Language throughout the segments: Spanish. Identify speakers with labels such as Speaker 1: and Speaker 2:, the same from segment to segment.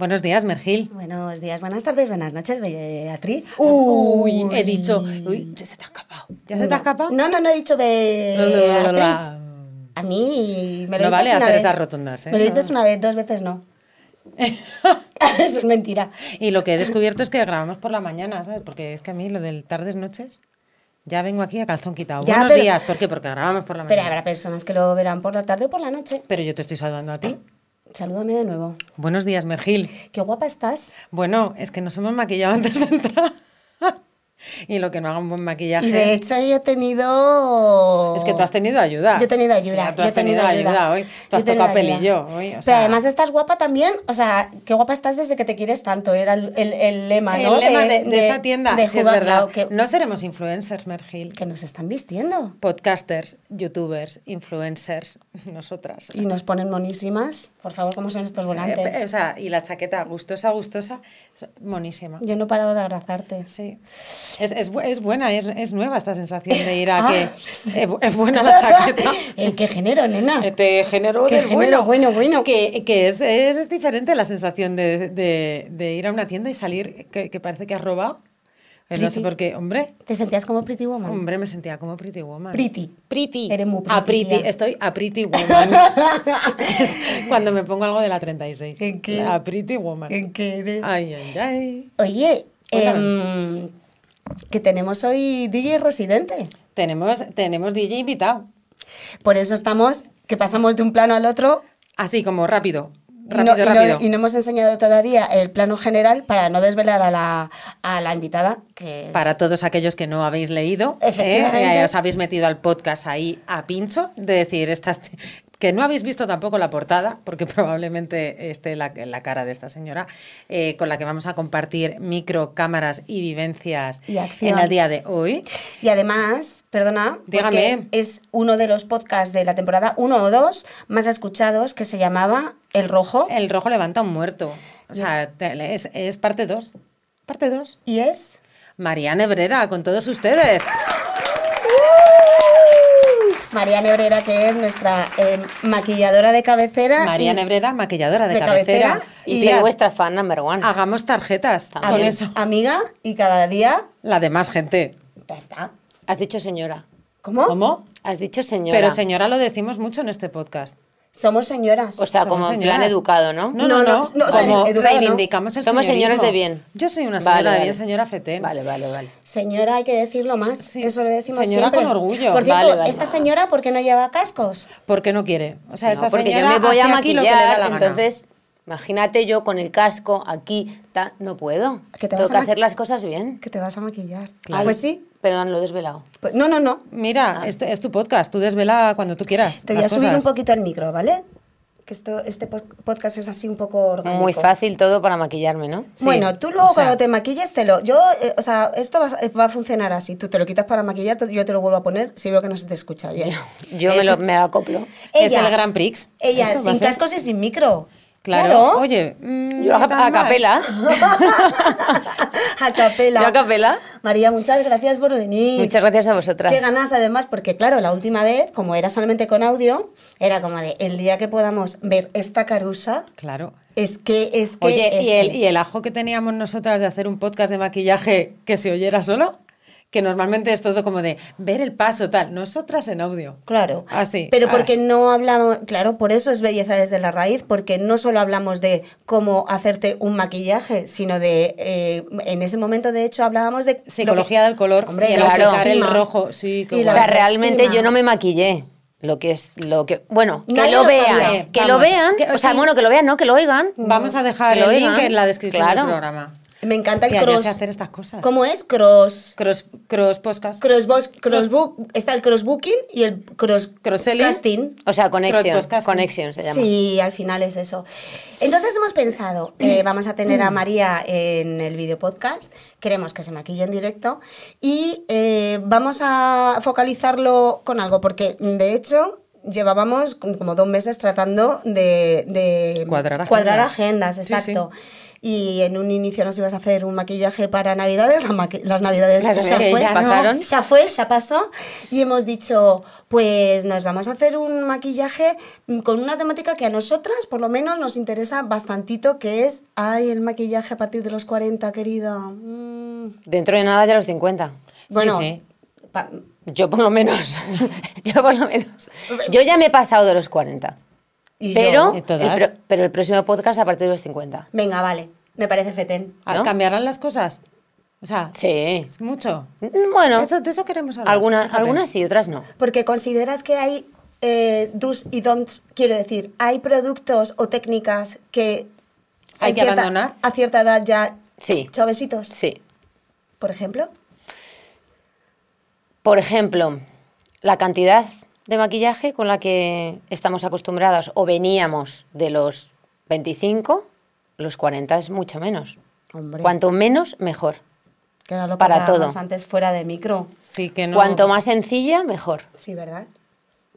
Speaker 1: Buenos días, Mergil.
Speaker 2: Buenos días, buenas tardes, buenas noches, Beatriz.
Speaker 1: Uy, he dicho, uy, ya se te ha escapado. ¿Ya se te ha escapado?
Speaker 2: No, no, no he dicho
Speaker 1: No, no, no, no, no,
Speaker 2: Beatriz.
Speaker 1: no.
Speaker 2: A mí me lo dices
Speaker 1: No vale
Speaker 2: una
Speaker 1: hacer
Speaker 2: vez.
Speaker 1: esas rotondas, ¿eh?
Speaker 2: Me lo dices una vez, dos veces no. Eso es mentira.
Speaker 1: Y lo que he descubierto es que grabamos por la mañana, ¿sabes? Porque es que a mí lo del tardes, noches, ya vengo aquí a calzón quitado.
Speaker 2: Ya,
Speaker 1: Buenos
Speaker 2: pero-
Speaker 1: días, ¿por qué? Porque grabamos por la
Speaker 2: Pero
Speaker 1: mañana.
Speaker 2: habrá personas que lo verán por la tarde o por la noche.
Speaker 1: Pero yo te estoy saludando a ti.
Speaker 2: Salúdame de nuevo.
Speaker 1: Buenos días, Mergil.
Speaker 2: Qué guapa estás.
Speaker 1: Bueno, es que nos hemos maquillado antes de entrar. y lo que no haga un buen maquillaje.
Speaker 2: Y de hecho yo he tenido...
Speaker 1: Es que tú has tenido ayuda.
Speaker 2: Yo he tenido ayuda.
Speaker 1: Tía,
Speaker 2: yo
Speaker 1: tú has
Speaker 2: he tenido, ayuda.
Speaker 1: hoy. Tú
Speaker 2: Yo
Speaker 1: has
Speaker 2: he tenido
Speaker 1: tocado
Speaker 2: ayuda.
Speaker 1: pelillo hoy. O
Speaker 2: Pero
Speaker 1: sea,
Speaker 2: además estás guapa también. O sea, qué guapa estás desde que te quieres tanto. Era el, el- el lema,
Speaker 1: el
Speaker 2: ¿no?
Speaker 1: lema de, de esta tienda,
Speaker 2: de
Speaker 1: si es
Speaker 2: Judas
Speaker 1: verdad.
Speaker 2: Blau, que,
Speaker 1: No seremos influencers, Mergil.
Speaker 2: que nos están vistiendo.
Speaker 1: Podcasters, youtubers, influencers, nosotras.
Speaker 2: Y nos ponen monísimas. Por favor, ¿cómo son estos volantes?
Speaker 1: Eh, O sea, y la chaqueta gustosa, gustosa, monísima.
Speaker 2: Yo no he parado de abrazarte.
Speaker 1: Sí. Es, es, bu- es buena, es, es nueva esta sensación de ir a que
Speaker 2: Ah,
Speaker 1: es, bu- es buena la chaqueta.
Speaker 2: ¿El qué género, nena?
Speaker 1: Este género
Speaker 2: Qué
Speaker 1: del
Speaker 2: género, bueno, bueno.
Speaker 1: Que, que es, es- es diferente la sensación de, de- de ir a una tienda y salir que, que parece que has robado. Pues no sé
Speaker 2: Pretty.
Speaker 1: por qué. Hombre,
Speaker 2: ¿Te sentías como Pretty Woman?
Speaker 1: hombre, me sentía como Pretty Woman.
Speaker 2: Pretty.
Speaker 1: Pretty.
Speaker 2: Eres muy
Speaker 1: A
Speaker 2: pretty, tía.
Speaker 1: Estoy a Pretty Woman. Es Cuando me pongo algo de la 36.
Speaker 2: ¿En qué?
Speaker 1: A Pretty Woman.
Speaker 2: ¿En qué eres?
Speaker 1: Ay, ay, ay.
Speaker 2: Oye,
Speaker 1: Cuéntame.
Speaker 2: em, que tenemos hoy DJ residente.
Speaker 1: Tenemos, tenemos DJ invitado.
Speaker 2: Por eso estamos, que pasamos de un plano al otro.
Speaker 1: Así como rápido.
Speaker 2: y no-
Speaker 1: Rápido,
Speaker 2: y no,
Speaker 1: rápido.
Speaker 2: y no hemos enseñado todavía el plano general para no desvelar a la, a la invitada, que es-
Speaker 1: Para todos aquellos que no habéis leído, ¿eh?
Speaker 2: Efectivamente.
Speaker 1: Eh, os habéis metido al podcast ahí a pincho, de decir, estas chi- que no habéis visto tampoco la portada, porque probablemente esté la, la cara de esta señora, eh, con la que vamos a compartir micro, cámaras y vivencias
Speaker 2: Y acción.
Speaker 1: en el día de hoy.
Speaker 2: Y además, perdona, porque
Speaker 1: Dígame.
Speaker 2: es uno de los podcasts de la temporada 1 o 2 más escuchados que se llamaba El Rojo.
Speaker 1: El rojo levanta un muerto. O sea, te- es, es parte 2. Parte 2.
Speaker 2: Y es...
Speaker 1: Mariana Ebrera, con todos ustedes.
Speaker 2: Mariana Ebrera, que es nuestra em, maquilladora de cabecera.
Speaker 1: Mariana
Speaker 2: y-
Speaker 1: Ebrera, maquilladora de,
Speaker 2: de cabecera.
Speaker 3: Y
Speaker 1: Tía,
Speaker 3: soy vuestra fan number one.
Speaker 1: Hagamos tarjetas
Speaker 3: También.
Speaker 1: con
Speaker 2: ami-
Speaker 1: eso.
Speaker 2: Amiga, y cada día.
Speaker 1: La demás gente.
Speaker 2: Ya está.
Speaker 3: Has dicho señora.
Speaker 2: ¿Cómo?
Speaker 1: ¿Cómo?
Speaker 3: Has dicho señora.
Speaker 1: Pero señora lo decimos mucho en este podcast.
Speaker 2: Somos señoras.
Speaker 3: O sea,
Speaker 1: Somos
Speaker 3: como en
Speaker 1: señoras.
Speaker 3: plan educado, ¿no?
Speaker 1: No, no, no.
Speaker 2: No, no, no, o sea,
Speaker 1: como
Speaker 2: educado no.
Speaker 1: reivindicamos el
Speaker 3: Somos señoras
Speaker 1: señorismo.
Speaker 3: de bien.
Speaker 1: Yo soy una
Speaker 3: Vale,
Speaker 1: señora de
Speaker 3: vale.
Speaker 1: bien, señora Fetén.
Speaker 3: Vale, vale, vale.
Speaker 2: Señora, hay que decirlo más.
Speaker 1: Sí.
Speaker 2: Eso lo decimos
Speaker 1: Señora
Speaker 2: siempre.
Speaker 1: con orgullo.
Speaker 2: Por cierto,
Speaker 3: Vale, vale.
Speaker 2: esta señora, ¿por qué no lleva cascos?
Speaker 1: ¿Por qué no quiere? O sea,
Speaker 3: No,
Speaker 1: esta
Speaker 3: porque
Speaker 1: señora
Speaker 3: yo me voy a
Speaker 1: hace aquí lo que le da la
Speaker 3: maquillar,
Speaker 1: gana.
Speaker 3: entonces imagínate yo con el casco aquí, ta- no puedo.
Speaker 2: Que te
Speaker 3: Tengo
Speaker 2: vas a
Speaker 3: que hacer
Speaker 2: maqui-
Speaker 3: las cosas bien.
Speaker 2: Que te vas a maquillar.
Speaker 3: Ay,
Speaker 2: Pues sí.
Speaker 3: Perdón, lo he desvelado.
Speaker 2: Pues- no, no, no.
Speaker 3: Ah.
Speaker 1: Mira, esto es tu podcast, tú desvela cuando tú quieras.
Speaker 2: Te voy a
Speaker 1: las
Speaker 2: subir
Speaker 1: cosas.
Speaker 2: un poquito el micro, ¿vale? Que esto, este po- podcast es así un poco orgánico.
Speaker 3: Muy fácil todo para maquillarme, ¿no?
Speaker 1: Sí,
Speaker 2: Bueno, tú luego
Speaker 1: o sea-
Speaker 2: cuando te maquilles te lo... Yo, eh, o sea, esto va, eh, va a funcionar así. Tú te lo quitas para maquillar, tú- yo te lo vuelvo a poner si veo que no se te escucha bien.
Speaker 3: Yo me lo, me lo acoplo.
Speaker 1: Es
Speaker 2: Ella-
Speaker 1: el Gran Prix.
Speaker 2: Ella,
Speaker 1: Esto va a
Speaker 2: sin
Speaker 1: ser-
Speaker 2: cascos y sin micro.
Speaker 1: Claro. Oye, mm,
Speaker 3: Yo a,
Speaker 1: ni tan
Speaker 3: a
Speaker 1: mal.
Speaker 3: capela.
Speaker 2: a capela.
Speaker 3: Yo a capela.
Speaker 2: María, muchas gracias por venir.
Speaker 3: Muchas gracias a vosotras.
Speaker 2: Qué ganas además, porque claro, la última vez, como era solamente con audio, era como de el día que podamos ver esta carusa,
Speaker 1: Claro.
Speaker 2: es que es que.
Speaker 1: Oye,
Speaker 2: es
Speaker 1: y el,
Speaker 2: que-
Speaker 1: y el ajo que teníamos nosotras de hacer un podcast de maquillaje que se oyera solo, que normalmente es todo como de ver el paso, tal. Nosotras en audio.
Speaker 2: Claro.
Speaker 1: Ah, sí.
Speaker 2: Pero
Speaker 1: Ah.
Speaker 2: porque no hablamos, claro, por eso es belleza desde la raíz, porque no solo hablamos de cómo hacerte un maquillaje, sino de, eh, en ese momento de hecho hablábamos de... lo que-
Speaker 1: Psicología del color,
Speaker 2: Hombre,
Speaker 1: y
Speaker 2: la
Speaker 3: claro.
Speaker 1: aplicar el
Speaker 2: autoestima.
Speaker 1: rojo, sí, qué
Speaker 2: Y
Speaker 3: O
Speaker 2: la
Speaker 1: guay.
Speaker 3: sea,
Speaker 2: autoestima.
Speaker 3: realmente yo no me maquillé. Lo que es, lo que. Bueno, que
Speaker 2: Nadie
Speaker 3: lo
Speaker 2: lo
Speaker 3: vean.
Speaker 2: sabía.
Speaker 3: Que
Speaker 1: Vamos,
Speaker 3: lo vean.
Speaker 1: que-
Speaker 3: o sea,
Speaker 1: sí.
Speaker 3: bueno, que lo vean, no, que lo oigan.
Speaker 2: mm,
Speaker 1: Vamos a dejar
Speaker 3: Que lo
Speaker 1: el link
Speaker 3: oigan.
Speaker 1: en la descripción
Speaker 3: Claro.
Speaker 1: del programa.
Speaker 2: Me encanta el
Speaker 1: Tía, yo
Speaker 2: cross.
Speaker 1: sé hacer estas cosas.
Speaker 2: ¿Cómo es? Cross.
Speaker 1: Cross, cross podcast.
Speaker 2: Crossbox, crossbook, está el crossbooking y el cross
Speaker 1: Pues Cross-selling.
Speaker 2: casting.
Speaker 3: O sea, conexión.
Speaker 1: Crosscasting.
Speaker 3: Conexión se llama.
Speaker 2: Sí, al final es eso. Entonces hemos pensado, eh, vamos a tener a María en el video podcast, queremos que se maquille en directo y eh, vamos a focalizarlo con algo, porque de hecho llevábamos como dos meses tratando de, de
Speaker 1: Cuadrar agendas.
Speaker 2: agendas,
Speaker 1: Sí, sí.
Speaker 2: exacto. Y en un inicio nos ibas a hacer un maquillaje para Navidades, la maqui- las Navidades
Speaker 3: Las
Speaker 2: ya
Speaker 1: que
Speaker 2: fue,
Speaker 1: ya no.
Speaker 2: pasaron, ya fue, ya pasó. Y hemos dicho, pues nos vamos a hacer un maquillaje con una temática que a nosotras, por lo menos, nos interesa bastantito, que es, ay, el maquillaje a partir de los 40, querida. Mm.
Speaker 3: Dentro de nada ya los 50.
Speaker 2: Bueno,
Speaker 1: sí.
Speaker 2: pa-
Speaker 3: Yo por lo menos. yo por lo menos. Yo ya me he pasado de los 40.
Speaker 2: y yo-
Speaker 3: Pero
Speaker 1: ¿Y
Speaker 3: el,
Speaker 1: todas?
Speaker 3: pro- pero el próximo podcast a partir de los 50.
Speaker 2: venga, vale, me parece fetén.
Speaker 1: Ah,
Speaker 3: ¿no?
Speaker 1: ¿Cambiarán las cosas? O sea,
Speaker 3: Sí.
Speaker 1: es mucho.
Speaker 3: Mm, Bueno,
Speaker 1: Eso- de eso queremos hablar.
Speaker 3: alguna-
Speaker 1: fíjate.
Speaker 3: algunas sí, otras no.
Speaker 2: Porque consideras que hay eh, do's y don'ts, quiero decir, hay productos o técnicas que...
Speaker 1: Hay
Speaker 2: a
Speaker 1: que
Speaker 2: cierta-
Speaker 1: abandonar.
Speaker 2: A cierta edad ya...
Speaker 3: Sí.
Speaker 2: Chavesitos.
Speaker 3: Sí.
Speaker 2: Por ejemplo.
Speaker 3: Por ejemplo, la cantidad de maquillaje con la que estamos acostumbrados o veníamos de los 25, los 40 es mucho menos.
Speaker 2: Hombre.
Speaker 3: Cuanto menos, mejor.
Speaker 2: Que era lo que
Speaker 3: Para
Speaker 2: hablábamos
Speaker 3: todo.
Speaker 2: antes fuera de micro.
Speaker 1: Sí, que no.
Speaker 3: Cuanto más sencilla, mejor.
Speaker 2: Sí, ¿verdad?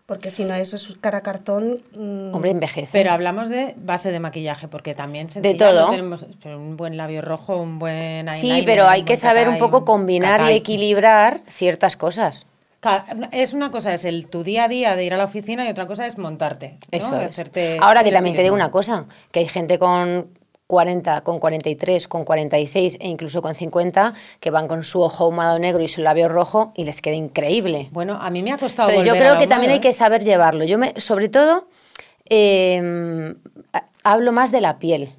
Speaker 2: Porque si no, eso es cara cartón. mm,
Speaker 3: Hombre, envejece.
Speaker 1: Pero hablamos de base de maquillaje, porque también sencilla,
Speaker 3: todo.
Speaker 1: no tenemos pero un buen labio rojo, un buen
Speaker 3: sí,
Speaker 1: eyeliner,
Speaker 3: pero hay
Speaker 1: un
Speaker 3: que
Speaker 1: buen
Speaker 3: saber un
Speaker 1: katai,
Speaker 3: poco combinar y
Speaker 1: katai.
Speaker 3: equilibrar ciertas cosas.
Speaker 1: Ca- Es una cosa es el tu día a día de ir a la oficina y otra cosa es montarte. ¿no?
Speaker 3: Eso es.
Speaker 1: Hacerte
Speaker 3: Ahora
Speaker 1: el
Speaker 3: que también te
Speaker 1: estilismo.
Speaker 3: digo una cosa, que hay gente con 40, con 43, con 46 e incluso con 50 que van con su ojo ahumado negro y su labio rojo y les queda increíble.
Speaker 1: Bueno, a mí me ha costado.
Speaker 3: Entonces yo
Speaker 1: volver
Speaker 3: creo
Speaker 1: al
Speaker 3: que también
Speaker 1: ahumado,
Speaker 3: hay que
Speaker 1: ¿eh?
Speaker 3: saber llevarlo. Yo me, sobre todo, eh, ha- hablo más de la piel.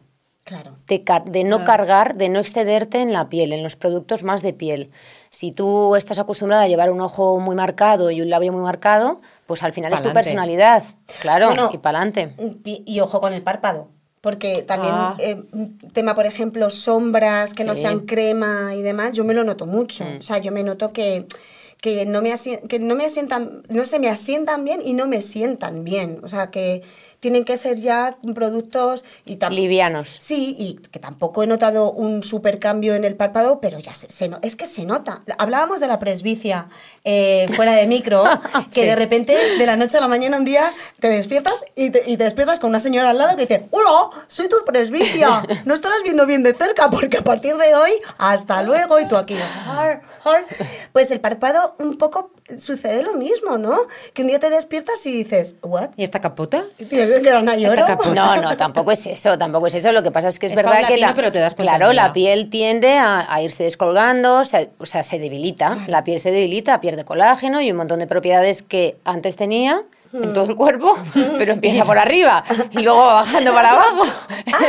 Speaker 2: Claro.
Speaker 3: de, car- de no cargar, de no excederte en la piel, en los productos más de piel. Si tú estás acostumbrada a llevar un ojo muy marcado y un labio muy marcado, pues al final es tu
Speaker 1: Pa'lante.
Speaker 3: personalidad, claro,
Speaker 2: Bueno,
Speaker 3: y pa'lante.
Speaker 2: Y, y ojo con el párpado. Porque también,
Speaker 1: Ah.
Speaker 2: eh, tema, por ejemplo, sombras que no
Speaker 3: Sí. Mm.
Speaker 2: sean crema y demás, yo me lo noto mucho. O sea, yo me noto que, que, no me asien- que no me asientan, no se me asientan bien y no me sientan bien. O sea, que tienen que ser ya productos y también.
Speaker 3: Livianos.
Speaker 2: Sí, y que tampoco he notado un super cambio en el párpado, pero ya se, se no- es que se nota. Hablábamos de la presbicia eh, fuera de micro, que
Speaker 1: Sí.
Speaker 2: de repente, de la noche a la mañana, un día te despiertas y te, y te despiertas con una señora al lado que dice: ¡Hola! ¡Soy tu presbicia! No estarás viendo bien de cerca, porque a partir de hoy, hasta luego, y tú aquí. "Ar, ar". Pues el párpado, un poco sucede lo mismo, ¿no? Que un día te despiertas y dices: ¿What?
Speaker 1: ¿Y esta capota?
Speaker 2: Tío, qué gran lloro.
Speaker 1: Ataca por-
Speaker 3: No, no, tampoco es eso, tampoco es eso. Lo que pasa es que es,
Speaker 1: Es
Speaker 3: verdad que la,
Speaker 1: paulatino, pero te das cuenta
Speaker 3: claro,
Speaker 1: enseguida.
Speaker 3: la piel tiende a, a irse descolgando, se- o sea, se debilita. La piel se debilita, pierde colágeno y un montón de propiedades que antes tenía en todo el cuerpo, pero empieza por arriba y luego va bajando para abajo.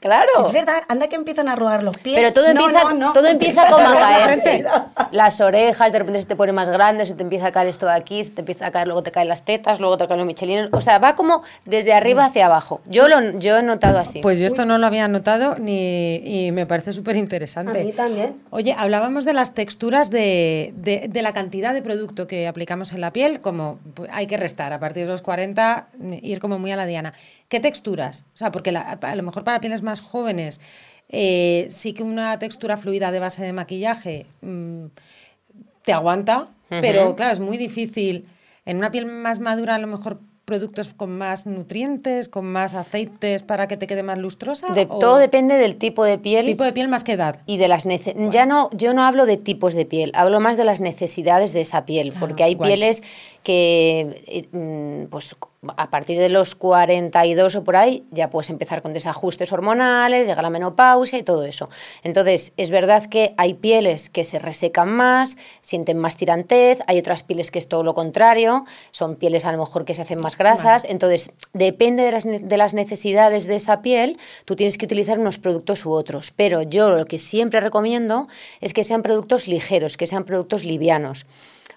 Speaker 3: claro.
Speaker 2: Es verdad, anda que empiezan a robar los pies.
Speaker 3: Pero todo
Speaker 2: No,
Speaker 3: empieza,
Speaker 2: no, no.
Speaker 3: todo empieza como a
Speaker 2: robar la
Speaker 3: caerse.
Speaker 2: frente.
Speaker 3: Las orejas de repente se te ponen más grandes, se te empieza a caer esto de aquí, se te empieza a caer, luego te caen las tetas, luego te caen los michelines. O sea, va como desde arriba hacia abajo. Yo lo yo he notado así.
Speaker 1: Pues yo esto no lo había notado ni, y me parece súper
Speaker 2: A
Speaker 1: interesante.
Speaker 2: mí también.
Speaker 1: Oye, hablábamos de las texturas de, de- de la cantidad de producto que aplicamos en la piel, como pu- hay que restar a partir de los 40, mm, ir como muy a la diana. ¿Qué texturas? O sea, porque la- a lo mejor para pieles más jóvenes eh, sí que una textura fluida de base de maquillaje mm, te aguanta, pero claro, es muy difícil. En una piel más madura a lo mejor productos con más nutrientes, con más aceites para que te quede más lustrosa.
Speaker 3: De-
Speaker 2: oh.
Speaker 1: o
Speaker 3: todo depende del tipo de piel
Speaker 1: tipo de piel más que edad.
Speaker 3: y de las nece- ya no yo no hablo de tipos de piel hablo más de las necesidades de esa piel
Speaker 2: Ah,
Speaker 3: porque hay
Speaker 1: guay.
Speaker 3: pieles que eh, mm, pues a partir de los 42 o por ahí ya puedes empezar con desajustes hormonales llega la menopausia y todo eso entonces es verdad que hay pieles que se resecan más sienten más tirantez hay otras pieles que es todo lo contrario son pieles a lo mejor que se hacen más grasas entonces depende de las, ne- de las necesidades de esa piel tú tienes que utilizar unos productos u otros pero yo lo que siempre recomiendo es que sean productos ligeros que sean productos livianos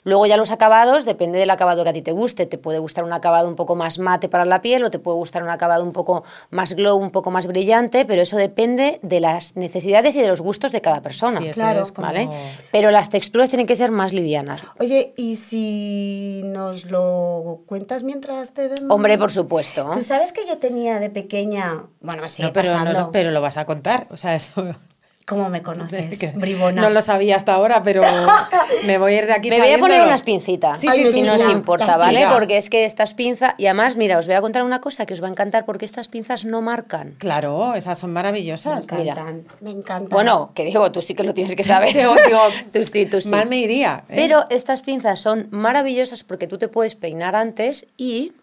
Speaker 3: Luego ya los acabados, depende del acabado que a ti te guste. Te puede gustar un acabado un poco más mate para la piel o te puede gustar un acabado un poco más glow, un poco más brillante, pero eso depende de las necesidades y de los gustos de cada persona.
Speaker 1: Sí, eso
Speaker 2: Claro.
Speaker 1: es como-
Speaker 3: ¿vale? Pero las texturas tienen que ser más livianas.
Speaker 2: Oye, ¿y si nos lo cuentas mientras te vemos?
Speaker 3: Hombre, por supuesto.
Speaker 4: Tú sabes que yo tenía de pequeña, bueno, me sigue
Speaker 1: No, pero, no
Speaker 4: pasando,
Speaker 1: lo- pero lo vas a contar. O sea, eso.
Speaker 4: ¿cómo me conoces?
Speaker 1: que
Speaker 4: bribona.
Speaker 1: No lo sabía hasta ahora, pero me voy a ir de aquí
Speaker 3: Me voy a poner
Speaker 1: sabiéndolo.
Speaker 3: unas pincitas,
Speaker 1: Sí,
Speaker 2: Ay,
Speaker 1: sí,
Speaker 2: me
Speaker 1: sí,
Speaker 3: si no
Speaker 2: pinza,
Speaker 1: sí.
Speaker 3: os
Speaker 2: las
Speaker 3: importa, ¿vale?
Speaker 1: pinza.
Speaker 3: Porque es que estas pinzas... Y además, mira, os voy a contar una cosa que os va a encantar, porque estas pinzas no marcan.
Speaker 1: Claro, esas son
Speaker 2: me
Speaker 1: maravillosas.
Speaker 3: mira.
Speaker 2: encantan, me encantan.
Speaker 3: Bueno, que digo, tú sí que lo tienes que saber.
Speaker 1: Digo, digo,
Speaker 3: tú sí, tú sí.
Speaker 1: Mal me iría. ¿eh?
Speaker 3: Pero estas pinzas son maravillosas porque tú te puedes peinar antes y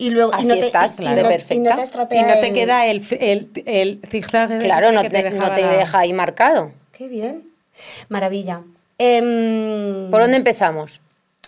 Speaker 2: y luego
Speaker 3: así
Speaker 2: y no te,
Speaker 3: estás,
Speaker 2: y
Speaker 3: claro,
Speaker 2: no- Y
Speaker 3: perfecta.
Speaker 2: no te estropea
Speaker 1: y no te
Speaker 2: el-
Speaker 1: queda el, el, el zigzag ese
Speaker 3: claro, no
Speaker 1: que
Speaker 3: te, no
Speaker 1: dejaba
Speaker 3: te
Speaker 1: la-
Speaker 3: deja ahí marcado.
Speaker 2: Qué bien, maravilla. Em,
Speaker 3: ¿Por dónde empezamos?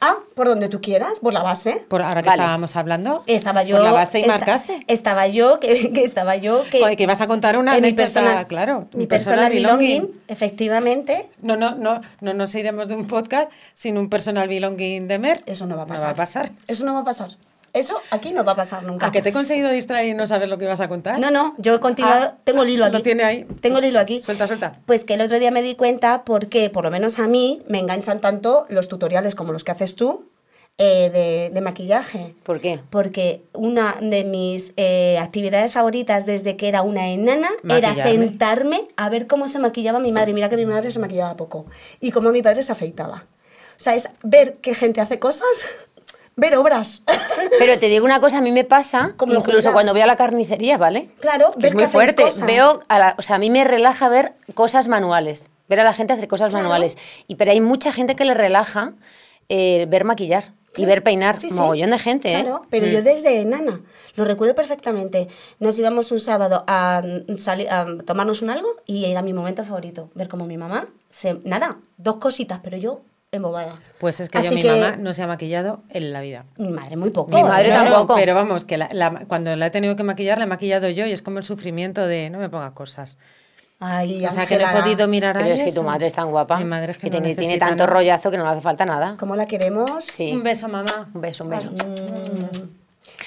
Speaker 2: Ah, por donde tú quieras, por la base.
Speaker 1: Por ahora que
Speaker 3: Vale.
Speaker 1: estábamos hablando.
Speaker 2: Estaba yo.
Speaker 1: Por Pues la base y
Speaker 2: esta-
Speaker 1: marcaste.
Speaker 2: Estaba yo, que, que estaba yo, que.
Speaker 1: Joder, que ibas a contar una
Speaker 2: en mi
Speaker 1: anécdota,
Speaker 2: personal-
Speaker 1: claro,
Speaker 2: Mi
Speaker 1: un personal
Speaker 2: personal belonging,
Speaker 1: belonging.
Speaker 2: efectivamente.
Speaker 1: No, no, no, no nos iremos de un podcast sin un personal belonging de Mer.
Speaker 2: Eso no va a pasar.
Speaker 1: No va a pasar.
Speaker 2: Eso no va a pasar. Eso aquí no va a pasar nunca.
Speaker 1: ¿A que te he conseguido distraer y no saber lo que ibas a contar?
Speaker 2: No, no, yo he continuado.
Speaker 1: Ah,
Speaker 2: tengo el hilo aquí.
Speaker 1: lo tiene ahí.
Speaker 2: Tengo el hilo aquí.
Speaker 1: Suelta, suelta.
Speaker 2: Pues que el otro día me di cuenta porque, por lo menos a mí, me enganchan tanto los tutoriales como los que haces tú eh, de, de maquillaje.
Speaker 3: ¿Por qué?
Speaker 2: Porque una de mis eh, actividades favoritas desde que era una enana era
Speaker 1: Maquillarme.
Speaker 2: sentarme a ver cómo se maquillaba mi madre. Mira que mi madre se maquillaba poco. Y cómo mi padre se afeitaba. O sea, es ver qué gente hace cosas, ver obras.
Speaker 3: Pero te digo una cosa, a mí me pasa,
Speaker 2: Como lo
Speaker 3: incluso
Speaker 2: juras.
Speaker 3: cuando voy a la carnicería, ¿vale?
Speaker 2: Claro,
Speaker 3: Que es muy
Speaker 2: hacen
Speaker 3: fuerte.
Speaker 2: cosas.
Speaker 3: Veo, a la- o sea, a mí me relaja ver cosas manuales, ver a la gente hacer cosas
Speaker 2: Claro.
Speaker 3: manuales. Y pero hay mucha gente que le relaja eh, ver maquillar y ver peinar.
Speaker 2: Sí, sí.
Speaker 3: Mogollón de gente, ¿eh?
Speaker 2: Claro, pero yo desde enana, lo recuerdo perfectamente. Nos íbamos un sábado a, mm, sali- a tomarnos un algo y era mi momento favorito. Ver como mi mamá, se, nada, dos cositas, pero yo embobada.
Speaker 1: Pues es que yo,
Speaker 2: Así
Speaker 1: mi mamá no se ha maquillado en la vida.
Speaker 2: Mi madre muy poco.
Speaker 3: Mi madre
Speaker 2: ¿eh?
Speaker 1: Claro,
Speaker 3: tampoco.
Speaker 1: Pero vamos, que la- la- cuando la he tenido que maquillar, la he maquillado yo y es como el sufrimiento de no me pongas cosas.
Speaker 2: Ay,
Speaker 1: o sea, que no he
Speaker 2: Ángela,
Speaker 1: podido mirar a
Speaker 3: Pero es que
Speaker 1: eso.
Speaker 3: tu madre es tan guapa
Speaker 1: Mi madre es que
Speaker 3: y
Speaker 1: no
Speaker 3: tiene, tiene
Speaker 1: necesita
Speaker 3: tanto
Speaker 1: nada.
Speaker 3: rollazo que no le hace falta nada.
Speaker 2: ¿Cómo la queremos?
Speaker 3: Sí.
Speaker 1: Un beso, mamá.
Speaker 3: Un beso, un beso.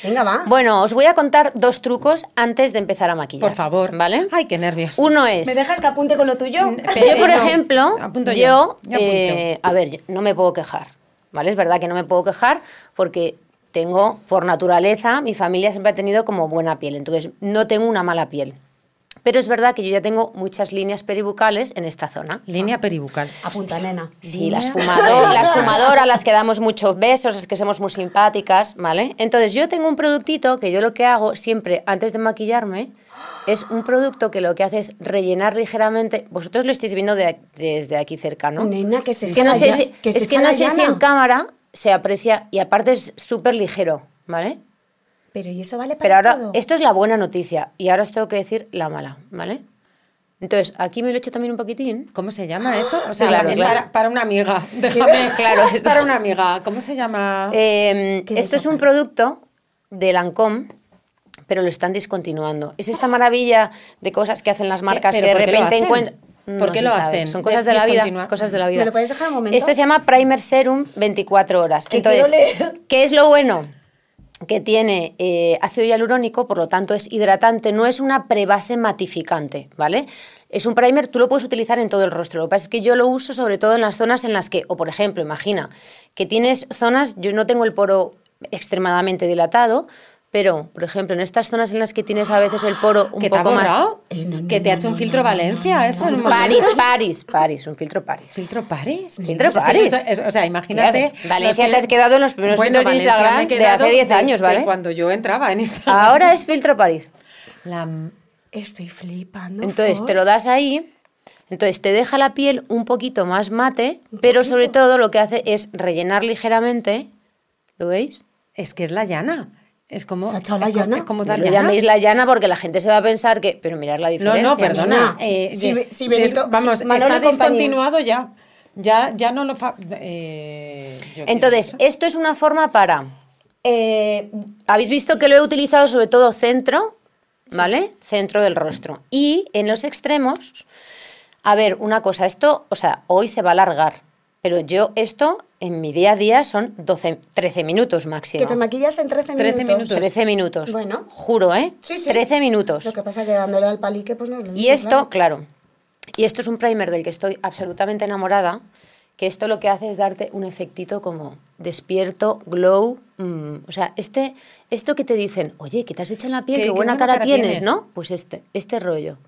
Speaker 2: Venga, va.
Speaker 3: Ah. Bueno, os voy a contar dos trucos antes de empezar a maquillar.
Speaker 1: Por favor.
Speaker 3: ¿Vale?
Speaker 1: Ay, qué nervios.
Speaker 3: Uno es.
Speaker 2: ¿Me dejas que apunte con lo tuyo?
Speaker 1: N-
Speaker 3: pues Yo, por
Speaker 1: Pero,
Speaker 3: ejemplo,
Speaker 1: apunto
Speaker 3: yo,
Speaker 1: yo, yo apunto.
Speaker 3: eh, a ver, yo no me puedo quejar, ¿vale? Es verdad que no me puedo quejar porque tengo, por naturaleza, mi familia siempre ha tenido como buena piel, entonces no tengo una mala piel. Pero es verdad que yo ya tengo muchas líneas peribucales en esta zona.
Speaker 1: Línea peribucal.
Speaker 2: Apunta, nena.
Speaker 3: Sí, las, fumado- las fumadoras, las que damos muchos besos, las que somos muy simpáticas, ¿vale? Entonces yo tengo un productito que yo lo que hago siempre antes de maquillarme es un producto que lo que hace es rellenar ligeramente. Vosotros lo estáis viendo de- desde aquí cerca, ¿no?
Speaker 2: Nena, que se
Speaker 3: Es que no
Speaker 2: echa
Speaker 3: sé
Speaker 2: ya-
Speaker 3: si,
Speaker 2: que se
Speaker 3: es que
Speaker 2: echa
Speaker 3: no
Speaker 2: la
Speaker 3: sé si
Speaker 2: llana.
Speaker 3: en cámara se aprecia y aparte es súper ligero, ¿vale?
Speaker 2: Pero ¿y eso vale
Speaker 3: Pero
Speaker 2: para
Speaker 3: ahora,
Speaker 2: todo?
Speaker 3: esto es la buena noticia y ahora os tengo que decir la mala, ¿vale? Entonces, aquí me lo echo también un poquitín.
Speaker 1: ¿Cómo se llama eso? O sea,
Speaker 3: Claro,
Speaker 1: es
Speaker 3: claro.
Speaker 1: Para, para una amiga. Déjame.
Speaker 3: Claro,
Speaker 1: es para una amiga. ¿Cómo se llama?
Speaker 3: Eh,
Speaker 2: Qué
Speaker 3: esto es un
Speaker 2: desapare-
Speaker 3: producto de Lancôme, pero lo están discontinuando. Es esta maravilla de cosas que hacen las marcas que
Speaker 1: ¿Pero por
Speaker 3: de
Speaker 1: qué lo
Speaker 3: repente
Speaker 1: hacen?
Speaker 3: encuentran.
Speaker 1: ¿Por qué lo hacen?
Speaker 3: Son
Speaker 1: De-
Speaker 3: cosas de la vida.
Speaker 1: discontinuar.
Speaker 3: Cosas de la vida.
Speaker 2: ¿Me lo puedes dejar un momento?
Speaker 3: Esto se llama Primer Serum 24 horas.
Speaker 2: Que
Speaker 3: Entonces,
Speaker 2: quiero leer.
Speaker 3: ¿qué es lo bueno? Que tiene eh, ácido hialurónico, por lo tanto es hidratante, no es una prebase matificante, ¿vale? Es un primer, tú lo puedes utilizar en todo el rostro. Lo que pasa es que yo lo uso sobre todo en las zonas en las que, o por ejemplo, imagina que tienes zonas, yo no tengo el poro extremadamente dilatado, pero por ejemplo en estas zonas en las que tienes a veces el poro un
Speaker 1: ¿Que te ha
Speaker 3: poco más.
Speaker 1: borrado?
Speaker 2: Eh, no, no,
Speaker 1: ¿Que te ha
Speaker 2: no,
Speaker 1: hecho un
Speaker 2: no,
Speaker 1: filtro
Speaker 2: no,
Speaker 1: Valencia? eso en un momento.
Speaker 3: Paris, Paris, Paris, un filtro Paris.
Speaker 1: ¿Filtro Paris?
Speaker 3: Filtro
Speaker 1: Es que yo
Speaker 3: Paris.
Speaker 1: estoy- es- o sea, imagínate.
Speaker 3: Claro, Valencia
Speaker 1: los
Speaker 3: te has quedado en los primeros filtros de
Speaker 1: Valencia
Speaker 3: Instagram
Speaker 1: me he
Speaker 3: de
Speaker 1: quedado
Speaker 3: hace 10
Speaker 1: de-
Speaker 3: años,
Speaker 1: de
Speaker 3: ¿vale? Ah.
Speaker 1: cuando yo entraba en Instagram.
Speaker 3: Ahora es filtro París.
Speaker 1: La-
Speaker 2: Estoy flipando.
Speaker 3: Entonces
Speaker 2: Flor.
Speaker 3: te lo das ahí, entonces te deja la piel un poquito más mate, pero sobre todo lo que hace es rellenar ligeramente, ¿lo veis?
Speaker 1: es que es la llana. Es como.
Speaker 2: ¿Se ha echado la
Speaker 1: es como-
Speaker 2: llana?
Speaker 1: Es como
Speaker 3: No
Speaker 1: dar
Speaker 3: lo
Speaker 1: llana.
Speaker 3: llaméis la llana porque la gente se va a pensar que, pero mirar la
Speaker 1: No,
Speaker 3: diferencia.
Speaker 1: no,
Speaker 2: nena.
Speaker 1: perdona. eh,
Speaker 2: Si
Speaker 1: ya-
Speaker 2: Be- si Benito-
Speaker 1: des- vamos,
Speaker 2: si Manolo
Speaker 1: está
Speaker 2: y compañía.
Speaker 1: discontinuado ya. Ya, ya no lo. fa- eh, yo quiero
Speaker 3: Entonces,
Speaker 1: eso.
Speaker 3: esto es una forma para
Speaker 2: Eh,
Speaker 3: Habéis visto que lo he utilizado sobre todo centro, ¿vale? Centro del rostro. Y en los extremos, a ver, una cosa, esto, o sea, hoy se va a alargar, Pero yo esto en mi día a día son 12, 13 minutos máximo.
Speaker 2: Que te maquillas en 13 minutos.
Speaker 1: 13 minutos.
Speaker 3: 13 minutos.
Speaker 2: Bueno.
Speaker 3: Juro, ¿eh?
Speaker 2: Sí, sí.
Speaker 3: 13 minutos.
Speaker 2: Lo que pasa que dándole al palique, pues no es lo
Speaker 3: Y
Speaker 2: mismo,
Speaker 3: esto, claro. Y esto es un primer del que estoy absolutamente enamorada, que esto lo que hace es darte un efectito como despierto, glow. mm, o sea, este, esto que te dicen, oye, ¿qué te has hecho en la piel?
Speaker 1: Qué-
Speaker 3: Qué,
Speaker 1: qué
Speaker 3: buena cara, tienes, ¿no? Pues este, este rollo.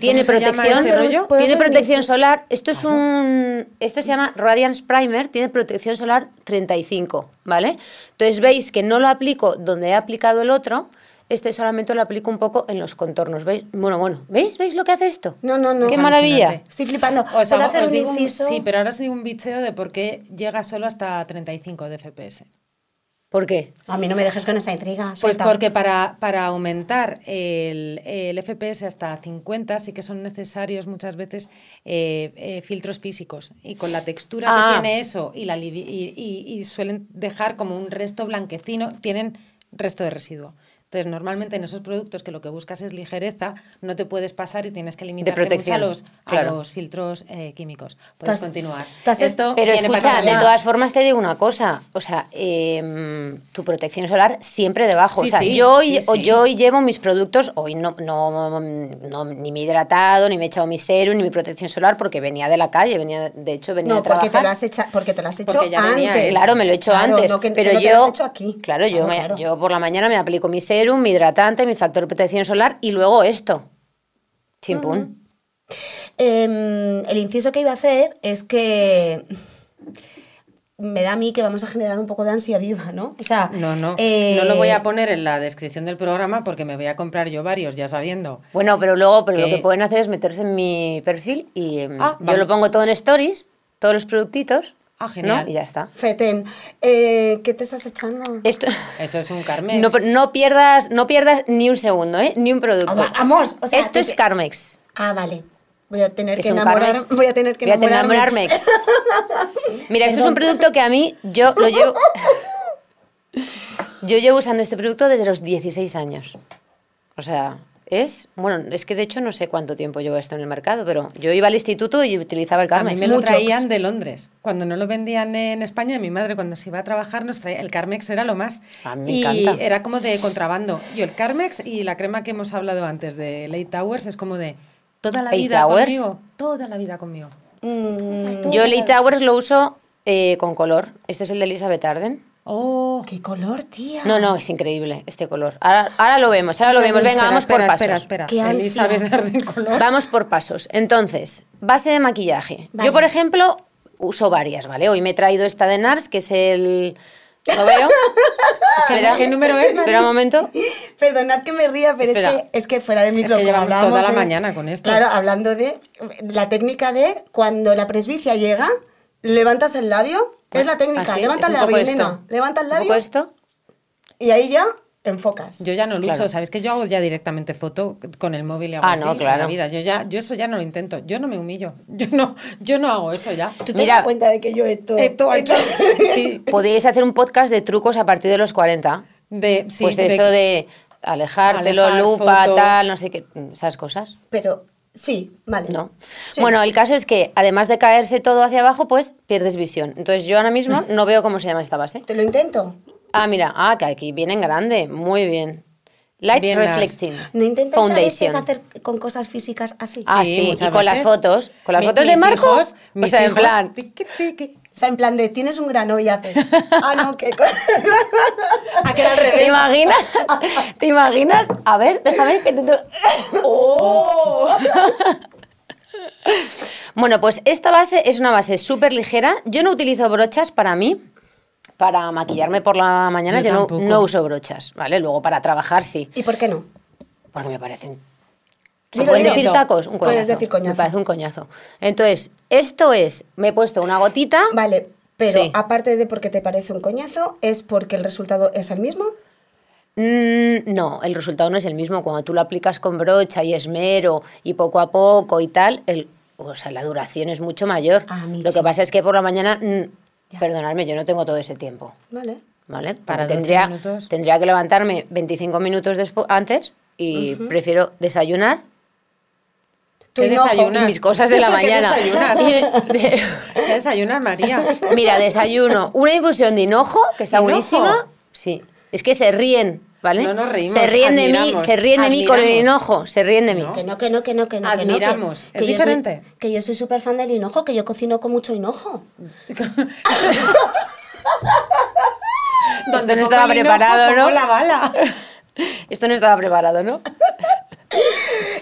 Speaker 3: Tiene protección,
Speaker 2: ese rollo? ¿Puedo
Speaker 3: tiene
Speaker 2: hacer
Speaker 3: protección
Speaker 2: mi-
Speaker 3: solar. Esto es un, esto se llama Radiance Primer, tiene protección solar 35, ¿vale? Entonces veis que no lo aplico donde he aplicado el otro, este solamente lo aplico un poco en los contornos, ¿veis? Bueno, bueno, ¿veis? ¿Veis lo que hace esto?
Speaker 2: No, no, no.
Speaker 3: Qué
Speaker 2: Es
Speaker 3: maravilla.
Speaker 1: alucinante.
Speaker 2: Estoy flipando.
Speaker 1: Os
Speaker 2: ¿Puedo
Speaker 1: hago-
Speaker 2: hacer
Speaker 1: os
Speaker 2: un
Speaker 1: digo un-
Speaker 2: inciso?
Speaker 1: sí, pero ahora os digo un bicheo de por qué llega solo hasta 35 de FPS.
Speaker 3: ¿Por qué?
Speaker 2: A mí no me dejes con esa
Speaker 3: Ah,
Speaker 2: intriga.
Speaker 1: Pues
Speaker 2: suelta.
Speaker 1: porque para, para aumentar el, el FPS hasta 50 sí que son necesarios muchas veces eh, eh, filtros físicos. Y con la textura
Speaker 3: Ah.
Speaker 1: que tiene eso y, la livi- y, y- y suelen dejar como un resto blanquecino, tienen resto de residuo. Entonces, normalmente en esos productos que lo que buscas es ligereza, no te puedes pasar y tienes que limitarte mucho a
Speaker 3: protección,
Speaker 1: los, a
Speaker 3: claro.
Speaker 1: los filtros eh, químicos. Puedes
Speaker 2: Estás-
Speaker 1: continuar.
Speaker 2: estás-
Speaker 3: Pero
Speaker 1: viene
Speaker 3: escucha,
Speaker 1: para
Speaker 3: de
Speaker 1: allá.
Speaker 3: todas formas te digo una cosa, o sea, eh, tu protección solar siempre debajo.
Speaker 1: Sí,
Speaker 3: o sea,
Speaker 1: sí,
Speaker 3: yo, hoy,
Speaker 1: sí,
Speaker 3: o
Speaker 1: sí.
Speaker 3: yo hoy llevo mis productos, hoy no, no, no- ni me he hidratado, ni me he echado mi serum, ni mi protección solar, porque venía de la calle, venía, de hecho venía de
Speaker 2: No, porque
Speaker 3: trabajar.
Speaker 2: te, lo has hecha- porque te lo has hecho
Speaker 1: Porque ya venía
Speaker 2: antes.
Speaker 1: hecho.
Speaker 3: Claro, me lo he hecho
Speaker 2: Claro,
Speaker 3: antes,
Speaker 2: no que-
Speaker 3: pero
Speaker 2: que no
Speaker 3: yo
Speaker 2: te lo has hecho aquí. Ah,
Speaker 3: Claro, yo me-
Speaker 2: claro.
Speaker 3: yo por la mañana me aplico mi serum, mi hidratante, mi factor de protección solar y luego esto. Chimpún.
Speaker 2: Em, el inciso que iba a hacer es que me da a mí que vamos a generar un poco de ansia viva, ¿no? O sea,
Speaker 1: No, no.
Speaker 2: eh,
Speaker 1: No lo voy a poner en la descripción del programa porque me voy a comprar yo varios, ya sabiendo.
Speaker 3: Bueno, pero luego pero lo
Speaker 1: Que-
Speaker 3: que pueden hacer es meterse en mi perfil y em,
Speaker 1: Ah,
Speaker 3: yo
Speaker 1: vale.
Speaker 3: lo pongo todo en stories, todos los productitos.
Speaker 1: Ah,
Speaker 3: ¿no?
Speaker 1: genial.
Speaker 3: Y ya está.
Speaker 2: Feten, eh, ¿qué te estás echando?
Speaker 3: Esto
Speaker 1: Eso es un Carmex.
Speaker 3: no, no pierdas, no pierdas ni un segundo, ¿eh? Ni un producto.
Speaker 2: Ah, vamos, o sea,
Speaker 3: Esto
Speaker 2: que
Speaker 3: es
Speaker 2: te-
Speaker 3: Carmex.
Speaker 2: Ah, vale. Voy a tener
Speaker 3: Es
Speaker 2: que
Speaker 3: un
Speaker 2: enamorar,
Speaker 3: Carmex.
Speaker 2: voy a tener que
Speaker 3: Voy a tener
Speaker 2: enamorarme.
Speaker 3: enamorarmex. Mira, esto es un
Speaker 2: Perdón.
Speaker 3: producto que a mí yo lo llevo Yo llevo usando este producto desde los 16 años. O sea, es, bueno, es que de hecho no sé cuánto tiempo llevo esto en el mercado, pero yo iba al instituto y utilizaba el
Speaker 1: A
Speaker 3: Carmex.
Speaker 1: mí me lo
Speaker 2: Mucho.
Speaker 1: traían de Londres. Cuando no lo vendían en España, mi madre cuando se iba a trabajar nos traía el Carmex era lo más.
Speaker 3: A mí me
Speaker 1: y
Speaker 3: encanta.
Speaker 1: era como de contrabando. Yo el Carmex y la crema que hemos hablado antes de Late Towers es como de toda la
Speaker 3: Late
Speaker 1: vida
Speaker 3: Towers.
Speaker 1: conmigo, toda la vida conmigo.
Speaker 2: Mm,
Speaker 3: Yo Late Towers lo uso eh, con color. Este es el de Elizabeth Arden.
Speaker 1: Oh,
Speaker 2: ¿Qué color, tía?
Speaker 3: No, no, es increíble este color. Ahora, ahora lo vemos, ahora lo vemos. Venga,
Speaker 1: espera,
Speaker 3: vamos por
Speaker 1: espera,
Speaker 3: pasos.
Speaker 1: Espera, espera,
Speaker 2: Qué ansia.
Speaker 1: Elizabeth Arden color.
Speaker 3: Vamos por pasos. Entonces, base de maquillaje.
Speaker 2: Vale.
Speaker 3: Yo, por ejemplo, uso varias, ¿vale? Hoy me he traído esta de NARS, que es el... ¿Lo veo? espera,
Speaker 1: ¿Qué número es,
Speaker 3: Espera un momento.
Speaker 2: Perdonad que me ría, pero es
Speaker 3: Espera.
Speaker 2: que, es que fuera de micrófono.
Speaker 1: llevamos toda
Speaker 2: hablábamos
Speaker 1: la
Speaker 2: de-
Speaker 1: mañana con esto.
Speaker 2: Claro, hablando de la técnica de cuando la presbicia llega, levantas el labio. Es la técnica.
Speaker 3: Pues, Así,
Speaker 2: levanta
Speaker 3: Ah, es
Speaker 2: el
Speaker 3: un
Speaker 2: labio,
Speaker 3: poco esto.
Speaker 2: nena. Levanta el
Speaker 3: Un poco
Speaker 2: labio
Speaker 3: esto.
Speaker 2: y ahí ya enfocas.
Speaker 1: Yo ya no lucho,
Speaker 3: Claro.
Speaker 1: ¿sabes? Que yo hago ya directamente foto con el móvil y hago
Speaker 3: Ah,
Speaker 1: así
Speaker 3: no,
Speaker 1: en
Speaker 3: claro.
Speaker 1: la vida. Yo, ya, yo eso ya no lo intento. Yo no me humillo. Yo no, yo no hago eso ya.
Speaker 2: ¿Tú te
Speaker 3: Mira.
Speaker 2: das cuenta de que yo he todo?
Speaker 1: Esto, esto- sí,
Speaker 3: Podríais hacer un podcast de trucos a partir de los 40.
Speaker 1: de, sí,
Speaker 3: pues de,
Speaker 1: de-
Speaker 3: eso de alejártelo,
Speaker 1: Alejar,
Speaker 3: lupa,
Speaker 1: foto.
Speaker 3: tal, no sé qué, esas cosas.
Speaker 2: Pero sí, vale.
Speaker 3: No.
Speaker 2: Sí.
Speaker 3: Bueno, el caso es que además de caerse todo hacia abajo, pues pierdes visión. Entonces yo ahora mismo no veo cómo se llama esta base.
Speaker 2: Te lo intento.
Speaker 3: Ah, mira, ah, que aquí viene en grande, muy bien. Light
Speaker 1: Bien, Lars.
Speaker 3: Reflecting
Speaker 2: ¿No intentas
Speaker 3: Foundation.
Speaker 2: a veces hacer con cosas físicas así?
Speaker 3: Ah,
Speaker 1: Sí,
Speaker 3: sí, y
Speaker 1: muchas
Speaker 3: con las
Speaker 1: veces.
Speaker 3: fotos, con las
Speaker 1: Mi-
Speaker 3: fotos de
Speaker 1: mis
Speaker 3: Marco,
Speaker 1: hijos,
Speaker 3: o
Speaker 1: mis
Speaker 3: sea, en
Speaker 1: hijos,
Speaker 3: plan,
Speaker 1: tiqui, tiqui.
Speaker 2: O sea, en plan de, tienes un grano y haces. Ah, no, qué cosa.
Speaker 1: Ah, que era al
Speaker 3: ¿te
Speaker 1: revés.
Speaker 3: imaginas? ¿Te imaginas? A ver, déjame que te...
Speaker 1: Oh.
Speaker 3: Bueno, pues esta base es una base súper ligera. Yo no utilizo brochas para mí. Para maquillarme por la mañana
Speaker 1: Yo
Speaker 3: yo, no,
Speaker 1: tampoco.
Speaker 3: no uso brochas, ¿vale? Luego para trabajar sí,
Speaker 2: ¿Y por qué no?
Speaker 3: porque me parecen... ¿Se
Speaker 2: Dilo,
Speaker 3: pueden
Speaker 2: dilo.
Speaker 3: decir tacos? Un coñazo.
Speaker 2: Puedes decir coñazo.
Speaker 3: Me parece un coñazo. Entonces, esto es... Me he puesto una gotita...
Speaker 2: Vale, pero
Speaker 3: Sí.
Speaker 2: aparte de porque te parece un coñazo, es porque el resultado es el mismo.
Speaker 3: Mm, no, el resultado no es el mismo. Cuando tú lo aplicas con brocha y esmero y poco a poco y tal, el, o sea, la duración es mucho mayor.
Speaker 2: Ah, mi
Speaker 3: lo que
Speaker 2: chica.
Speaker 3: pasa es que por la mañana, mm, perdonadme, yo no tengo todo ese tiempo,
Speaker 2: Vale.
Speaker 3: ¿vale? Porque
Speaker 1: Para 12
Speaker 3: tendría,
Speaker 1: minutos.
Speaker 3: tendría que levantarme 25 minutos despu- antes y prefiero desayunar,
Speaker 2: tu
Speaker 1: ¿Qué
Speaker 2: hinojo.
Speaker 1: desayunas?
Speaker 3: mis cosas de la
Speaker 1: ¿Qué
Speaker 3: mañana.
Speaker 1: desayunas? ¿Qué desayunas, María?
Speaker 3: Mira, desayuno, una infusión de hinojo, que está
Speaker 1: ¿Hinojo?
Speaker 3: buenísima. Sí, es que se ríen, ¿vale?
Speaker 1: No nos reímos,
Speaker 3: se ríen de mí,
Speaker 1: admiramos,
Speaker 3: se ríen de mí con el
Speaker 1: admiramos.
Speaker 3: hinojo, se ríen de mí.
Speaker 1: No.
Speaker 2: Que no, que no, que no, que no. que no, que-
Speaker 1: Admiramos. Es
Speaker 2: yo soy-
Speaker 1: diferente.
Speaker 2: que yo soy súper fan del hinojo, que yo cocino con mucho hinojo.
Speaker 3: Esto
Speaker 1: Donde
Speaker 3: no
Speaker 1: pongo
Speaker 3: estaba
Speaker 1: el hinojo,
Speaker 3: preparado,
Speaker 1: pongo
Speaker 3: ¿no?
Speaker 1: la bala.
Speaker 3: Esto no estaba preparado, ¿no?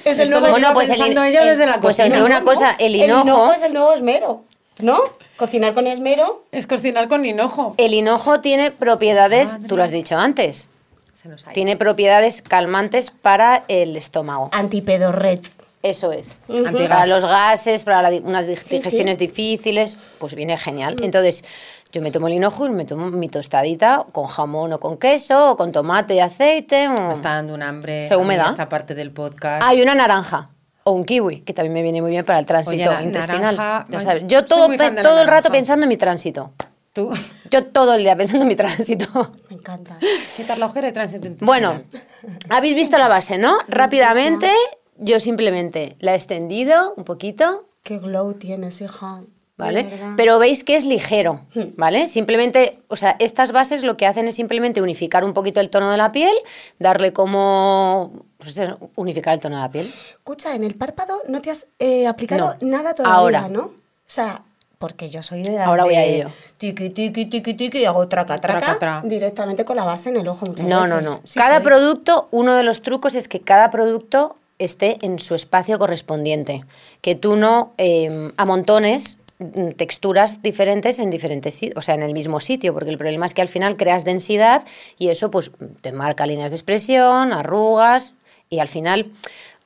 Speaker 2: Es el
Speaker 1: Esto
Speaker 2: nuevo
Speaker 1: lo lleva
Speaker 3: pues el-
Speaker 1: pensando ella
Speaker 3: el-
Speaker 1: desde la
Speaker 3: pues os
Speaker 1: cocina.
Speaker 3: digo una cosa, el hinojo-
Speaker 2: El hinojo es el nuevo esmero, ¿no? Cocinar con esmero.
Speaker 1: Es cocinar con hinojo.
Speaker 3: El hinojo tiene propiedades, tú lo has dicho antes,
Speaker 1: Se nos ha ido.
Speaker 3: tiene propiedades calmantes para el estómago.
Speaker 2: Antipedorret.
Speaker 3: Eso es.
Speaker 1: Antigas.
Speaker 3: Para los gases, para la di- unas dig-
Speaker 2: Sí,
Speaker 3: digestiones difíciles, pues viene genial. Entonces, yo me tomo el hinojo y me tomo mi tostadita con jamón o con queso, o con tomate y aceite. o-
Speaker 1: Me está dando un hambre
Speaker 3: Según
Speaker 1: a
Speaker 3: me
Speaker 1: mí
Speaker 3: da.
Speaker 1: esta parte del podcast.
Speaker 3: Hay una naranja o un kiwi, que también me viene muy bien para el tránsito
Speaker 1: la
Speaker 3: intestinal.
Speaker 1: naranja,
Speaker 3: Ya
Speaker 1: ay,
Speaker 3: sabes, yo
Speaker 1: soy
Speaker 3: todo,
Speaker 1: muy
Speaker 3: pe-
Speaker 1: fan de la
Speaker 3: todo el rato
Speaker 1: naranja.
Speaker 3: pensando en mi tránsito.
Speaker 1: Tú,
Speaker 3: Yo todo el día pensando en mi tránsito.
Speaker 2: Me encanta.
Speaker 1: quitar la ojera y tránsito intestinal.
Speaker 3: Bueno, habéis visto la base, ¿no? Rápidamente, yo simplemente la he extendido un poquito,
Speaker 2: Qué glow tienes, hija.
Speaker 3: ¿vale?
Speaker 2: De verdad.
Speaker 3: Pero veis que es ligero,
Speaker 2: Hmm.
Speaker 3: ¿vale? Simplemente, o sea, estas bases lo que hacen es simplemente unificar un poquito el tono de la piel, darle como... Pues eso, unificar el tono de la piel.
Speaker 2: Escucha, en el párpado no te has eh, aplicado
Speaker 3: No.
Speaker 2: nada todavía,
Speaker 3: Ahora.
Speaker 2: ¿no? O sea, porque yo soy de las
Speaker 3: Ahora voy
Speaker 2: de
Speaker 3: a ello.
Speaker 2: Tiki, tiki, tiki, tiki, y hago traca, traca,
Speaker 1: Traca, tra.
Speaker 2: directamente con la base en el ojo muchas
Speaker 3: No,
Speaker 2: veces.
Speaker 3: no, no.
Speaker 2: Sí,
Speaker 3: cada
Speaker 2: soy.
Speaker 3: producto, uno de los trucos es que cada producto esté en su espacio correspondiente, que tú no eh, amontones mm, texturas diferentes en diferentes si- o sea, en el mismo sitio, porque el problema es que al final creas densidad y eso pues te marca líneas de expresión, arrugas y al final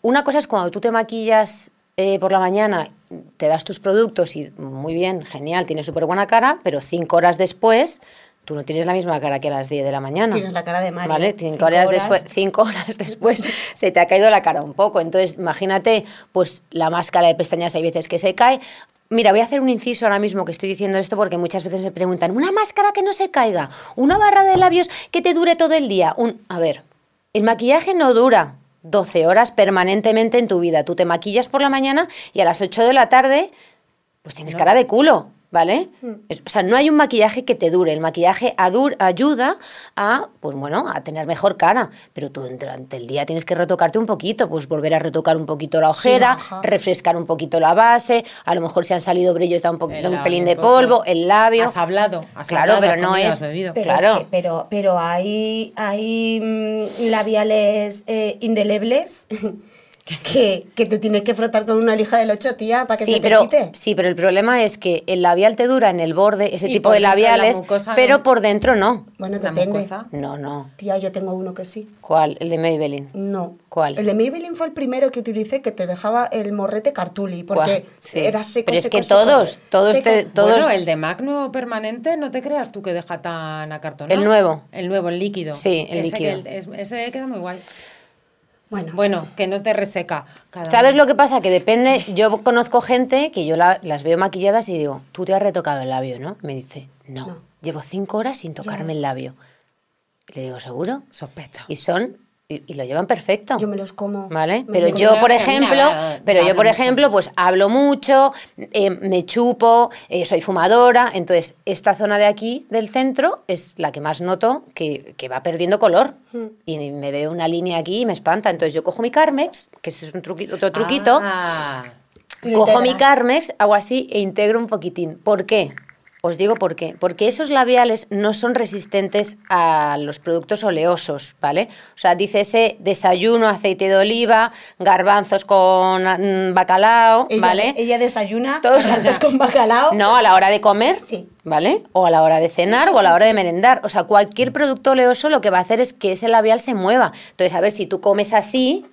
Speaker 3: una cosa es cuando tú te maquillas eh, por la mañana, te das tus productos y muy bien, genial, tienes súper buena cara, pero cinco horas después tú no tienes la misma cara que a las 10 de la mañana.
Speaker 2: Tienes la cara de Mario.
Speaker 3: Vale, cinco,
Speaker 2: Cinco
Speaker 3: horas,
Speaker 2: horas.
Speaker 3: después, cinco horas después se te ha caído la cara un poco. Entonces, imagínate, pues la máscara de pestañas hay veces que se cae. Mira, voy a hacer un inciso ahora mismo que estoy diciendo esto porque muchas veces me preguntan, ¿una máscara que no se caiga? ¿Una barra de labios que te dure todo el día? Un, a ver, el maquillaje no dura 12 horas permanentemente en tu vida. Tú te maquillas por la mañana y a las 8 de la tarde pues tienes cara de culo, ¿vale?
Speaker 2: Mm.
Speaker 3: Es- o sea, no hay un maquillaje que te dure. El maquillaje adur- ayuda a, pues bueno, a tener mejor cara. Pero tú durante el día tienes que retocarte un poquito, pues volver a retocar un poquito la ojera,
Speaker 2: ajá.
Speaker 3: refrescar un poquito la base, a lo mejor si han salido brillos da un, po-
Speaker 1: El
Speaker 3: da un
Speaker 1: labio
Speaker 3: pelín
Speaker 1: un
Speaker 3: de
Speaker 1: poco.
Speaker 3: polvo, el labio.
Speaker 1: Has hablado, has
Speaker 3: claro,
Speaker 1: hablado,
Speaker 3: pero
Speaker 1: has
Speaker 3: no
Speaker 1: comido,
Speaker 3: es...
Speaker 1: has bebido.
Speaker 2: Pero
Speaker 3: claro.
Speaker 2: es que- pero, pero hay, hay mm, labiales eh, indelebles que, que te tienes que frotar con una lija del 8, tía, para que se te
Speaker 3: pero,
Speaker 2: quite.
Speaker 3: Sí, pero el problema es que el labial te dura en el borde, ese
Speaker 1: Y
Speaker 3: tipo
Speaker 1: por
Speaker 3: de
Speaker 1: dentro la
Speaker 3: labiales,
Speaker 1: mucosa
Speaker 3: pero
Speaker 1: no.
Speaker 3: por dentro no.
Speaker 2: Bueno,
Speaker 1: La
Speaker 2: depende.
Speaker 1: mucosa.
Speaker 3: No, no.
Speaker 2: Tía, yo tengo uno que sí.
Speaker 3: ¿Cuál? El de Maybelline.
Speaker 2: No.
Speaker 3: ¿Cuál?
Speaker 2: El de Maybelline fue el primero que utilicé que te dejaba el morrete cartuli, porque
Speaker 3: Guau, sí.
Speaker 2: era seco,
Speaker 3: Pero es
Speaker 2: seco,
Speaker 3: que
Speaker 2: seco.
Speaker 3: todos, todos
Speaker 2: Seco.
Speaker 3: te- todos-
Speaker 1: Bueno, el de Magno permanente, no te creas tú que deja tan acartonado.
Speaker 3: El nuevo.
Speaker 1: El nuevo, el líquido.
Speaker 3: Sí, el
Speaker 1: Ese
Speaker 3: líquido.
Speaker 1: que- es- ese queda muy guay.
Speaker 2: Bueno,
Speaker 1: Bueno, que no te reseca. Cada
Speaker 3: ¿Sabes
Speaker 1: uno.
Speaker 3: lo que pasa? Que depende, yo conozco gente que yo la- las veo maquilladas y digo, tú te has retocado el labio, ¿no? Me dice, no,
Speaker 2: No.
Speaker 3: llevo cinco horas sin tocarme el labio. Le digo, ¿seguro?
Speaker 1: Sospecho.
Speaker 3: Y son, y, y lo llevan perfecto.
Speaker 2: yo me los como.
Speaker 3: ¿Vale?
Speaker 2: Me
Speaker 3: Pero
Speaker 2: los
Speaker 3: yo,
Speaker 1: considero
Speaker 3: por
Speaker 1: que, mira,
Speaker 3: ejemplo,
Speaker 1: hablo
Speaker 3: pero yo, por
Speaker 1: mucho.
Speaker 3: ejemplo, pues hablo mucho, eh, me chupo, eh, soy fumadora, entonces esta zona de aquí del centro es la que más noto que, que va perdiendo color y me veo una línea aquí y me espanta, entonces yo cojo mi Carmex, que este es un truquito, otro truquito,
Speaker 1: Ah,
Speaker 2: Y lo
Speaker 3: cojo mi
Speaker 2: integras.
Speaker 3: Carmex, hago así e integro un poquitín. ¿Por qué? Os digo por qué. Porque esos labiales no son resistentes a los productos oleosos, ¿vale? O sea, dice ese desayuno, aceite de oliva, garbanzos con mm, bacalao,
Speaker 2: Ella,
Speaker 3: ¿vale?
Speaker 2: ella desayuna
Speaker 3: Todos-
Speaker 2: garbanzos con bacalao.
Speaker 3: No, a la hora de comer,
Speaker 2: Sí.
Speaker 3: ¿vale? O a la hora de cenar
Speaker 2: Sí, sí,
Speaker 3: o a la
Speaker 2: sí,
Speaker 3: hora de
Speaker 2: sí.
Speaker 3: merendar. O sea, cualquier producto oleoso lo que va a hacer es que ese labial se mueva. Entonces, a ver, si tú comes así,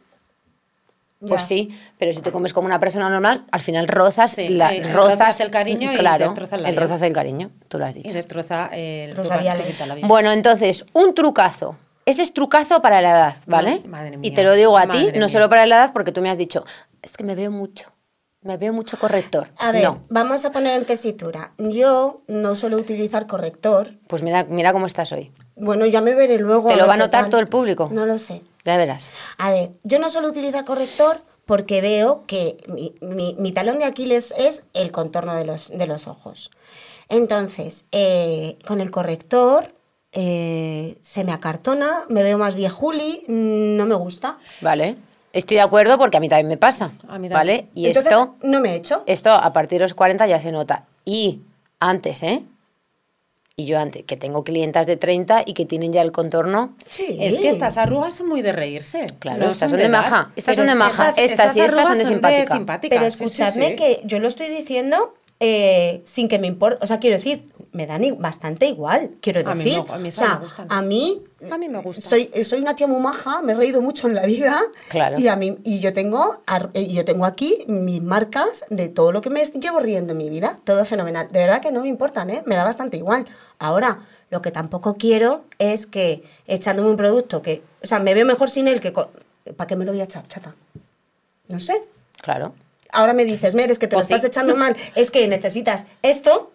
Speaker 3: pues
Speaker 2: Ya.
Speaker 3: sí, pero si tú comes como una persona normal, al final rozas,
Speaker 1: Sí,
Speaker 3: la,
Speaker 1: eh,
Speaker 3: rozas,
Speaker 1: rozas el cariño y
Speaker 3: claro,
Speaker 1: destroza el labial.
Speaker 3: rozas el cariño, tú lo has
Speaker 1: y
Speaker 3: dicho.
Speaker 1: destroza el
Speaker 2: Los
Speaker 1: tu- tu
Speaker 2: labiales.
Speaker 1: quitalabios.
Speaker 3: Pues Bueno, entonces, un trucazo. Este es trucazo para la edad, ¿vale?
Speaker 1: Mm, Madre
Speaker 3: Y
Speaker 1: mía,
Speaker 3: te lo digo a ti,
Speaker 1: madre
Speaker 3: no
Speaker 1: mía.
Speaker 3: solo para la edad, porque tú me has dicho, es que me veo mucho, me veo mucho corrector.
Speaker 2: A ver,
Speaker 3: No,
Speaker 2: vamos a poner en tesitura. Yo no suelo utilizar corrector.
Speaker 3: pues mira, mira cómo estás hoy.
Speaker 2: Bueno, ya me veré luego.
Speaker 3: ¿Te lo
Speaker 2: ver
Speaker 3: va a
Speaker 2: qué
Speaker 3: notar
Speaker 2: tal.
Speaker 3: todo el público?
Speaker 2: No lo sé.
Speaker 3: Ya verás.
Speaker 2: A ver, yo no suelo utilizar corrector porque veo que mi, mi- mi talón de Aquiles es el contorno de los, de los ojos. Entonces, eh, con el corrector eh, se me acartona, me veo más viejuli, mm, no me gusta.
Speaker 3: Vale. Estoy de acuerdo porque a mí también me pasa.
Speaker 1: A mí también.
Speaker 3: ¿Vale? Y
Speaker 2: Entonces,
Speaker 3: esto,
Speaker 2: no me he hecho.
Speaker 3: esto a partir de los 40 ya se nota. Y antes, ¿eh? Y yo antes, que tengo clientas de 30 y que tienen ya el contorno.
Speaker 2: Sí.
Speaker 1: Es que estas arrugas son muy de reírse.
Speaker 3: Claro, estas son de
Speaker 1: edad.
Speaker 3: maja,
Speaker 1: Pero
Speaker 3: estas son de
Speaker 1: es-
Speaker 3: maja, estas y estas
Speaker 1: arrugas
Speaker 3: son de simpática.
Speaker 2: Pero
Speaker 1: sí, sí,
Speaker 2: escuchadme
Speaker 1: sí.
Speaker 2: que yo lo estoy diciendo eh, sin que me importe. O sea, quiero decir, me dan i- bastante igual. Quiero
Speaker 1: A mí
Speaker 2: decir,
Speaker 1: no, a mí
Speaker 2: o
Speaker 1: esas
Speaker 2: sea,
Speaker 1: me gustan.
Speaker 2: a mí,
Speaker 1: A mí me gustan.
Speaker 2: Soy, eh, soy una tía muy maja, me he reído mucho en la vida.
Speaker 3: Claro.
Speaker 2: Y a mí y yo tengo ar- eh, y yo tengo aquí mis marcas de todo lo que me llevo riendo en mi vida, todo fenomenal. De verdad que no me importan, ¿eh? Me da bastante igual. Ahora, lo que tampoco quiero es que echándome un producto que, o sea, me veo mejor sin él que ¿para qué me lo voy a echar, chata? No sé.
Speaker 3: Claro.
Speaker 2: Ahora me dices, Mer, es que te lo
Speaker 1: Poti.
Speaker 2: estás echando mal, es que necesitas esto.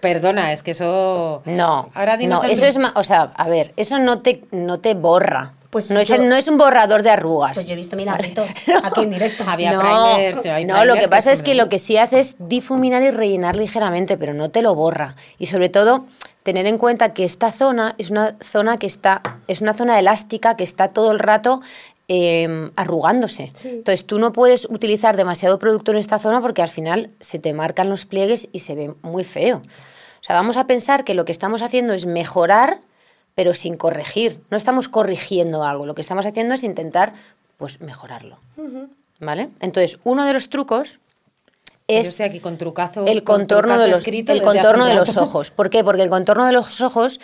Speaker 1: Perdona, es que eso.
Speaker 3: No,
Speaker 1: Ahora dinos
Speaker 3: no,
Speaker 1: el
Speaker 3: eso es, ma- o sea, a ver, eso no te, no te borra.
Speaker 2: Pues
Speaker 3: Pues no,
Speaker 2: yo-
Speaker 3: es, no es un borrador de arrugas.
Speaker 2: Pues yo he visto milagritos aquí en directo.
Speaker 1: Había
Speaker 3: no,
Speaker 1: primers, yo hay
Speaker 3: no, lo
Speaker 1: primers
Speaker 3: que pasa es
Speaker 1: son
Speaker 3: que
Speaker 1: de-
Speaker 3: lo que sí hace es difuminar y rellenar ligeramente, pero no te lo borra. Y sobre todo, tener en cuenta que esta zona es una zona que está, es una zona elástica que está todo el rato eh, arrugándose.
Speaker 2: Sí.
Speaker 3: Entonces tú no puedes utilizar demasiado producto en esta zona porque al final se te marcan los pliegues y se ve muy feo. O sea, vamos a pensar que lo que estamos haciendo es mejorar, pero sin corregir. No estamos corrigiendo algo, lo que estamos haciendo es intentar pues mejorarlo. ¿Vale? Entonces, uno de los trucos
Speaker 1: Yo
Speaker 3: es
Speaker 1: sé aquí con trucazo.
Speaker 3: el
Speaker 1: con
Speaker 3: contorno,
Speaker 1: trucazo
Speaker 3: de los,
Speaker 1: escrito
Speaker 3: el
Speaker 1: desde hace
Speaker 3: contorno
Speaker 1: un
Speaker 3: de
Speaker 1: rato.
Speaker 3: los ojos. ¿Por qué? Porque el contorno de los ojos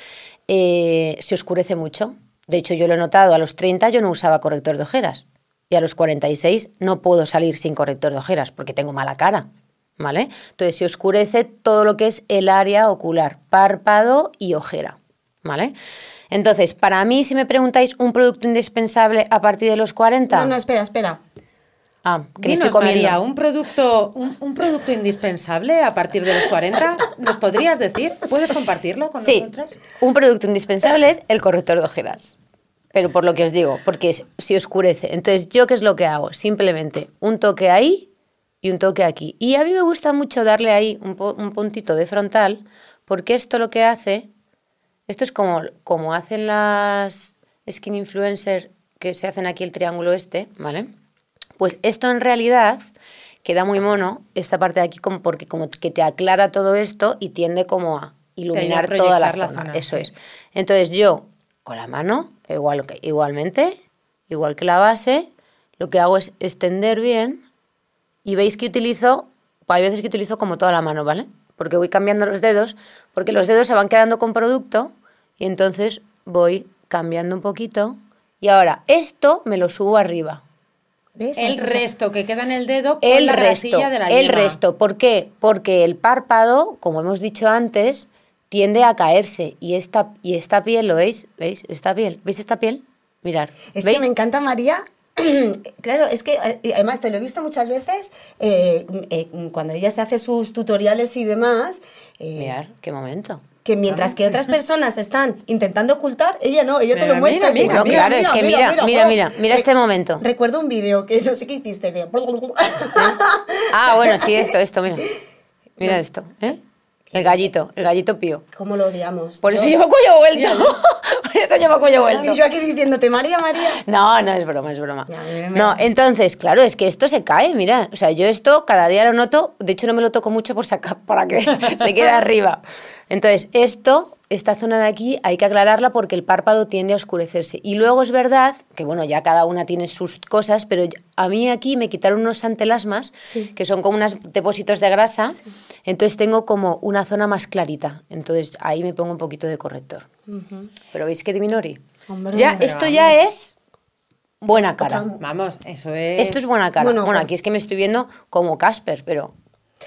Speaker 3: eh, se oscurece mucho. De hecho, yo lo he notado, a los 30 yo no usaba corrector de ojeras y a los 46 no puedo salir sin corrector de ojeras porque tengo mala cara. ¿Vale? Entonces se oscurece todo lo que es el área ocular, párpado y ojera. ¿Vale? Entonces, para mí, si me preguntáis un producto indispensable a partir de los 40,
Speaker 2: No, no, espera, espera.
Speaker 3: ah, que me
Speaker 1: Dinos,
Speaker 3: estoy comiendo.
Speaker 1: María, ¿un producto, un, un producto indispensable a partir de los 40? ¿Nos podrías decir? ¿Puedes compartirlo con
Speaker 3: Sí,
Speaker 1: nosotras?
Speaker 3: un producto indispensable es el corrector de ojeras. Pero por lo que os digo, porque es- si oscurece. Entonces, ¿yo qué es lo que hago? Simplemente un toque ahí y un toque aquí. Y a mí me gusta mucho darle ahí un, po- un puntito de frontal, porque esto lo que hace, esto es como, como hacen las skin influencer que se hacen aquí el triángulo este, ¿vale? Pues esto en realidad queda muy mono, esta parte de aquí, como porque como que te aclara todo esto y tiende como a iluminar toda la
Speaker 1: proyectar la
Speaker 3: zona.
Speaker 1: zona,
Speaker 3: Eso
Speaker 1: sí.
Speaker 3: es. Entonces yo, con la mano, igual que, igualmente, igual que la base, lo que hago es extender bien y veis que utilizo, hay veces que utilizo como toda la mano, ¿vale? Porque voy cambiando los dedos, porque los dedos se van quedando con producto y entonces voy cambiando un poquito. Y ahora, esto me lo subo arriba.
Speaker 2: ¿Ves?
Speaker 1: El
Speaker 2: Eso, o sea,
Speaker 1: resto que queda en el dedo con
Speaker 3: El
Speaker 1: la
Speaker 3: resto,
Speaker 1: rasilla de la
Speaker 3: el
Speaker 1: yema.
Speaker 3: resto. ¿Por qué? Porque el párpado, como hemos dicho antes, tiende a caerse. Y esta, y esta piel, ¿lo veis? ¿Veis? Esta piel. ¿Veis esta piel? Mirar.
Speaker 2: Es
Speaker 3: ¿Veis?
Speaker 2: que me encanta María. claro, es que eh, además te lo he visto muchas veces eh, eh, cuando ella se hace sus tutoriales y demás. eh,
Speaker 3: Mirar, qué momento.
Speaker 2: que mientras que otras personas están intentando ocultar, ella no, ella te
Speaker 1: Mira,
Speaker 2: lo muestra.
Speaker 1: mira,
Speaker 2: y dice,
Speaker 1: mira,
Speaker 2: "Mira,
Speaker 3: claro, es que mira, mira, mira, mira
Speaker 2: Re-
Speaker 3: este momento.
Speaker 2: Recuerdo un vídeo que no sé qué hiciste. De...
Speaker 3: Ah, bueno, sí, esto, esto, mira. Mira esto, ¿eh? El gallito, el gallito pío.
Speaker 2: ¿Cómo lo odiamos?
Speaker 3: Por eso
Speaker 2: Dios.
Speaker 3: llevo cuello vuelto. Por eso llevo cuello vuelto.
Speaker 2: Y yo aquí diciéndote, María, María.
Speaker 3: No, no es broma, es broma.
Speaker 2: Ya, ya, ya.
Speaker 3: No, entonces, claro, es que esto se cae, mira. O sea, yo esto cada día lo noto, de hecho no me lo toco mucho por sacar, para que se quede arriba. Entonces, esto, esta zona de aquí, hay que aclararla porque el párpado tiende a oscurecerse. Y luego es verdad que, bueno, ya cada una tiene sus cosas, pero yo- a mí aquí me quitaron unos antelasmas,
Speaker 2: Sí.
Speaker 3: que son como unos depósitos de grasa, entonces tengo como una zona más clarita. Entonces, ahí me pongo un poquito de corrector. Pero veis que diminori.
Speaker 2: Hombre.
Speaker 3: ya,
Speaker 2: Pero
Speaker 3: esto ya es buena cara.
Speaker 2: Otra-
Speaker 1: Vamos, eso es.
Speaker 3: Esto es buena cara.
Speaker 2: Bueno,
Speaker 3: Bueno,
Speaker 2: cara.
Speaker 3: aquí es que me estoy viendo como Casper, pero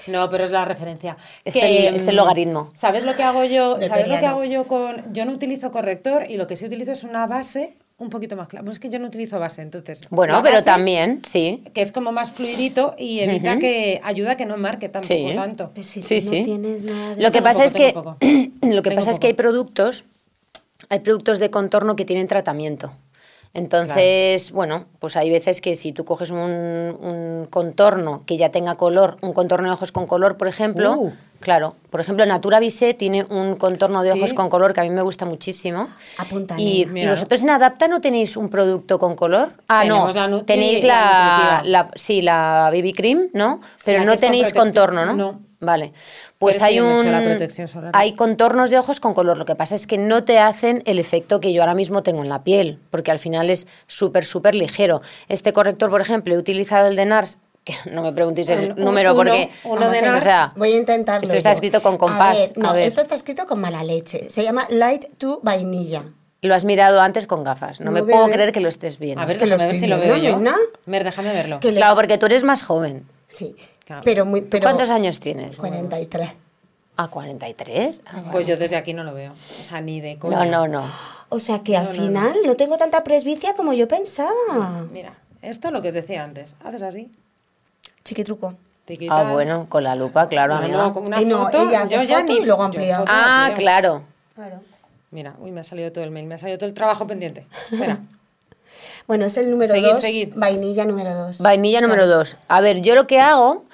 Speaker 1: No, pero es la referencia.
Speaker 3: Es el- es el
Speaker 1: mm,
Speaker 3: logaritmo.
Speaker 1: ¿Sabes lo que hago yo? ¿Sabes lo que
Speaker 2: Neperiano.
Speaker 1: hago yo con yo no utilizo corrector y lo que sí utilizo es una base un poquito más clara. Bueno, es que yo no utilizo base, entonces.
Speaker 3: bueno,
Speaker 1: la
Speaker 3: pero
Speaker 1: base,
Speaker 3: también, sí.
Speaker 1: que es como más fluidito y evita que ayuda a que no marque tampoco
Speaker 3: Sí.
Speaker 1: tanto.
Speaker 2: Pues si
Speaker 3: Sí,
Speaker 2: tú no
Speaker 3: sí.
Speaker 2: tienes nada de-
Speaker 3: Lo que
Speaker 1: Tengo
Speaker 3: pasa
Speaker 1: poco,
Speaker 3: es que
Speaker 1: tengo
Speaker 3: lo que
Speaker 1: Tengo
Speaker 3: pasa es
Speaker 1: poco.
Speaker 3: que hay productos hay productos de contorno que tienen tratamiento. Entonces, bueno, pues hay veces que si tú coges un, un contorno que ya tenga color, un contorno de ojos con color, por ejemplo,
Speaker 1: Uh.
Speaker 3: claro, por ejemplo, Natura Vise tiene un contorno de ojos
Speaker 1: Sí.
Speaker 3: con color que a mí me gusta muchísimo.
Speaker 2: Apunta,
Speaker 3: Y,
Speaker 1: nena.
Speaker 3: y vosotros en Adapta no tenéis un producto con color. Ah,
Speaker 1: Tenemos
Speaker 3: no,
Speaker 1: la Nutri-
Speaker 3: tenéis
Speaker 1: la
Speaker 3: la,
Speaker 1: nutritiva.
Speaker 3: la- sí, la BB Cream, ¿no? Pero
Speaker 1: la
Speaker 3: no
Speaker 1: que es con
Speaker 3: tenéis
Speaker 1: protección.
Speaker 3: contorno, ¿no?
Speaker 1: No.
Speaker 3: Vale. Pues
Speaker 1: Pero es
Speaker 3: hay
Speaker 1: que yo me he
Speaker 3: un
Speaker 1: hecho la protección solar.
Speaker 3: hay contornos de ojos con color. Lo que pasa es que no te hacen el efecto que yo ahora mismo tengo en la piel, porque al final es súper súper ligero. Este corrector, por ejemplo, he utilizado el de NARS, que no me preguntéis el
Speaker 1: Un- un-
Speaker 3: número
Speaker 1: uno,
Speaker 3: porque
Speaker 1: uno de
Speaker 3: o sea,
Speaker 1: NARS.
Speaker 2: Voy a intentarlo.
Speaker 3: Esto está
Speaker 2: yo.
Speaker 3: escrito con
Speaker 2: A
Speaker 3: compás.
Speaker 2: ver, no,
Speaker 3: A ver.
Speaker 2: esto está escrito con mala leche. Se llama Light to Vainilla.
Speaker 3: lo has mirado antes con gafas. No,
Speaker 2: No,
Speaker 3: me puedo
Speaker 2: bebé.
Speaker 3: creer que lo estés viendo.
Speaker 1: A ver,
Speaker 2: Que lo
Speaker 1: déjame ver
Speaker 2: estoy
Speaker 1: si lo veo
Speaker 2: viendo,
Speaker 1: yo.
Speaker 2: nena.
Speaker 1: Mer, déjame verlo.
Speaker 2: Que le-
Speaker 3: claro, porque tú eres más joven.
Speaker 2: Sí.
Speaker 1: Claro.
Speaker 2: Pero muy. Pero
Speaker 3: ¿Cuántos años tienes?
Speaker 2: 43.
Speaker 3: ¿A 43? Ah, bueno.
Speaker 1: Pues yo desde aquí no lo veo. O sea, ni de coña.
Speaker 3: No, no, no.
Speaker 2: O sea que al final no tengo tanta presbicia como yo pensaba.
Speaker 1: Mira, esto es lo que os decía antes. Haces así.
Speaker 2: Chiquitruco.
Speaker 1: tiquitán.
Speaker 3: Ah, bueno, con la lupa, claro,
Speaker 1: No,
Speaker 3: amiga.
Speaker 1: no, con una
Speaker 2: Y no,
Speaker 1: foto,
Speaker 2: ella hace
Speaker 1: yo ya
Speaker 2: foto
Speaker 1: ni
Speaker 2: y luego
Speaker 1: yo
Speaker 2: amplía.
Speaker 1: foto
Speaker 3: Ah,
Speaker 1: amplio.
Speaker 3: claro.
Speaker 2: Claro.
Speaker 1: Mira, uy, me ha salido todo el mail, me ha salido todo el trabajo pendiente. Espera.
Speaker 2: Bueno, es el número
Speaker 1: Seguid,
Speaker 2: 2.
Speaker 1: seguid.
Speaker 2: Vainilla número 2.
Speaker 3: Vainilla número dos. A ver, yo lo que hago,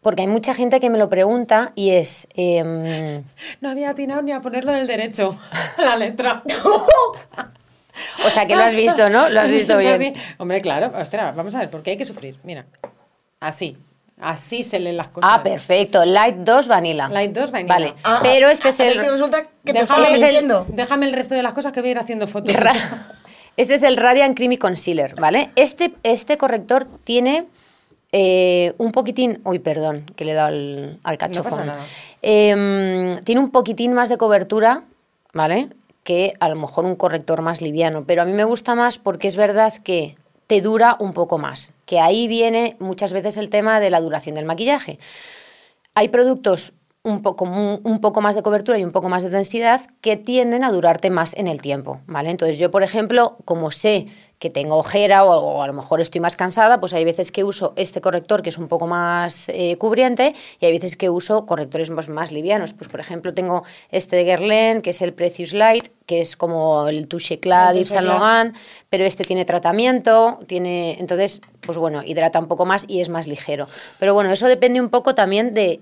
Speaker 3: porque hay mucha gente que me lo pregunta y es, em,
Speaker 1: No había atinado ni a ponerlo del derecho, la letra.
Speaker 3: o sea, que lo has visto, ¿no? Lo has visto
Speaker 1: O sea,
Speaker 3: bien.
Speaker 1: sí. Hombre, claro, ostras, vamos a ver, porque hay que sufrir. Mira, así, así se leen las cosas.
Speaker 3: Ah, perfecto. Light 2 vanilla.
Speaker 1: Light 2 vanilla.
Speaker 3: Vale,
Speaker 2: Ah,
Speaker 3: pero este es el...
Speaker 2: Si resulta que te
Speaker 1: Déjame-
Speaker 2: estás
Speaker 3: este es el-
Speaker 2: mintiendo.
Speaker 1: Déjame el resto de las cosas que voy a ir haciendo fotos.
Speaker 3: Ra- Este es el Radiant Creamy Concealer, ¿vale? Este, este corrector tiene eh, un poquitín... Uy, perdón, que le he dado al, al cachofón.
Speaker 1: nada.
Speaker 3: Em, tiene un poquitín más de cobertura, ¿vale? Que a lo mejor un corrector más liviano. Pero a mí me gusta más porque es verdad que te dura un poco más. Que ahí viene muchas veces el tema de la duración del maquillaje. Hay productos un poco, un, un poco más de cobertura y un poco más de densidad que tienden a durarte más en el tiempo, ¿vale? Entonces yo, por ejemplo, como sé que tengo ojera o, o a lo mejor estoy más cansada, pues hay veces que uso este corrector que es un poco más eh, cubriente y hay veces que uso correctores más, más livianos. Pues por ejemplo tengo este de Guerlain, que es el Precious Light, que es como el Touche Clad,
Speaker 1: El
Speaker 3: Yves Saint
Speaker 1: Touche Cla-
Speaker 3: Logan, pero este tiene tratamiento, tiene, entonces, pues bueno, hidrata un poco más y es más ligero. Pero bueno, eso depende un poco también de,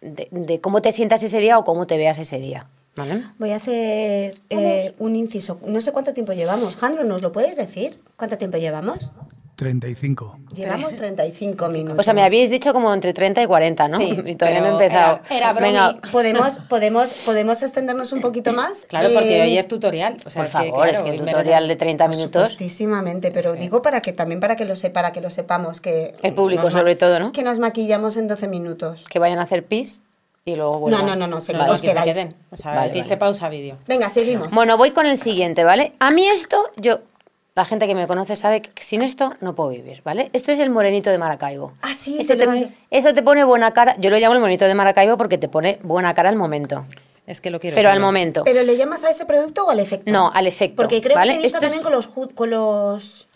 Speaker 3: de, de cómo te sientas ese día o cómo te veas ese día. ¿vale?
Speaker 2: Voy a hacer eh, un inciso. No sé cuánto tiempo llevamos. Jandro, ¿nos lo puedes decir? ¿Cuánto tiempo llevamos?
Speaker 5: 35.
Speaker 2: Llevamos 35 minutos.
Speaker 3: O sea, me habéis dicho como entre 30 y 40, ¿no?
Speaker 1: Sí,
Speaker 3: y todavía no he
Speaker 1: pero
Speaker 3: empezado.
Speaker 1: era- era bromi.
Speaker 3: Venga,
Speaker 2: ¿Podemos, podemos, podemos extendernos un poquito más?
Speaker 1: Claro, porque
Speaker 2: Eh,
Speaker 1: hoy es tutorial. O sea,
Speaker 3: por
Speaker 1: que,
Speaker 3: favor,
Speaker 1: claro,
Speaker 3: es que
Speaker 1: hoy Pues,
Speaker 3: el
Speaker 1: merece-
Speaker 3: tutorial de 30 minutos,
Speaker 2: Supuestísimamente, pero digo para que también para que lo sepa, para que lo sepamos que
Speaker 3: El público,
Speaker 2: nos ma-
Speaker 3: sobre todo, ¿no?
Speaker 2: Que nos maquillamos en 12 minutos.
Speaker 3: que vayan a hacer pis y luego
Speaker 2: No,
Speaker 3: vuelvan.
Speaker 2: no, no, no, se
Speaker 1: No,
Speaker 2: os
Speaker 1: no, que se
Speaker 2: quedáis.
Speaker 1: queden. O sea,
Speaker 3: Vale,
Speaker 1: que
Speaker 3: vale.
Speaker 1: se pausa vídeo.
Speaker 2: Venga, seguimos.
Speaker 3: Bueno, voy con el siguiente, ¿vale? A mí esto, yo, la gente que me conoce sabe que sin esto no puedo vivir, ¿vale? Esto es el morenito de Maracaibo.
Speaker 2: Ah, sí,
Speaker 3: esto
Speaker 2: te
Speaker 3: te,
Speaker 2: lo he-
Speaker 3: esto te pone buena cara. Yo lo llamo el morenito de Maracaibo porque te pone buena cara al momento.
Speaker 1: Es que lo quiero.
Speaker 3: Pero al
Speaker 1: verlo.
Speaker 3: momento.
Speaker 2: ¿Pero le llamas a ese producto o al efecto?
Speaker 3: No, al efecto,
Speaker 2: Porque creo
Speaker 3: ¿vale?
Speaker 2: que te he visto
Speaker 3: Esto
Speaker 2: también
Speaker 3: es-
Speaker 2: con los ju- con los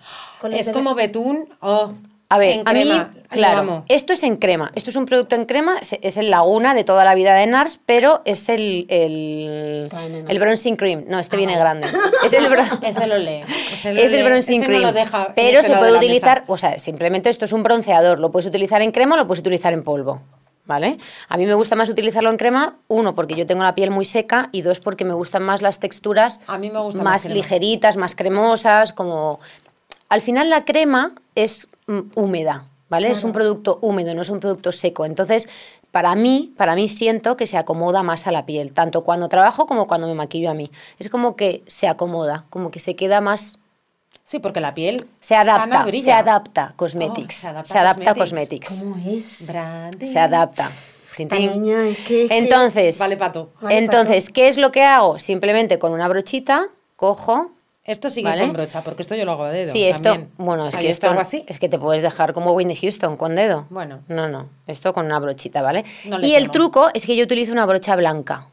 Speaker 2: con los
Speaker 1: Es
Speaker 2: de-
Speaker 1: como betún o.
Speaker 3: A ver,
Speaker 1: en
Speaker 3: a mí,
Speaker 1: crema. Ay, lo
Speaker 3: claro,
Speaker 1: amo.
Speaker 3: esto es en crema. Esto es un producto en crema, se- es el Laguna de toda la vida de NARS, pero es el, el,
Speaker 2: Trae, nena.
Speaker 3: el bronzing cream. No,
Speaker 1: Ah,
Speaker 3: este viene grande. Es el, bron-
Speaker 1: Ese lo lee. Ese lo
Speaker 3: es el
Speaker 1: lee.
Speaker 3: bronzing
Speaker 1: Ese no
Speaker 3: cream.
Speaker 1: lo deja en
Speaker 3: pero
Speaker 1: este
Speaker 3: se
Speaker 1: lado de
Speaker 3: puede
Speaker 1: la mesa.
Speaker 3: utilizar, o sea, simplemente esto es un bronceador. Lo puedes utilizar en crema o lo puedes utilizar en polvo. ¿Vale? A mí me gusta más utilizarlo en crema, uno, porque yo tengo la piel muy seca y dos, porque me gustan más las texturas
Speaker 1: A mí me gusta más
Speaker 3: más,
Speaker 1: crema.
Speaker 3: ligeritas, más cremosas, como... Al final la crema es mm, húmeda, ¿vale? Es un producto húmedo, no es un producto seco. Entonces, para mí, para mí siento que se acomoda más a la piel, tanto cuando trabajo como cuando me maquillo a mí. Es como que se acomoda, como que se queda más
Speaker 1: Sí, porque la piel
Speaker 3: se adapta,
Speaker 1: sana brilla.
Speaker 3: se adapta Cosmetics.
Speaker 1: Oh, se adapta
Speaker 3: se adapta
Speaker 1: Cosmetics.
Speaker 3: Cosmetics.
Speaker 2: ¿Cómo es?
Speaker 1: Brandy.
Speaker 3: Se adapta. Tin,
Speaker 2: Esta
Speaker 3: tin.
Speaker 2: niña, es que- es que-
Speaker 3: Entonces,
Speaker 1: Vale, pato.
Speaker 2: Vale,
Speaker 3: entonces, ¿qué es lo que hago? Simplemente con una brochita cojo.
Speaker 1: Esto sigue
Speaker 3: Vale.
Speaker 1: con brocha, porque esto yo lo hago a dedo.
Speaker 3: Sí, esto,
Speaker 1: también.
Speaker 3: bueno,
Speaker 1: O
Speaker 3: es
Speaker 1: sea,
Speaker 3: que
Speaker 1: yo
Speaker 3: esto
Speaker 1: hago así.
Speaker 3: es que te puedes dejar como Whitney Houston con dedo.
Speaker 1: Bueno.
Speaker 3: No, no, esto con una brochita, ¿vale?
Speaker 1: No le
Speaker 3: y el
Speaker 1: temo.
Speaker 3: truco es que yo utilizo una brocha blanca.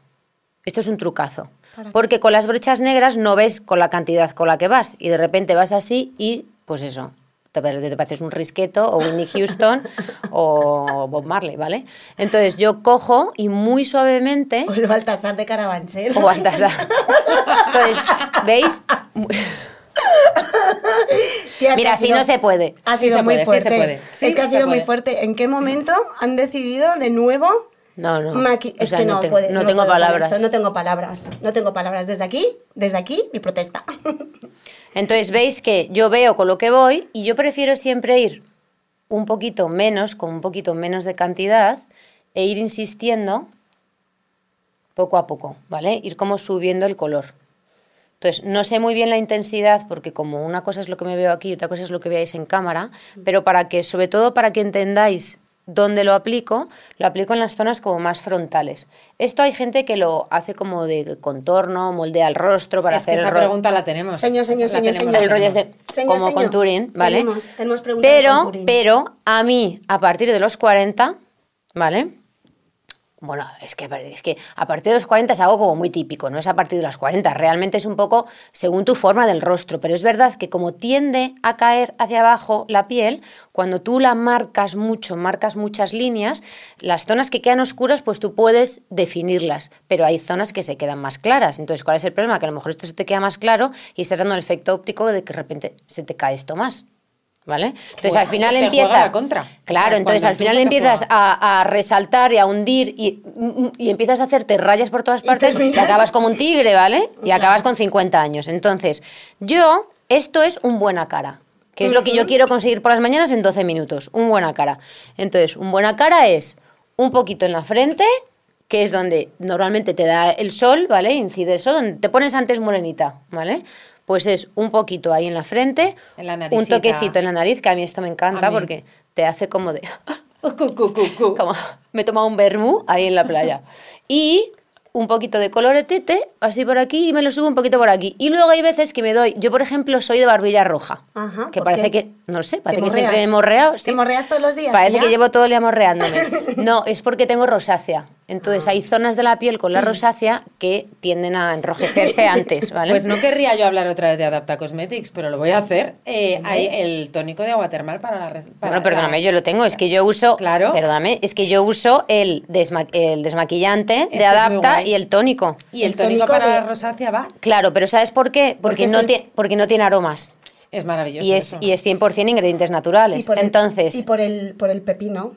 Speaker 3: Esto es un trucazo. Porque con las brochas negras no ves con la cantidad con la que vas. Y de repente vas así y, pues eso, te, pare- te pareces un risqueto o Whitney Houston o Bob Marley, ¿vale? Entonces yo cojo y muy suavemente...
Speaker 2: O el
Speaker 1: Oh,
Speaker 2: Baltasar de Carabanchel.
Speaker 3: O Baltasar. Entonces, ¿veis?
Speaker 2: Tía, es que
Speaker 3: Mira,
Speaker 2: ha
Speaker 3: así
Speaker 2: sido-
Speaker 3: no se puede.
Speaker 2: Ha
Speaker 1: Sí
Speaker 2: sido
Speaker 1: se
Speaker 2: muy
Speaker 1: puede, sí se
Speaker 2: fuerte.
Speaker 1: puede. Sí
Speaker 2: es que ha
Speaker 1: se
Speaker 2: sido muy
Speaker 1: puede.
Speaker 2: fuerte. ¿En qué momento han decidido de nuevo?
Speaker 3: No, no.
Speaker 2: maqui-
Speaker 3: O
Speaker 2: es
Speaker 3: sea,
Speaker 2: que
Speaker 3: no
Speaker 2: no,
Speaker 3: tengo-
Speaker 2: puede-
Speaker 3: no tengo
Speaker 2: puedo con
Speaker 3: palabras.
Speaker 2: esto, no tengo palabras. No tengo palabras. Desde aquí, desde aquí, mi protesta.
Speaker 3: Entonces veis que yo veo con lo que voy y yo prefiero siempre ir un poquito menos, con un poquito menos de cantidad, e ir insistiendo poco a poco, ¿vale? Ir como subiendo el color. Entonces, no sé muy bien la intensidad, porque como una cosa es lo que me veo aquí y otra cosa es lo que veáis en cámara, pero para que, sobre todo para que entendáis dónde lo aplico, lo aplico en las zonas como más frontales. Esto hay gente que lo hace como de contorno, moldea el rostro para
Speaker 1: es que
Speaker 3: hacer el
Speaker 1: esa
Speaker 3: ro-
Speaker 1: pregunta la tenemos.
Speaker 2: Señor, señor,
Speaker 1: La
Speaker 2: señor, señor.
Speaker 1: tenemos, la
Speaker 3: el rollo es de
Speaker 1: tenemos.
Speaker 2: Señor,
Speaker 3: como
Speaker 2: señor.
Speaker 3: contouring, ¿vale?
Speaker 2: Tenemos- tenemos pregunta de
Speaker 3: pero,
Speaker 2: contouring.
Speaker 3: pero a mí, a partir de los 40, ¿vale? Bueno, es que, es que a partir de los 40 es algo como muy típico, no es a partir de los 40, realmente es un poco según tu forma del rostro, pero es verdad que como tiende a caer hacia abajo la piel, cuando tú la marcas mucho, marcas muchas líneas, las zonas que quedan oscuras pues tú puedes definirlas, pero hay zonas que se quedan más claras, entonces ¿cuál es el problema? Que a lo mejor esto se te queda más claro y estás dando el efecto óptico de que de repente se te cae esto más. ¿Vale? Entonces
Speaker 1: Pues,
Speaker 3: al final
Speaker 1: te juega
Speaker 3: empiezas.
Speaker 1: la contra. O
Speaker 3: Claro,
Speaker 1: sea,
Speaker 3: entonces
Speaker 1: cuando
Speaker 3: al
Speaker 1: el
Speaker 3: final
Speaker 1: truco te
Speaker 3: empiezas
Speaker 1: juega.
Speaker 3: a, a resaltar y a hundir y, mm, mm, y empiezas a hacerte rayas por todas
Speaker 2: Y
Speaker 3: partes y,
Speaker 2: terminas-
Speaker 3: acabas como un tigre, ¿vale? Y acabas con 50 años. Entonces, yo, esto es un buena cara, que es lo que yo quiero conseguir por las mañanas en 12 minutos, un buena cara. Entonces, un buena cara es un poquito en la frente, que es donde normalmente te da el sol, ¿vale? Incide el sol, donde te pones antes morenita, ¿vale? Pues es un poquito ahí en la frente,
Speaker 1: En la
Speaker 3: un
Speaker 1: naricita.
Speaker 3: toquecito en la nariz, que a mí esto me encanta
Speaker 1: A mí.
Speaker 3: porque te hace como de...
Speaker 1: Cu, cu, cu, cu.
Speaker 3: como me he tomado un vermú ahí en la playa. Y un poquito de coloretete, así por aquí, y me lo subo un poquito por aquí. Y luego hay veces que me doy, yo por ejemplo soy de barbilla roja,
Speaker 2: Ajá,
Speaker 3: que
Speaker 2: ¿por
Speaker 3: parece
Speaker 2: qué?
Speaker 3: que, no lo sé, parece que
Speaker 2: morreas?
Speaker 3: siempre me he morreado.
Speaker 2: ¿Te
Speaker 3: sí.
Speaker 2: morreas todos los días,
Speaker 3: Parece
Speaker 2: tía?
Speaker 3: que llevo todo el día morreándome. No, es porque tengo rosácea.
Speaker 1: Ah.
Speaker 3: Entonces hay zonas de la piel con la
Speaker 1: Mm.
Speaker 3: rosácea que tienden a enrojecerse antes, ¿vale?
Speaker 1: Pues no querría yo hablar otra vez de Adapta Cosmetics, pero lo voy a hacer. Eh, hay el tónico de agua termal para la... res- para
Speaker 3: Bueno, perdóname,
Speaker 1: la-
Speaker 3: yo lo tengo, es que yo uso,
Speaker 1: Claro.
Speaker 3: perdóname, es que yo uso el, desma- el desmaquillante
Speaker 1: Este
Speaker 3: de
Speaker 1: es muy
Speaker 3: Adapta
Speaker 1: guay.
Speaker 3: y el tónico.
Speaker 1: Y el,
Speaker 2: el tónico
Speaker 1: tónico, para
Speaker 2: de-
Speaker 1: la rosácea va.
Speaker 3: Claro, pero ¿sabes por qué?
Speaker 2: Porque
Speaker 3: Porque,
Speaker 2: es
Speaker 3: no,
Speaker 2: el-
Speaker 3: tie- porque no tiene aromas.
Speaker 1: Es maravilloso.
Speaker 3: Y es,
Speaker 1: eso.
Speaker 3: y es 100% ingredientes naturales.
Speaker 2: por el-
Speaker 3: Entonces,
Speaker 2: y por el, por el pepino.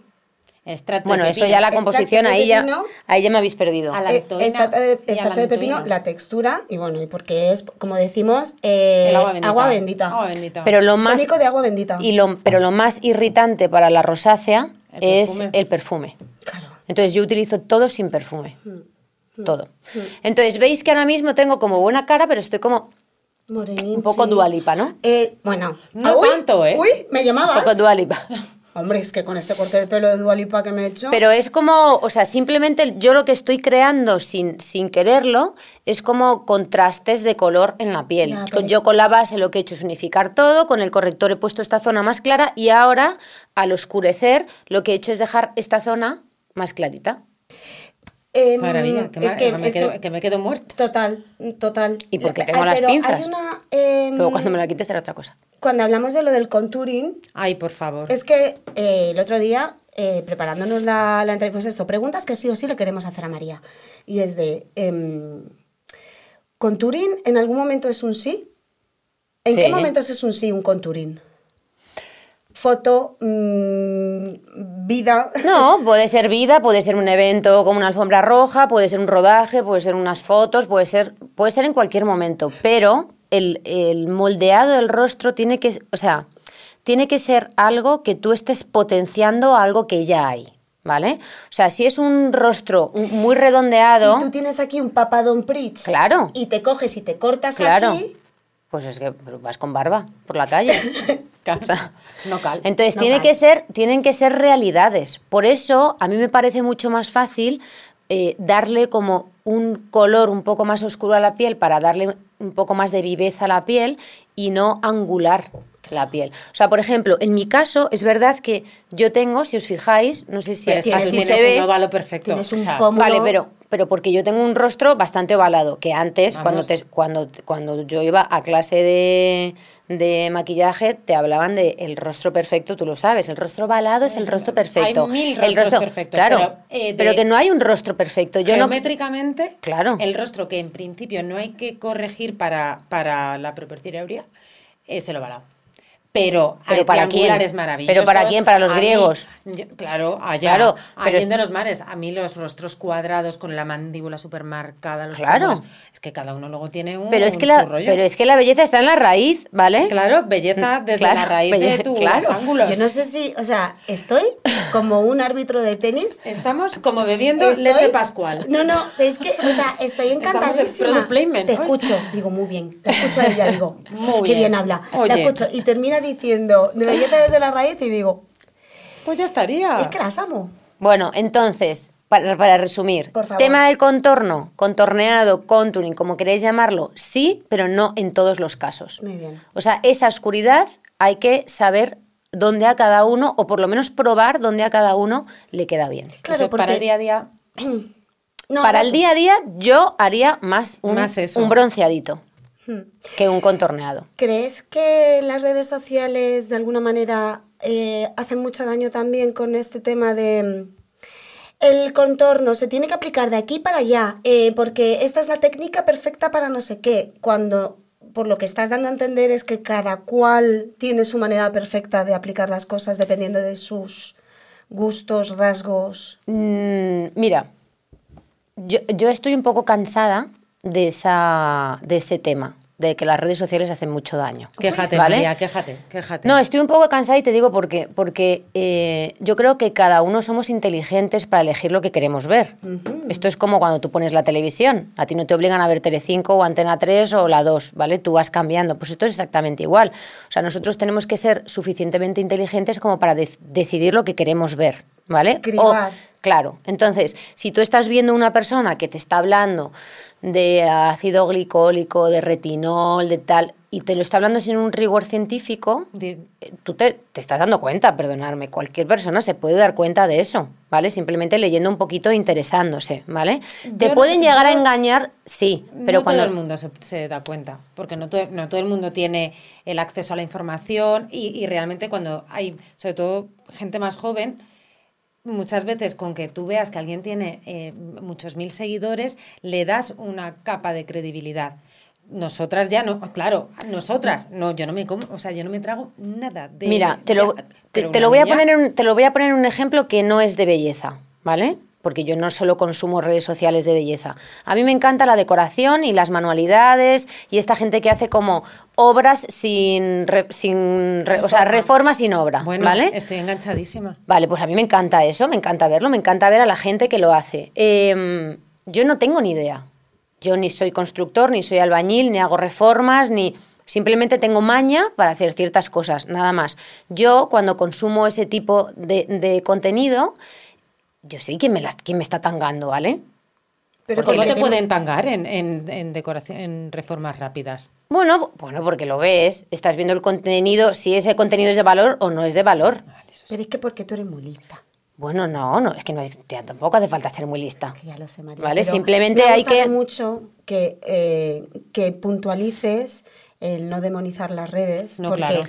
Speaker 1: Extracto de
Speaker 3: bueno, eso
Speaker 1: pepino.
Speaker 3: ya la
Speaker 2: Extracto
Speaker 3: composición,
Speaker 2: de
Speaker 3: ahí ya,
Speaker 2: pepino.
Speaker 3: ahí ya me habéis perdido.
Speaker 1: A la
Speaker 2: Eh,
Speaker 1: lantoína
Speaker 2: esta-
Speaker 1: y a
Speaker 2: eh,
Speaker 1: la
Speaker 2: extracto de pepino,
Speaker 1: lantoína.
Speaker 2: la textura y bueno, y porque es, como decimos, eh,
Speaker 1: El agua bendita.
Speaker 2: agua bendita.
Speaker 1: Agua bendita.
Speaker 3: Pero lo más,
Speaker 2: Tónico de agua bendita.
Speaker 3: y lo, pero lo más irritante para la rosácea
Speaker 1: El
Speaker 3: es
Speaker 1: perfume.
Speaker 3: el perfume.
Speaker 2: Claro.
Speaker 3: Entonces yo utilizo todo sin perfume.
Speaker 2: Mm.
Speaker 3: Todo. Entonces veis que ahora mismo tengo como buena cara, pero estoy como
Speaker 2: Moreninchi.
Speaker 3: Un poco Dua Lipa, ¿no?
Speaker 2: Eh, bueno.
Speaker 1: No
Speaker 2: uy,
Speaker 1: tanto, ¿eh?
Speaker 2: Uy, me
Speaker 3: un
Speaker 2: llamabas.
Speaker 3: poco dualipa.
Speaker 2: Hombre, es que con este corte de pelo de Dualipa que me he hecho.
Speaker 3: Pero es como, o sea, simplemente yo lo que estoy creando sin, sin quererlo es como contrastes de color en la piel.
Speaker 2: Ya,
Speaker 3: Con-
Speaker 2: pero-
Speaker 3: Yo con la base lo que he hecho es unificar todo, con el corrector he puesto esta zona más clara y ahora al oscurecer lo que he hecho es dejar esta zona más clarita.
Speaker 2: Em,
Speaker 3: mm,
Speaker 1: Maravilla, que,
Speaker 2: es
Speaker 1: mar-
Speaker 2: que,
Speaker 1: me
Speaker 2: es
Speaker 1: quedo,
Speaker 2: que-
Speaker 1: que me quedo muerta.
Speaker 2: Total, total.
Speaker 3: Y porque
Speaker 2: Ah,
Speaker 3: tengo las
Speaker 2: pero
Speaker 3: pinzas.
Speaker 2: Hay una, em,
Speaker 3: Luego cuando me la quite será otra cosa.
Speaker 2: cuando hablamos de lo del contouring,
Speaker 1: Ay, por favor.
Speaker 2: es que eh, el otro día, eh, preparándonos la, la entrevista, pues esto, preguntas que sí o sí le queremos hacer a María. Y es de, em, ¿contouring en algún momento es un sí? ¿En
Speaker 3: Sí.
Speaker 2: qué momentos es un sí un contouring? Foto, mm, vida.
Speaker 3: No, puede ser vida, puede ser un evento como una alfombra roja, puede ser un rodaje, puede ser unas fotos, puede ser, puede ser en cualquier momento, pero el, el moldeado del rostro tiene que, o sea, tiene que ser algo que tú estés potenciando a algo que ya hay, ¿vale? O sea, si es un rostro muy redondeado,
Speaker 2: Si tú tienes aquí un papadón pritch
Speaker 3: Claro.
Speaker 2: y te coges y te cortas
Speaker 3: claro,
Speaker 2: aquí,
Speaker 3: pues es que vas con barba por la calle.
Speaker 1: Cal-
Speaker 3: o sea,
Speaker 1: no cal.
Speaker 3: Entonces
Speaker 2: No
Speaker 3: tiene
Speaker 2: vale.
Speaker 3: que ser, tienen que ser realidades. Por eso a mí me parece mucho más fácil eh, darle como un color un poco más oscuro a la piel para darle un poco más de viveza a la piel y no angular la piel. O sea, por ejemplo, en mi caso es verdad que yo tengo, si os fijáis, no sé si
Speaker 1: Pero es que
Speaker 3: así
Speaker 1: tienes
Speaker 3: se ve.
Speaker 1: un óvalo perfecto.
Speaker 2: Tienes un
Speaker 1: o sea,
Speaker 2: pomo.
Speaker 3: Vale,
Speaker 2: Mómulo.
Speaker 3: pero, pero porque yo tengo un rostro bastante ovalado, que antes,
Speaker 1: Vamos.
Speaker 3: cuando, te- cuando, cuando yo iba a clase de, de maquillaje, te hablaban de el rostro perfecto, tú lo sabes, el rostro ovalado es el rostro perfecto.
Speaker 1: Hay mil
Speaker 3: el
Speaker 1: rostros
Speaker 3: rostro,
Speaker 1: perfectos,
Speaker 3: Claro,
Speaker 1: pero,
Speaker 3: pero,
Speaker 1: eh, de-
Speaker 3: que no hay un rostro perfecto. Yo no,
Speaker 1: geométricamente,
Speaker 3: Claro.
Speaker 1: el rostro que en principio no hay que corregir para, para la proporcionalidad eh, se lo balao. Pero,
Speaker 3: ¿Pero
Speaker 1: hay
Speaker 3: para quién?
Speaker 1: triangulares maravillosos.
Speaker 3: ¿Pero para quién? ¿Para los
Speaker 1: A mí-
Speaker 3: griegos?
Speaker 1: yo- claro, allá.
Speaker 3: Claro, pero
Speaker 1: Allende
Speaker 3: es-
Speaker 1: los mares. A mí los rostros cuadrados con la mandíbula supermarcada. Los
Speaker 3: Claro.
Speaker 1: pómulos, es que cada uno luego tiene un,
Speaker 3: Pero es, que
Speaker 1: su
Speaker 3: la,
Speaker 1: rollo.
Speaker 3: pero es que la belleza está en la raíz, ¿vale?
Speaker 1: Claro,
Speaker 2: Mm,
Speaker 1: belleza desde
Speaker 3: Claro,
Speaker 1: la raíz de
Speaker 3: belle-
Speaker 1: tus
Speaker 3: claro.
Speaker 1: ángulos.
Speaker 2: Yo no sé si, o sea, estoy como un árbitro de tenis.
Speaker 1: Estamos como bebiendo
Speaker 2: Estoy-
Speaker 1: leche pascual.
Speaker 2: No, no, es que, o sea, estoy
Speaker 1: Estamos en
Speaker 2: encantadísima.
Speaker 1: product placement,
Speaker 2: Te
Speaker 1: ¿no?
Speaker 2: escucho, digo, muy bien. La escucho a ella, digo,
Speaker 1: Muy
Speaker 2: qué
Speaker 1: bien.
Speaker 2: bien habla. La
Speaker 1: Oye.
Speaker 2: escucho y termina diciendo, de belleza desde la raíz, y digo,
Speaker 1: Pues ya estaría.
Speaker 2: es que las amo.
Speaker 3: Bueno, entonces, para, para resumir,
Speaker 2: Por favor.
Speaker 3: tema del contorno, contorneado, contouring, como queréis llamarlo, sí, pero no en todos los casos.
Speaker 2: Muy bien.
Speaker 3: O sea, esa oscuridad hay que saber dónde a cada uno, o por lo menos probar dónde a cada uno le queda bien.
Speaker 1: Eso
Speaker 2: Claro,
Speaker 1: para el
Speaker 2: porque-
Speaker 1: día a día.
Speaker 2: No,
Speaker 3: Para
Speaker 2: no,
Speaker 3: el día a día yo haría más un,
Speaker 1: Más eso. Hmm.
Speaker 3: un bronceadito que un contorneado.
Speaker 2: ¿Crees que las redes sociales de alguna manera eh, hacen mucho daño también con este tema de mm, el contorno se tiene que aplicar de aquí para allá? eh, porque esta es la técnica perfecta para no sé qué. Cuando por lo que estás dando a entender es que cada cual tiene su manera perfecta de aplicar las cosas dependiendo de sus gustos, rasgos.
Speaker 3: Mm, mira, yo, yo estoy un poco cansada de, esa, de ese tema, de que las redes sociales hacen mucho daño.
Speaker 1: Quéjate,
Speaker 3: ¿vale?
Speaker 1: María, quéjate, quéjate.
Speaker 3: No, estoy un poco cansada y te digo por qué. Porque eh, yo creo que cada uno somos inteligentes para elegir lo que queremos ver. Esto es como cuando tú pones la televisión. A ti no te obligan a ver Telecinco o Antena 3 o la 2, ¿vale? Tú vas cambiando. Pues esto es exactamente igual. O sea, nosotros tenemos que ser suficientemente inteligentes como para dec- decidir lo que queremos ver, ¿vale?
Speaker 2: Cribar.
Speaker 3: Claro, entonces, si tú estás viendo una persona que te está hablando de ácido glicólico, de retinol, de tal, y te lo está hablando sin un rigor científico,
Speaker 1: Di-
Speaker 3: eh, tú te, te estás dando cuenta, perdonarme, cualquier persona se puede dar cuenta de eso, ¿vale? Simplemente leyendo un poquito e interesándose, ¿vale?
Speaker 1: Yo
Speaker 3: Te
Speaker 1: no-
Speaker 3: pueden llegar a
Speaker 1: yo-
Speaker 3: engañar, sí, pero
Speaker 1: no
Speaker 3: cuando...
Speaker 1: todo el mundo se, se da cuenta, porque no, to- no todo el mundo tiene el acceso a la información y, y realmente cuando hay, sobre todo gente más joven, muchas veces con que tú veas que alguien tiene eh, muchos mil seguidores, le das una capa de credibilidad. Nosotras ya no, claro, nosotras, no, yo no me como, o sea, yo no me trago nada de...
Speaker 3: Mira, te lo,
Speaker 1: de-
Speaker 3: te,
Speaker 1: pero una
Speaker 3: te lo voy a
Speaker 1: niña-
Speaker 3: poner en, un- te lo voy a poner en un ejemplo que no es de belleza, ¿vale? Porque yo no solo consumo redes sociales de belleza. A mí me encanta la decoración y las manualidades y esta gente que hace como obras sin, re- sin re- o sea, reforma sin obra,
Speaker 1: Bueno,
Speaker 3: ¿vale?
Speaker 1: estoy enganchadísima.
Speaker 3: Vale, pues a mí me encanta eso, me encanta verlo, me encanta ver a la gente que lo hace. Eh, yo no tengo ni idea. Yo ni soy constructor, ni soy albañil, ni hago reformas, ni... Simplemente tengo maña para hacer ciertas cosas, nada más. Yo cuando consumo ese tipo de, de contenido, yo sé quién me, las, quién me está tangando, ¿vale?
Speaker 2: Pero porque
Speaker 1: Porque no te
Speaker 2: tiene-
Speaker 1: pueden tangar en, en, en decoración, en reformas rápidas.
Speaker 3: Bueno, bueno, porque lo ves, estás viendo el contenido, si ese contenido es de valor o no es de valor.
Speaker 2: Pero es que porque tú eres muy lista.
Speaker 3: Bueno, no, no, es que no, es- tía, tampoco hace falta ser muy lista.
Speaker 2: Que ya lo sé, María.
Speaker 3: Vale,
Speaker 2: pero
Speaker 3: simplemente
Speaker 2: me ha
Speaker 3: hay
Speaker 2: gustado
Speaker 3: que-
Speaker 2: mucho que, eh, que puntualices el no demonizar las redes.
Speaker 1: No,
Speaker 2: porque,
Speaker 1: claro.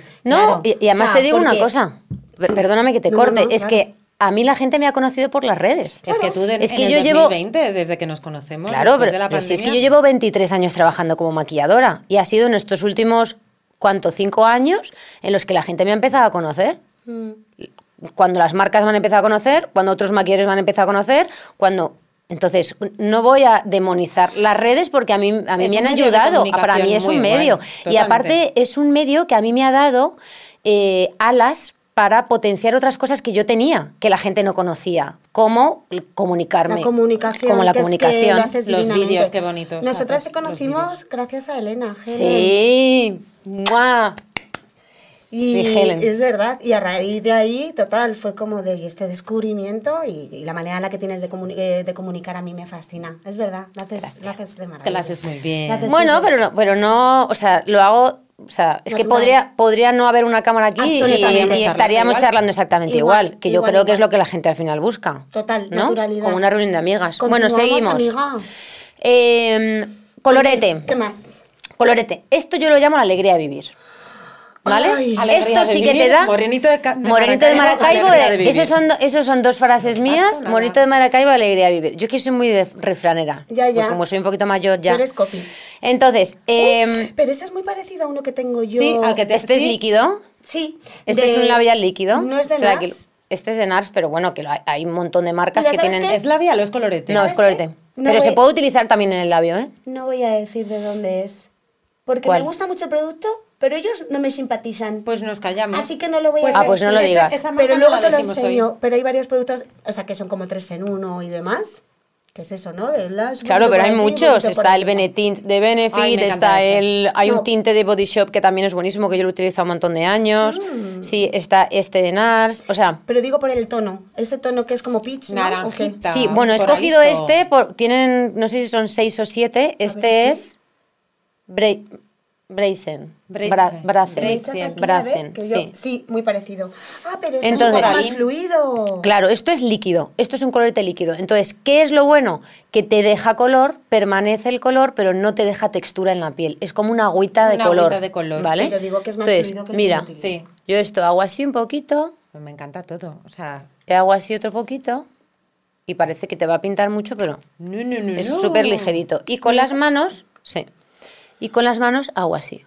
Speaker 2: claro,
Speaker 3: No, y, y
Speaker 2: o
Speaker 3: además
Speaker 2: sea,
Speaker 3: te digo una
Speaker 2: porque-
Speaker 3: cosa. Pe- Perdóname que te
Speaker 2: No, no,
Speaker 3: corte.
Speaker 2: no,
Speaker 3: es
Speaker 2: claro.
Speaker 3: que a mí la gente me ha conocido por las redes.
Speaker 1: Es que tú de-
Speaker 3: Es que
Speaker 1: en
Speaker 3: yo
Speaker 1: el
Speaker 3: llevo-
Speaker 1: 2020, desde que nos conocemos,
Speaker 3: Claro,
Speaker 1: después
Speaker 3: pero,
Speaker 1: de la
Speaker 3: pero si es que yo
Speaker 1: pandemia,
Speaker 3: llevo 23 años trabajando como maquilladora y ha sido en estos últimos, ¿cuánto? Cinco años en los que la gente me ha empezado a conocer.
Speaker 2: Mm.
Speaker 3: Cuando las marcas me han empezado a conocer, cuando otros maquilladores me han empezado a conocer, cuando... Entonces, no voy a demonizar las redes porque a mí, a mí
Speaker 1: Es
Speaker 3: me
Speaker 1: un
Speaker 3: han
Speaker 1: medio de
Speaker 3: ayudado. Ah, Para mí
Speaker 1: comunicación
Speaker 3: es un
Speaker 1: muy
Speaker 3: medio.
Speaker 1: bueno,
Speaker 3: y aparte
Speaker 1: totalmente.
Speaker 3: es un medio que a mí me ha dado eh, alas para potenciar otras cosas que yo tenía, que la gente no conocía, como el comunicarme.
Speaker 2: La comunicación.
Speaker 3: Como la
Speaker 2: que es que
Speaker 3: comunicación.
Speaker 2: lo haces
Speaker 1: Los
Speaker 2: divinamente.
Speaker 1: vídeos, qué bonitos
Speaker 2: Nosotras
Speaker 1: haces,
Speaker 2: te
Speaker 1: los vídeos.
Speaker 2: conocimos gracias a Elena, Helen.
Speaker 3: Sí. ¡Mua!
Speaker 2: Y
Speaker 3: de Helen.
Speaker 2: es verdad, y a raíz de ahí, total, fue como de y este descubrimiento y, y la manera en la que tienes de, comuni- eh, de comunicar a mí me fascina. Es verdad, lo haces, lo haces de maravilla.
Speaker 1: te la haces muy bien.
Speaker 2: La haces-
Speaker 3: Bueno, pero no, pero no, o sea, lo hago, o sea, es que
Speaker 2: Natural.
Speaker 3: podría, podría no haber una cámara aquí y,
Speaker 2: Absolutamente.
Speaker 3: y
Speaker 2: Estaríamos
Speaker 3: estaríamos
Speaker 1: charlando igual.
Speaker 3: charlando exactamente igual,
Speaker 2: Igual,
Speaker 3: que yo
Speaker 2: igual,
Speaker 3: creo que es
Speaker 2: igual.
Speaker 3: lo que la gente al final busca.
Speaker 2: Total,
Speaker 3: ¿no?
Speaker 2: naturalidad.
Speaker 3: Como una reunión de amigas. Bueno, seguimos.
Speaker 2: Continuamos, amiga.
Speaker 3: Eh, colorete,
Speaker 2: ¿Qué más?
Speaker 3: colorete. Esto yo lo llamo la alegría de vivir. ¿Vale?
Speaker 2: Ay.
Speaker 1: Alegría
Speaker 3: Esto
Speaker 1: de
Speaker 3: sí que te
Speaker 1: vivir,
Speaker 3: da.
Speaker 1: Morenito de ca- de
Speaker 3: Morenito de
Speaker 1: Maracaibo,
Speaker 3: Maracaibo.
Speaker 1: alegría de
Speaker 3: eh, esos, son,
Speaker 1: vivir.
Speaker 3: esos son dos frases mías.
Speaker 1: nada.
Speaker 3: Morenito de Maracaibo, alegría de vivir. Yo que soy muy de refranera.
Speaker 2: Ya, ya.
Speaker 3: porque Como soy un poquito mayor ya.
Speaker 2: Tú eres copy.
Speaker 3: Entonces, em,
Speaker 2: Uy, pero ese es muy parecido a uno que tengo yo.
Speaker 1: Sí, al que te-
Speaker 3: este es
Speaker 1: sí.
Speaker 3: líquido.
Speaker 2: Sí.
Speaker 3: Este
Speaker 2: de-
Speaker 3: es un labial líquido.
Speaker 2: No es de
Speaker 3: Tranquil-
Speaker 2: Nars.
Speaker 3: Este es de NARS, pero bueno, que lo hay, hay un montón de marcas
Speaker 2: Mira,
Speaker 3: que
Speaker 2: ¿sabes
Speaker 3: tienen.
Speaker 2: qué?
Speaker 1: ¿Es labial o es colorete?
Speaker 3: No,
Speaker 2: ¿Sabes
Speaker 3: es colorete.
Speaker 2: qué? No
Speaker 3: pero se
Speaker 2: voy-
Speaker 3: puede utilizar también en el labio, ¿eh?
Speaker 2: No voy a decir de dónde es. Porque
Speaker 3: ¿Cuál?
Speaker 2: me gusta mucho el producto, pero ellos no me simpatizan.
Speaker 1: Pues nos callamos.
Speaker 2: Así que no lo voy a
Speaker 1: Pues
Speaker 3: Ah, pues no lo
Speaker 1: esa-
Speaker 3: digas.
Speaker 1: esa marca
Speaker 2: pero
Speaker 1: no
Speaker 2: luego
Speaker 1: la
Speaker 2: te lo
Speaker 1: decimos hoy.
Speaker 2: enseño. Pero hay varios productos, o sea, que son como tres en uno y demás. ¿Qué es eso, no? De las-
Speaker 3: Claro,
Speaker 2: bonito
Speaker 3: pero
Speaker 2: por
Speaker 3: hay
Speaker 2: aquí,
Speaker 3: muchos.
Speaker 2: bonito por
Speaker 3: Está el
Speaker 2: allá.
Speaker 3: Benetint de Benefit,
Speaker 1: Ay, me encanta
Speaker 3: está
Speaker 1: ese.
Speaker 3: el. Hay
Speaker 2: No.
Speaker 3: un tinte de Body Shop que también es buenísimo, que yo lo he utilizado un montón de años.
Speaker 2: Mm.
Speaker 3: Sí, está este de NARS. O sea,
Speaker 2: Pero digo por el tono. Ese tono que es como peach, ¿no? ¿O qué?
Speaker 1: Naranjita.
Speaker 3: sí, bueno, he escogido
Speaker 1: doradito.
Speaker 3: este. Por, tienen, no sé si son seis o siete. Este
Speaker 2: ¿qué?
Speaker 3: es. Bra- Brazen.
Speaker 1: Brazen.
Speaker 3: Bra- Brazen.
Speaker 2: Me
Speaker 1: Brazen.
Speaker 2: echas aquí, a ver,
Speaker 3: Brazen,
Speaker 2: que yo-
Speaker 3: sí.
Speaker 2: muy parecido. Ah, pero este
Speaker 3: Entonces-
Speaker 2: es un poco más
Speaker 1: Coralín.
Speaker 2: fluido.
Speaker 3: Claro, esto es líquido, esto es un colorete líquido. Entonces, ¿qué es lo bueno? Que te deja color, permanece el color, pero no te deja textura en la piel. Es como una agüita de
Speaker 1: Una
Speaker 3: color.
Speaker 1: agüita de color.
Speaker 3: ¿Vale?
Speaker 2: Pero digo que es más
Speaker 3: Entonces,
Speaker 2: fluido que el
Speaker 3: mira,
Speaker 2: color.
Speaker 1: Sí,
Speaker 3: yo esto hago así un poquito,
Speaker 1: pues me encanta todo. O sea,
Speaker 3: y hago así otro poquito, y parece que te va a pintar mucho, pero
Speaker 1: no, no, no.
Speaker 3: es
Speaker 1: no.
Speaker 3: súper ligerito. Y con las manos, sí. Y con las manos hago así.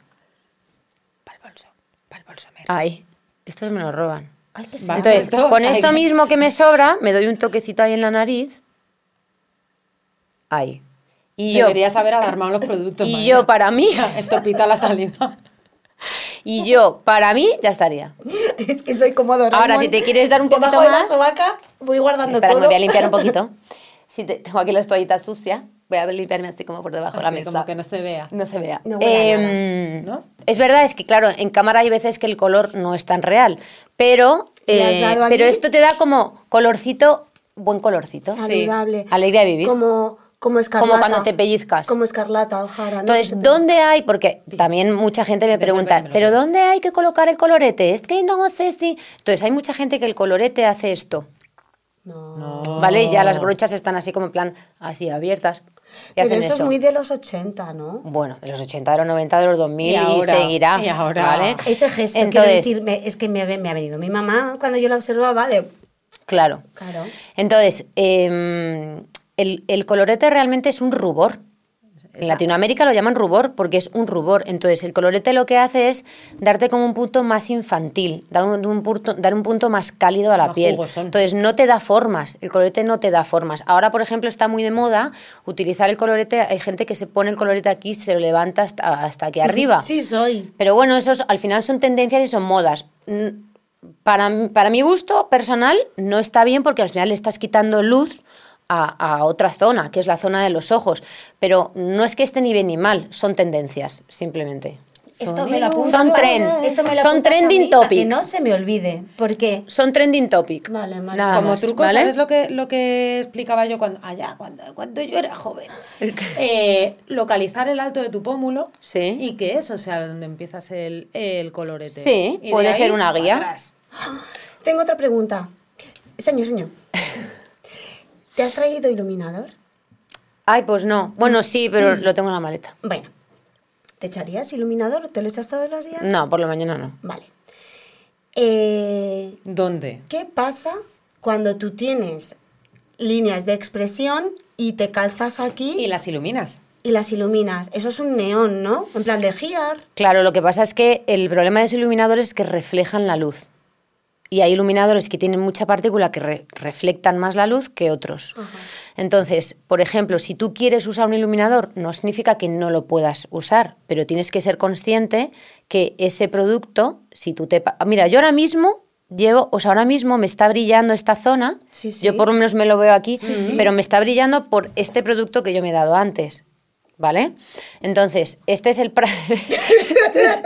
Speaker 1: Pa'l bolso, pa'l bolso, mira.
Speaker 3: Ahí. Estos me lo roban.
Speaker 2: Ay, que sí.
Speaker 1: Va.
Speaker 3: Entonces,
Speaker 1: Ah, pues esto-
Speaker 3: con esto
Speaker 1: ahí.
Speaker 3: mismo que me sobra, me doy un toquecito ahí en la nariz. Ahí. Y yo,
Speaker 1: Deberías haber alarmado los productos.
Speaker 3: Y
Speaker 1: María.
Speaker 3: yo, para mí.
Speaker 1: O sea, Esto pita la salida.
Speaker 3: y yo, para mí, ya estaría.
Speaker 2: Es que soy como Doraemon.
Speaker 3: Ahora, si te quieres dar un poquito
Speaker 2: Debajo de la
Speaker 3: más-
Speaker 2: sobaca voy guardando
Speaker 3: Espera, que
Speaker 2: todo.
Speaker 3: me voy a limpiar un poquito. Si te- tengo aquí las toallitas sucias, voy a limpiarme así como por debajo de la
Speaker 1: Así
Speaker 3: mesa.
Speaker 1: como que no se vea.
Speaker 3: No se vea.
Speaker 2: No huele a
Speaker 3: Em,
Speaker 1: nada, ¿no?
Speaker 3: Es verdad, es que claro, en cámara hay veces que el color no es tan real, pero,
Speaker 2: Le has
Speaker 3: eh,
Speaker 2: dado
Speaker 3: pero
Speaker 2: aquí.
Speaker 3: esto te da como colorcito, buen colorcito.
Speaker 2: Saludable.
Speaker 3: Alegría de vivir.
Speaker 2: Como, como escarlata.
Speaker 3: cuando te pellizcas.
Speaker 2: Como escarlata, ojara. ¿no?
Speaker 3: Entonces,
Speaker 2: Que te-
Speaker 3: ¿dónde hay? Porque también mucha gente me
Speaker 1: Depende,
Speaker 3: pregunta,
Speaker 1: pero me lo
Speaker 3: ¿pero
Speaker 1: pones.
Speaker 3: dónde hay que colocar el colorete? Es que no sé si... Entonces, hay mucha gente que el colorete hace esto,
Speaker 2: No.
Speaker 3: ¿vale? Ya
Speaker 1: Oh.
Speaker 3: las brochas están así como en plan, así abiertas. Y
Speaker 2: Pero
Speaker 3: hacen
Speaker 2: eso,
Speaker 3: eso.
Speaker 2: es muy de los 80, ¿no?
Speaker 3: Bueno, de los 80, de los 90, de los 2000 y,
Speaker 1: Y ahora,
Speaker 3: seguirá.
Speaker 1: y ahora.
Speaker 3: ¿vale?
Speaker 2: Ese gesto, quiero
Speaker 3: Entonces,
Speaker 2: decir, me- es que me, ha- me ha venido mi mamá cuando yo la observaba de...
Speaker 3: Claro.
Speaker 2: Claro.
Speaker 3: Entonces, eh, el, el colorete realmente es un rubor. En Latinoamérica lo llaman rubor porque es un rubor. Entonces, el colorete lo que hace es darte como un punto más infantil, dar un, un punto, dar un punto más cálido a la
Speaker 1: Más
Speaker 3: piel.
Speaker 1: jugosón.
Speaker 3: Entonces, no te da formas. El colorete no te da formas. Ahora, por ejemplo, está muy de moda utilizar el colorete. Hay gente que se pone el colorete aquí y se lo levanta hasta, hasta aquí arriba.
Speaker 2: Sí, soy.
Speaker 3: Pero bueno, esos al final son tendencias y son modas. Mm, Para, m- para mi gusto personal no está bien porque al final le estás quitando luz a, a otra zona, que es la zona de los ojos. Pero no es que esté ni bien ni mal, son tendencias, simplemente.
Speaker 2: Esto me lo apunto.
Speaker 3: Son
Speaker 2: para-
Speaker 3: tren.
Speaker 2: esto me lo
Speaker 3: Son
Speaker 2: apunto
Speaker 3: trending
Speaker 2: también para Que
Speaker 3: topic.
Speaker 2: no se me olvide, porque...
Speaker 3: Son trending topic.
Speaker 2: Vale, vale.
Speaker 3: Nada
Speaker 1: Como
Speaker 3: más,
Speaker 1: truco,
Speaker 3: ¿vale?
Speaker 1: ¿sabes lo que, lo que explicaba yo cuando, allá, cuando, cuando yo era joven? Eh, localizar el alto de tu pómulo
Speaker 3: Sí.
Speaker 1: y que eso sea donde empiezas el, el colorete.
Speaker 3: Sí,
Speaker 1: Y de
Speaker 3: puede
Speaker 1: ahí
Speaker 3: ser una
Speaker 1: para
Speaker 3: guía.
Speaker 1: atrás.
Speaker 2: Tengo otra pregunta. Señor, señor. ¿Te has traído iluminador?
Speaker 3: Ay, pues no. Bueno, sí, pero lo tengo en la maleta.
Speaker 2: Bueno, ¿te echarías iluminador? ¿Te lo echas todos los días?
Speaker 3: No, por la mañana no.
Speaker 2: Vale. Eh,
Speaker 1: ¿Dónde?
Speaker 2: ¿Qué pasa cuando tú tienes líneas de expresión y te calzas aquí
Speaker 1: Y las iluminas.
Speaker 2: y las iluminas? Eso es un neón, ¿no? En plan de girar.
Speaker 3: Claro, lo que pasa es que el problema de los iluminadores es que reflejan la luz. Y hay iluminadores que tienen mucha partícula que re- reflectan más la luz que
Speaker 2: Ah.
Speaker 3: otros. Entonces, por ejemplo, si tú quieres usar un iluminador, no significa que no lo puedas usar, pero tienes que ser consciente que ese producto, si tú te... pa- Mira, yo ahora mismo llevo, o sea, ahora mismo me está brillando esta zona,
Speaker 2: Sí, sí.
Speaker 3: yo por lo menos me lo veo aquí,
Speaker 2: Sí, sí.
Speaker 3: pero me está brillando por este producto que yo me he dado antes. ¿Vale? Entonces, este es el pri- este es-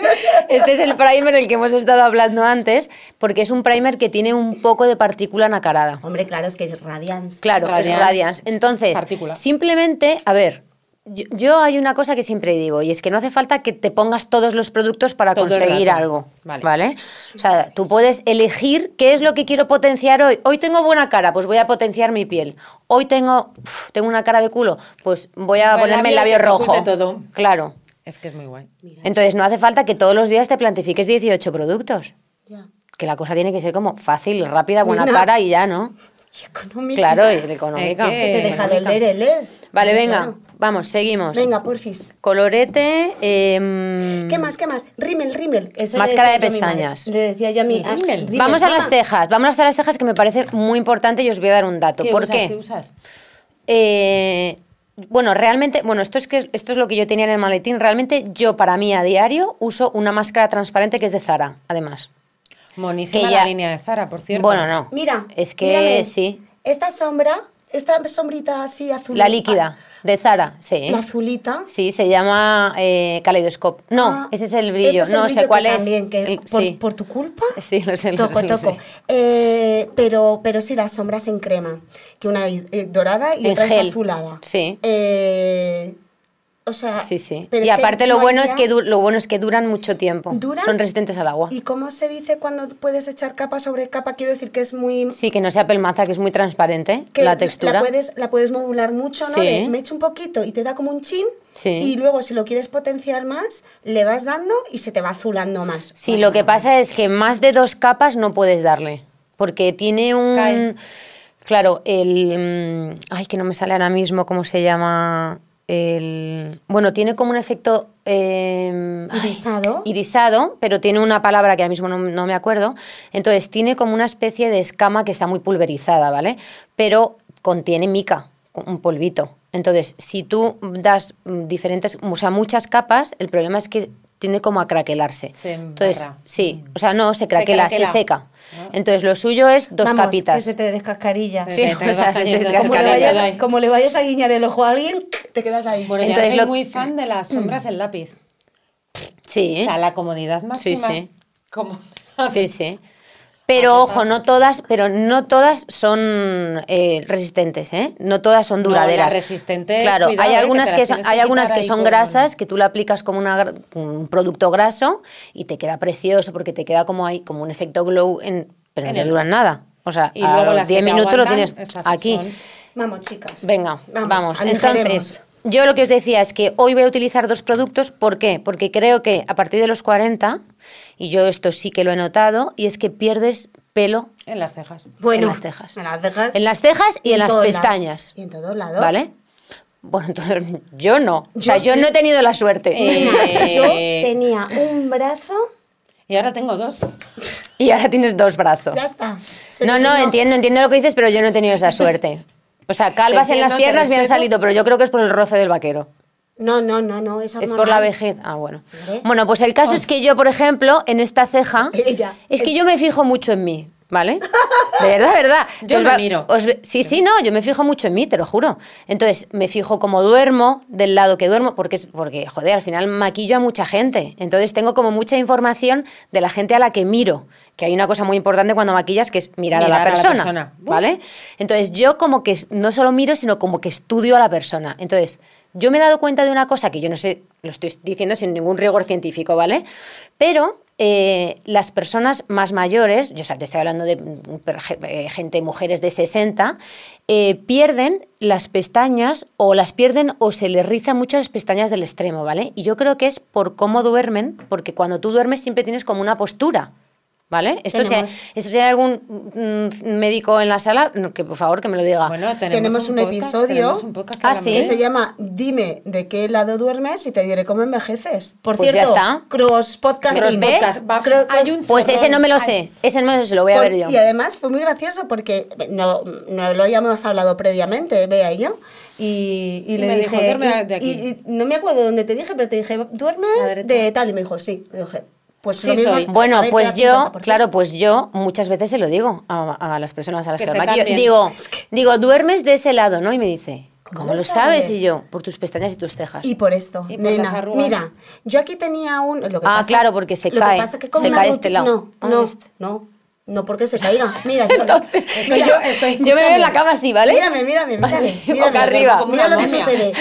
Speaker 3: este es el primer del que hemos estado hablando antes, porque es un primer que tiene un poco de partícula nacarada.
Speaker 2: Hombre, claro, es que es radiance.
Speaker 3: Claro, es
Speaker 1: Radiance.
Speaker 3: radiance. Entonces,
Speaker 1: Partícula.
Speaker 3: simplemente, a ver, yo, yo hay una cosa que siempre digo, y es que no hace falta que te pongas todos los productos para
Speaker 1: Todo el
Speaker 3: conseguir
Speaker 1: rato.
Speaker 3: algo.
Speaker 1: Vale.
Speaker 3: Vale. O sea, tú puedes elegir qué es lo que quiero potenciar hoy. Hoy tengo buena cara, pues voy a potenciar mi piel. Hoy tengo, uf, tengo una cara de culo, pues voy a
Speaker 1: El
Speaker 3: ponerme el
Speaker 1: labio
Speaker 3: labio
Speaker 1: que se
Speaker 3: rojo.
Speaker 1: oculte todo.
Speaker 3: Claro.
Speaker 1: Es que es muy guay.
Speaker 3: Entonces no hace falta que todos los días te plantifiques 18 productos.
Speaker 2: Ya.
Speaker 3: Que la cosa tiene que ser como fácil, rápida, buena
Speaker 2: Buena.
Speaker 3: cara y ya, ¿no?
Speaker 2: Y económico.
Speaker 3: Claro, y económica.
Speaker 1: Eh,
Speaker 2: Que te deja leer el es.
Speaker 3: Vale, venga,
Speaker 2: Claro.
Speaker 3: vamos, seguimos.
Speaker 2: Venga, porfis.
Speaker 3: Colorete. em,
Speaker 2: ¿Qué más? ¿Qué más? Rímel, rímel. Eso le decía yo a
Speaker 3: Máscara de
Speaker 2: mi madre.
Speaker 3: pestañas.
Speaker 2: Le decía yo a mi.
Speaker 1: Rímel.
Speaker 2: ah, rímel,
Speaker 3: Vamos a
Speaker 2: mamá.
Speaker 3: las cejas, vamos a las cejas que me parece muy importante y os voy a dar un dato.
Speaker 1: ¿Qué
Speaker 3: ¿Por
Speaker 1: usas?
Speaker 3: qué?
Speaker 1: ¿Qué usas?
Speaker 3: Eh, bueno, realmente, bueno, esto es, que, esto es lo que yo tenía en el maletín. Realmente yo para mí a diario uso una máscara transparente que es de Zara, además.
Speaker 1: Monísima
Speaker 3: Que ya-
Speaker 1: la línea de Zara, por cierto.
Speaker 3: Bueno, no.
Speaker 2: Mira.
Speaker 3: Es que
Speaker 2: mírame.
Speaker 3: sí.
Speaker 2: Esta sombra, esta sombrita así azul.
Speaker 3: La líquida, ¿Eh? de Zara, sí.
Speaker 2: La azulita.
Speaker 3: Sí, se llama eh, Kaleidoscope. No,
Speaker 2: Ah,
Speaker 3: ese es el brillo.
Speaker 2: ese es el
Speaker 3: no
Speaker 2: brillo
Speaker 3: sé cuál
Speaker 2: que
Speaker 3: es.
Speaker 2: También, que
Speaker 3: El-
Speaker 2: por,
Speaker 3: sí.
Speaker 2: por tu culpa.
Speaker 3: Sí, lo sé, lo
Speaker 2: Toco,
Speaker 3: sé, lo
Speaker 2: toco.
Speaker 3: sé.
Speaker 2: Eh, pero, pero sí, las sombras en crema. Que una es eh, dorada y
Speaker 3: En
Speaker 2: otra
Speaker 3: gel.
Speaker 2: es azulada.
Speaker 3: Sí.
Speaker 2: Eh, o sea.
Speaker 3: Sí, sí.
Speaker 2: Ah, pero
Speaker 3: y
Speaker 2: es que
Speaker 3: aparte lo
Speaker 2: no hay
Speaker 3: bueno es
Speaker 2: ya-
Speaker 3: que du- lo bueno es que duran mucho tiempo.
Speaker 2: ¿Duran?
Speaker 3: Son resistentes al agua.
Speaker 2: ¿Y cómo se dice cuando puedes echar capa sobre capa? Quiero decir que es muy.
Speaker 3: Sí, que no sea pelmaza, que es muy transparente
Speaker 2: que
Speaker 3: la textura.
Speaker 2: La puedes, la puedes modular mucho, ¿no?
Speaker 3: Sí.
Speaker 2: De, me echo un poquito y te da como un chin.
Speaker 3: Sí.
Speaker 2: Y luego, si lo quieres potenciar más, le vas dando y se te va azulando más.
Speaker 3: Sí, lo que pasa es que más de dos capas no puedes darle, porque tiene un...
Speaker 1: Cae.
Speaker 3: Claro, el... mm, Ay, que no me sale ahora mismo cómo se llama... El... Bueno, tiene como un efecto... em, ay,
Speaker 2: Irisado.
Speaker 3: irisado, pero tiene una palabra que ahora mismo no, no me acuerdo. Entonces, tiene como una especie de escama que está muy pulverizada, ¿vale? Pero contiene mica, un polvito. Entonces, si tú das mm, diferentes, o sea, muchas capas, el problema es que tiende como a craquelarse.
Speaker 1: Se
Speaker 3: Entonces,
Speaker 1: embarra. Mm.
Speaker 3: sí, o sea, no, se craquela, se,
Speaker 1: craquela. Ah.
Speaker 3: seca. Entonces, lo suyo es dos
Speaker 2: Vamos,
Speaker 3: capitas.
Speaker 2: Que se te descascarilla.
Speaker 1: Se
Speaker 3: Sí,
Speaker 1: te- te
Speaker 3: o sea,
Speaker 1: vas
Speaker 3: se te
Speaker 1: cayendo,
Speaker 3: desgastan
Speaker 2: Como le,
Speaker 1: descascarilla.
Speaker 3: carillas.
Speaker 2: vayas, como le vayas a guiñar el ojo a alguien, te quedas ahí.
Speaker 1: Bueno, yo
Speaker 3: Entonces
Speaker 1: soy
Speaker 3: lo- Mm.
Speaker 1: muy fan de las sombras en lápiz.
Speaker 3: Sí,
Speaker 1: O sea, la comodidad máxima.
Speaker 3: ¿Eh? sí.
Speaker 1: Como...
Speaker 3: sí, sí. Pero ojo, no todas, pero no todas son eh, resistentes, ¿eh? No todas son
Speaker 1: No,
Speaker 3: duraderas.
Speaker 1: las resistentes,
Speaker 3: Claro,
Speaker 1: cuidado,
Speaker 3: hay
Speaker 1: eh, que
Speaker 3: algunas
Speaker 1: te
Speaker 3: que
Speaker 1: las
Speaker 3: son,
Speaker 1: tienes que
Speaker 3: hay algunas
Speaker 1: quitar
Speaker 3: que
Speaker 1: ahí
Speaker 3: son
Speaker 1: con-
Speaker 3: grasas que tú la aplicas como una gra- un producto graso y te queda precioso porque te queda como ahí como un efecto glow, en, pero
Speaker 1: En
Speaker 3: no
Speaker 1: el-
Speaker 3: duran nada. O sea,
Speaker 1: Y
Speaker 3: a
Speaker 1: luego
Speaker 3: los
Speaker 1: las que
Speaker 3: 10
Speaker 1: te
Speaker 3: minutos lo
Speaker 1: aguantan,
Speaker 3: tienes
Speaker 1: esas
Speaker 3: aquí.
Speaker 1: son-
Speaker 2: Vamos, chicas.
Speaker 3: Venga, vamos.
Speaker 2: aligeremos.
Speaker 3: Entonces, yo lo que os decía es que hoy voy a utilizar dos productos. ¿Por qué? Porque creo que a partir de los 40, y yo esto sí que lo he notado, y es que pierdes pelo
Speaker 1: En las cejas.
Speaker 2: bueno,
Speaker 3: en las cejas.
Speaker 2: En las cejas.
Speaker 3: En las cejas y en, las
Speaker 2: todos lados.
Speaker 3: pestañas.
Speaker 2: Y en todos lados.
Speaker 3: ¿Vale? Bueno, entonces yo no. o sea,
Speaker 2: Yo
Speaker 3: yo
Speaker 2: sí.
Speaker 3: no he tenido la suerte.
Speaker 2: Mira, yo
Speaker 1: Eh.
Speaker 2: tenía un brazo.
Speaker 1: Y ahora tengo dos.
Speaker 3: Y ahora tienes dos brazos.
Speaker 2: Ya está. Se
Speaker 3: No,
Speaker 2: te
Speaker 3: no,
Speaker 2: llenó.
Speaker 3: entiendo, entiendo lo que dices, pero yo no he tenido esa suerte. O sea, calvas en
Speaker 1: Entiendo,
Speaker 3: las
Speaker 1: te
Speaker 3: piernas me han
Speaker 1: respeto.
Speaker 3: salido, pero yo creo que es por el roce del vaquero.
Speaker 2: No, no, no, no. Es,
Speaker 3: Es por la
Speaker 2: vejez.
Speaker 3: vejez. Ah, bueno.
Speaker 2: Hombre.
Speaker 3: Bueno, pues el caso es que yo, por ejemplo, en esta ceja,
Speaker 2: Ella.
Speaker 3: es que yo me fijo mucho en mí, ¿vale? De verdad, verdad.
Speaker 1: Yo
Speaker 3: Os
Speaker 1: me miro.
Speaker 3: os ve- sí, sí, no, yo me fijo mucho en mí, te lo juro. Entonces, me fijo como duermo, del lado que duermo, porque, es- porque joder, al final maquillo a mucha gente. Entonces, tengo como mucha información de la gente a la que miro. Que hay una cosa muy importante cuando maquillas, que es mirar, a, la persona,
Speaker 1: persona.
Speaker 3: ¿Vale? Entonces, yo como que es- no solo miro, sino como que estudio a la persona. Entonces, yo me he dado cuenta de una cosa que yo no sé, lo estoy diciendo sin ningún rigor científico, ¿vale? Pero eh, las personas más mayores, yo o sea, te estoy hablando de mm, per- ge- eh, gente, mujeres de 60, eh, pierden las pestañas o las pierden o se les riza mucho las pestañas del extremo, ¿vale? Y yo creo que es por cómo duermen, porque cuando tú duermes siempre tienes como una postura. ¿Vale? Esto si, hay,
Speaker 2: Tenemos.
Speaker 3: esto si hay algún mm, médico en la sala, no, que por favor que me lo diga.
Speaker 1: Bueno,
Speaker 2: Ah, Tenemos
Speaker 1: tenemos,
Speaker 2: un
Speaker 1: podcast,
Speaker 2: episodio.
Speaker 1: tenemos un podcast que
Speaker 3: Ah,
Speaker 1: habla
Speaker 3: sí.
Speaker 1: muy
Speaker 2: que
Speaker 1: bien.
Speaker 2: se llama Dime de qué lado duermes y te diré cómo envejeces. Por
Speaker 3: Pues ya
Speaker 2: cierto,
Speaker 3: está.
Speaker 2: cross podcasting.
Speaker 3: Cross ¿Ves?
Speaker 1: Podcast, va-
Speaker 2: Creo-
Speaker 1: hay un
Speaker 3: pues ese
Speaker 1: chorrón.
Speaker 3: no me lo
Speaker 1: Hay-
Speaker 3: sé, ese no me lo sé, lo voy a
Speaker 2: Por-
Speaker 3: ver yo.
Speaker 2: Y además fue muy gracioso porque no, no lo habíamos hablado previamente, Bea y yo. Y, y
Speaker 1: Y
Speaker 2: le
Speaker 1: me dijo,
Speaker 2: dije.
Speaker 1: "Duerme
Speaker 2: y-
Speaker 1: de aquí".
Speaker 2: y- y no me acuerdo dónde te dije, pero te dije,
Speaker 1: A la
Speaker 2: ¿duermes
Speaker 1: derecha.
Speaker 2: de tal? Y me dijo, sí. Y dije, pues
Speaker 1: Sí
Speaker 2: lo mismo.
Speaker 1: soy.
Speaker 3: Bueno,
Speaker 2: Ahora
Speaker 3: pues
Speaker 2: queda
Speaker 3: yo,
Speaker 2: 50%.
Speaker 3: claro, pues yo muchas veces se lo digo a, a las personas a las que,
Speaker 1: Que
Speaker 3: lo
Speaker 1: se
Speaker 3: maquillo.
Speaker 1: cambien.
Speaker 3: Digo, digo, duermes de ese lado, ¿no? Y me dice, ¿cómo, lo sabes?
Speaker 2: sabes?
Speaker 3: Y yo, por tus pestañas y tus cejas.
Speaker 2: Y por esto,
Speaker 1: Y por
Speaker 2: nena,
Speaker 1: las arrugas.
Speaker 2: mira, yo aquí tenía un... lo que
Speaker 3: Ah,
Speaker 2: pasa-
Speaker 3: claro, porque se
Speaker 2: lo que
Speaker 3: cae,
Speaker 2: pasa es que con
Speaker 3: se
Speaker 2: una
Speaker 3: cae
Speaker 2: ruti-
Speaker 3: este lado.
Speaker 2: No,
Speaker 3: Ah,
Speaker 2: no,
Speaker 3: este.
Speaker 2: no, no, porque se caiga. Mira, chaval.
Speaker 3: Entonces,
Speaker 2: Mira,
Speaker 1: yo estoy-
Speaker 3: yo me veo en la cama así, ¿vale?
Speaker 2: Mírame, mírame, mírame.
Speaker 3: Vale,
Speaker 2: mírame
Speaker 3: boca arriba.
Speaker 2: duermo como Mira
Speaker 1: una
Speaker 2: lo que
Speaker 1: momia.
Speaker 2: sucede.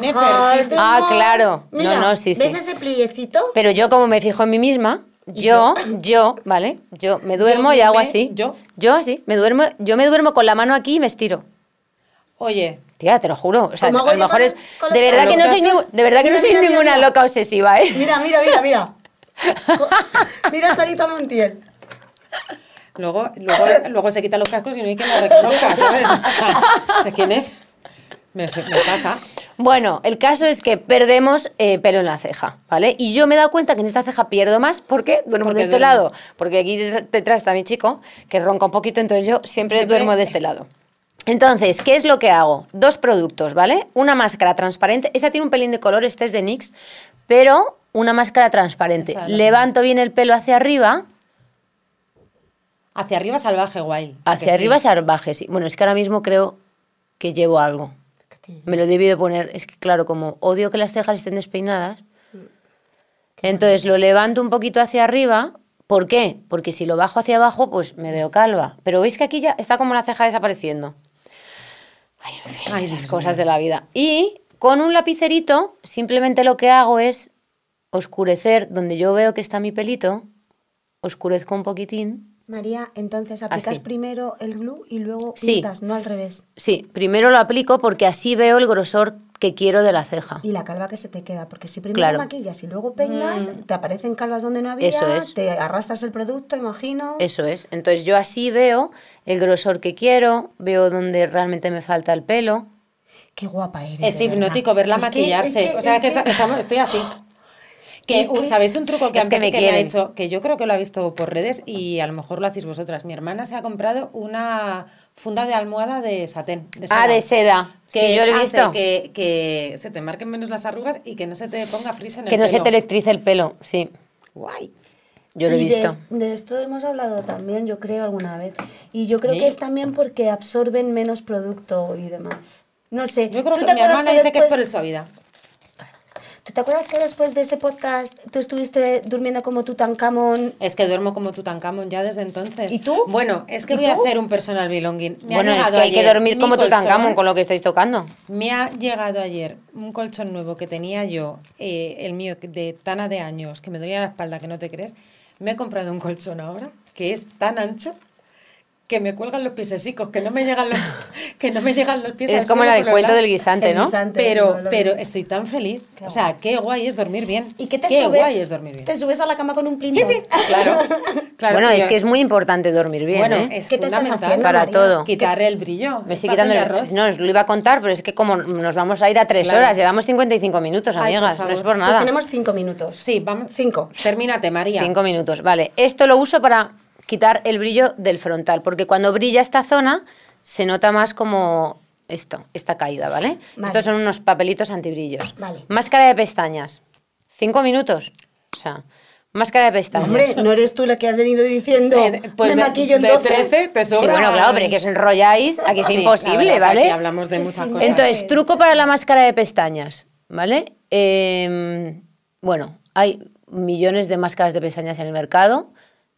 Speaker 1: Nefer.
Speaker 2: Joder,
Speaker 3: Ah,
Speaker 2: no.
Speaker 3: claro. No,
Speaker 2: Mira,
Speaker 3: no, sí, sí.
Speaker 2: ¿Ves ese pliecito?
Speaker 3: Pero yo como me fijo en mí misma, yo, yo, ¿vale? Yo me duermo
Speaker 1: Yo,
Speaker 3: y hago
Speaker 1: me,
Speaker 3: así.
Speaker 1: yo.
Speaker 3: Yo así, me duermo, yo me duermo con la mano aquí y me estiro.
Speaker 1: Oye,
Speaker 3: Tía, te lo juro. O sea, a
Speaker 2: Como hago
Speaker 3: lo
Speaker 2: yo
Speaker 3: mejor
Speaker 2: con-
Speaker 3: es.
Speaker 2: con los-
Speaker 3: De verdad
Speaker 2: con
Speaker 3: que
Speaker 2: los
Speaker 3: no soy,
Speaker 2: gastos.
Speaker 3: ningún- de verdad que no
Speaker 2: Mira,
Speaker 3: soy
Speaker 2: mira, mira,
Speaker 3: ninguna
Speaker 2: mira.
Speaker 3: loca obsesiva, ¿eh?
Speaker 2: Mira, mira, mira, mira. Co- Mira a Sarita Montiel.
Speaker 1: luego, luego, luego se quita los cascos y no hay quien la reconozca, ¿sabes? O sea, ¿Quién es? Me, me pasa.
Speaker 3: Bueno, el caso es que perdemos eh, pelo en la ceja, ¿vale? Y yo me he dado cuenta que en esta ceja pierdo más porque duermo
Speaker 1: Porque
Speaker 3: de este
Speaker 1: duerme.
Speaker 3: lado. Porque aquí detr- detrás está mi chico, que ronca un poquito, entonces yo siempre,
Speaker 1: Siempre-
Speaker 3: duermo de este lado. Entonces, ¿qué es lo que hago? Dos productos, ¿vale? Una máscara transparente. Esta tiene un pelín de color, esta es de NYX, pero una máscara transparente.
Speaker 1: Esa es la
Speaker 3: Levanto bien el pelo hacia arriba.
Speaker 1: Hacia arriba salvaje, guay. ¿a que
Speaker 3: Hacia arriba
Speaker 1: sí?
Speaker 3: salvaje, sí. Bueno, es que ahora mismo creo que llevo algo. Me lo debí de poner. Es que, claro, como odio que las cejas estén despeinadas, entonces lo levanto un poquito hacia arriba. ¿Por qué? Porque si lo bajo hacia abajo, pues me veo calva. Pero veis que aquí ya está como la ceja desapareciendo. Ay, en fin,
Speaker 1: Ay,
Speaker 3: esas
Speaker 1: Dios
Speaker 3: cosas de la vida. Y con un lapicerito, simplemente lo que hago es oscurecer donde yo veo que está mi pelito, oscurezco un poquitín.
Speaker 2: María, entonces aplicas
Speaker 3: Así.
Speaker 2: primero el glue y luego
Speaker 3: Ah, Sí.
Speaker 2: pintas, no al revés.
Speaker 3: Sí, primero lo aplico porque así veo el grosor que quiero de la ceja.
Speaker 2: Y la calva que se te queda, porque si primero
Speaker 3: Claro. Mm.
Speaker 2: maquillas y luego peinas, te aparecen calvas donde no había,
Speaker 3: Eso es.
Speaker 2: te arrastras el producto, imagino.
Speaker 3: Eso es. Entonces yo así veo el grosor que quiero, veo dónde realmente me falta el pelo.
Speaker 2: Qué guapa eres.
Speaker 1: Es
Speaker 2: de verdad.
Speaker 1: hipnótico verla
Speaker 2: Es que- es
Speaker 1: maquillarse.
Speaker 2: que-
Speaker 1: o sea,
Speaker 2: es
Speaker 1: que esta- estamos- estoy así. Que,
Speaker 2: Es
Speaker 1: uh,
Speaker 2: que-
Speaker 1: ¿Sabéis un truco que,
Speaker 3: Es
Speaker 1: han-
Speaker 3: que me
Speaker 1: que me ha
Speaker 3: quieren.
Speaker 1: hecho? Que yo creo que lo ha visto por redes y a lo mejor lo hacéis vosotras. Mi hermana se ha comprado una funda de almohada de satén. de
Speaker 3: Ah, de seda.
Speaker 1: Que
Speaker 3: sí, yo lo he
Speaker 1: hace
Speaker 3: visto. Que,
Speaker 1: Que, que se te marquen menos las arrugas y que no se te ponga frizz en el
Speaker 3: no se te
Speaker 1: pelo.
Speaker 3: electrice el pelo, sí.
Speaker 2: Guay.
Speaker 3: Yo lo he
Speaker 2: Y de
Speaker 3: visto.
Speaker 2: es- De, esto hemos hablado también, yo creo, alguna vez. Y yo creo
Speaker 1: Sí.
Speaker 2: que es también porque absorben menos producto y demás. No sé.
Speaker 1: Yo creo
Speaker 2: ¿tú
Speaker 1: que
Speaker 2: te
Speaker 1: mi
Speaker 2: acuerdas
Speaker 1: hermana dice que es por el
Speaker 2: después-
Speaker 1: suavidad.
Speaker 2: ¿Tú te acuerdas que después de ese podcast tú estuviste durmiendo como Tutankamón?
Speaker 1: Es que duermo como Tutankamón ya desde entonces.
Speaker 2: ¿Y tú?
Speaker 1: Bueno, es que
Speaker 2: ¿Y
Speaker 1: voy a
Speaker 2: tú?
Speaker 1: hacer un personal belonging. Me ha
Speaker 3: bueno, es
Speaker 1: llegado
Speaker 3: que hay que
Speaker 1: ayer
Speaker 3: dormir
Speaker 1: mi
Speaker 3: como
Speaker 1: colchón.
Speaker 3: Tutankamón con lo que estáis tocando.
Speaker 1: Me ha llegado ayer un colchón nuevo que tenía yo, eh, el mío que- de Tana de años, que me dolía la espalda, que no te crees. Me he comprado un colchón ahora que es tan ancho que me cuelgan los piesecicos, que no me llegan los, que no me llegan los pies.
Speaker 3: Es
Speaker 1: al
Speaker 3: como
Speaker 1: suelo
Speaker 3: la del
Speaker 1: por los
Speaker 3: cuento
Speaker 1: lados.
Speaker 3: del guisante,
Speaker 2: El
Speaker 3: ¿no?
Speaker 2: guisante.
Speaker 1: Pero,
Speaker 2: no, lo-
Speaker 1: pero estoy tan feliz.
Speaker 2: Qué
Speaker 1: o sea, qué guay es dormir bien.
Speaker 2: ¿Y qué te
Speaker 1: qué
Speaker 2: subes?
Speaker 1: guay es dormir bien.
Speaker 2: Te subes a la cama con un Ah, pues plinto.
Speaker 1: Claro, claro.
Speaker 3: bueno,
Speaker 1: Y-
Speaker 3: es que es muy importante dormir bien,
Speaker 1: bueno,
Speaker 3: ¿eh?
Speaker 1: es
Speaker 2: ¿Qué te estás
Speaker 1: fundamental
Speaker 2: haciendo,
Speaker 3: Para
Speaker 2: María?
Speaker 3: todo.
Speaker 1: quitarle el brillo.
Speaker 3: Me
Speaker 1: es
Speaker 3: estoy
Speaker 1: papel
Speaker 3: quitando
Speaker 1: de
Speaker 3: el-
Speaker 1: arroz.
Speaker 3: No, os lo iba a contar, pero es que como nos vamos a ir a tres
Speaker 1: Claro.
Speaker 3: horas, llevamos 55 minutos,
Speaker 1: Ay, por
Speaker 3: amigas. No es
Speaker 1: favor.
Speaker 3: por
Speaker 2: Pues
Speaker 3: nada.
Speaker 2: tenemos cinco minutos.
Speaker 1: Sí, vamos.
Speaker 2: Cinco.
Speaker 1: Termínate, María.
Speaker 3: Cinco minutos, vale. Esto lo uso para quitar el brillo del frontal, porque cuando brilla esta zona se nota más como esto, esta caída, ¿vale?
Speaker 2: Vale.
Speaker 3: Estos son unos papelitos antibrillos.
Speaker 2: Vale.
Speaker 3: Máscara de pestañas. Cinco minutos. O sea, máscara de pestañas.
Speaker 2: Hombre, no eres tú la que has venido diciendo
Speaker 1: Eh, pues
Speaker 2: me
Speaker 1: de-
Speaker 2: maquillo en
Speaker 1: de
Speaker 2: 12.
Speaker 1: 13 te
Speaker 3: Sí,
Speaker 1: sobra.
Speaker 3: bueno, claro, pero que os enrolláis, aquí es
Speaker 1: Sí, la
Speaker 3: imposible,
Speaker 1: verdad que
Speaker 3: ¿vale?
Speaker 1: Aquí hablamos de
Speaker 2: Que
Speaker 1: muchas
Speaker 2: sí,
Speaker 1: cosas.
Speaker 3: Entonces,
Speaker 2: Sí.
Speaker 3: truco para la máscara de pestañas, ¿vale? Eh, bueno, hay millones de máscaras de pestañas en el mercado,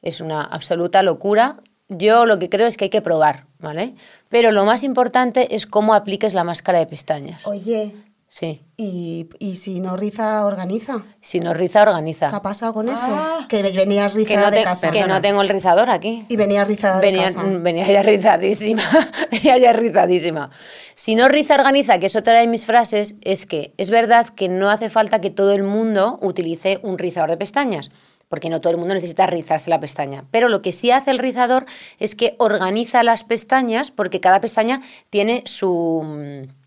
Speaker 3: es una absoluta locura. Yo lo que creo es que hay que probar, ¿vale? Pero lo más importante es cómo apliques la máscara de pestañas.
Speaker 2: Oye,
Speaker 3: Sí,
Speaker 2: y, y si no riza, organiza.
Speaker 3: si no riza, organiza.
Speaker 2: ¿Qué ha pasado con eso?
Speaker 1: Ah.
Speaker 2: que venías
Speaker 3: Que
Speaker 2: rizada
Speaker 3: no,
Speaker 2: de
Speaker 3: te-
Speaker 2: casa.
Speaker 3: que no tengo el rizador aquí.
Speaker 2: Y venías rizada
Speaker 3: Venía,
Speaker 2: de casa.
Speaker 3: mm, venía ya rizadísima, venía ya rizadísima. Si no riza organiza, que es otra de mis frases, es que es verdad que no hace falta que todo el mundo utilice un rizador de pestañas, porque no todo el mundo necesita rizarse la pestaña. Pero lo que sí hace el rizador es que organiza las pestañas, porque cada pestaña tiene su... mm,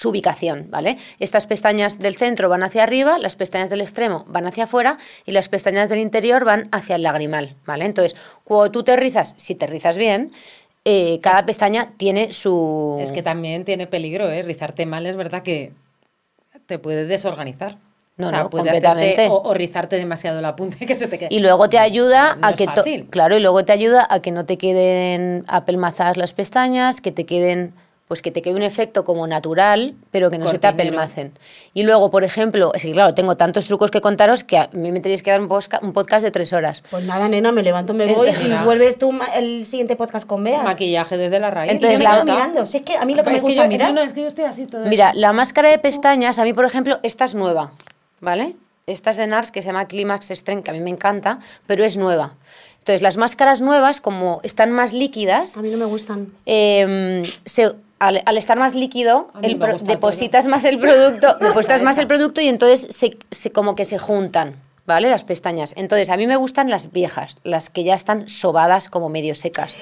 Speaker 3: su ubicación, ¿vale? Estas pestañas del centro van hacia arriba, las pestañas del extremo van hacia afuera y las pestañas del interior van hacia el lagrimal, ¿vale? Entonces, cuando tú te rizas, si te rizas bien, eh, cada pestaña tiene su...
Speaker 1: Es que también tiene peligro, ¿eh? Rizarte mal es verdad que te puede desorganizar.
Speaker 3: No,
Speaker 1: o sea,
Speaker 3: no,
Speaker 1: puede hacerte-
Speaker 3: completamente.
Speaker 1: O, o rizarte demasiado la punta y que se te quede.
Speaker 3: Y luego te ayuda
Speaker 1: No
Speaker 3: a
Speaker 1: es
Speaker 3: que to-
Speaker 1: fácil.
Speaker 3: claro, y luego te ayuda a que no te queden apelmazadas las pestañas, que te queden pues que te quede un efecto como natural, pero que no se te
Speaker 1: Cortinero.
Speaker 3: apelmacen. Y luego, por ejemplo, es que claro, tengo tantos trucos que contaros que a mí me tenéis que dar un, posca- un podcast de tres horas.
Speaker 2: Pues nada, nena, me levanto, me voy
Speaker 1: Mira.
Speaker 2: y vuelves tú ma- el siguiente podcast con Bea.
Speaker 1: Maquillaje desde la raíz.
Speaker 3: Entonces,
Speaker 2: yo
Speaker 3: la-
Speaker 2: me quedo mirando. Si es que a mí lo que
Speaker 1: es
Speaker 2: me gusta
Speaker 1: yo,
Speaker 2: es mirar.
Speaker 1: no, no, es que yo estoy así todo el-
Speaker 3: Mira, la máscara de pestañas, a mí, por ejemplo, esta es nueva, ¿vale? Esta es de NARS que se llama Climax Strength, que a mí me encanta, pero es nueva. Entonces, las máscaras nuevas, como están más líquidas,
Speaker 2: A mí no me gustan.
Speaker 3: em, se al, al estar más líquido,
Speaker 1: A mí
Speaker 3: el
Speaker 1: me
Speaker 3: pro-
Speaker 1: gusta
Speaker 3: depositas más el producto, depositas más el producto y entonces se, se- como que se juntan, ¿vale? Las pestañas. Entonces, a mí me gustan las viejas, las que ya están sobadas como medio secas.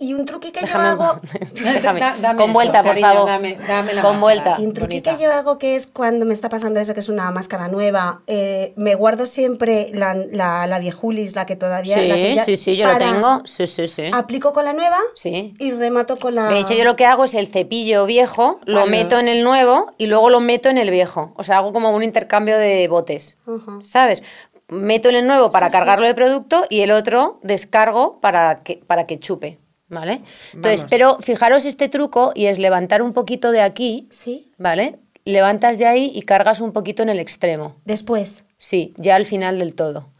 Speaker 2: Y un truqui que
Speaker 3: Déjame,
Speaker 2: yo hago.
Speaker 3: déjame.
Speaker 1: Da- dame
Speaker 3: con
Speaker 1: eso,
Speaker 3: vuelta, por
Speaker 1: cariño,
Speaker 3: favor.
Speaker 1: dame- dame la máscara.
Speaker 3: con vuelta.
Speaker 2: Y un truqui
Speaker 3: bonita.
Speaker 2: que yo hago que es cuando me está pasando eso, que es una máscara nueva, eh, me guardo siempre la, la, la viejulis, la que todavía... la que
Speaker 3: Sí,
Speaker 2: ya-
Speaker 3: sí, sí, yo lo
Speaker 2: para-
Speaker 3: tengo. Sí, sí, sí.
Speaker 2: Aplico con la nueva
Speaker 3: Sí.
Speaker 2: y remato con la...
Speaker 3: De hecho, yo lo que hago es el cepillo viejo, lo
Speaker 1: Vale.
Speaker 3: meto en el nuevo y luego lo meto en el viejo. O sea, hago como un intercambio de botes,
Speaker 2: Ujú.
Speaker 3: ¿sabes? Meto en el nuevo para cargarlo de producto y el otro descargo para que, para que chupe, ¿vale? Entonces,
Speaker 1: Vamos.
Speaker 3: pero fijaros este truco y es levantar un poquito de aquí,
Speaker 2: Sí,
Speaker 3: ¿vale? Levantas de ahí y cargas un poquito en el extremo.
Speaker 2: después.
Speaker 3: Sí, ya al final del todo.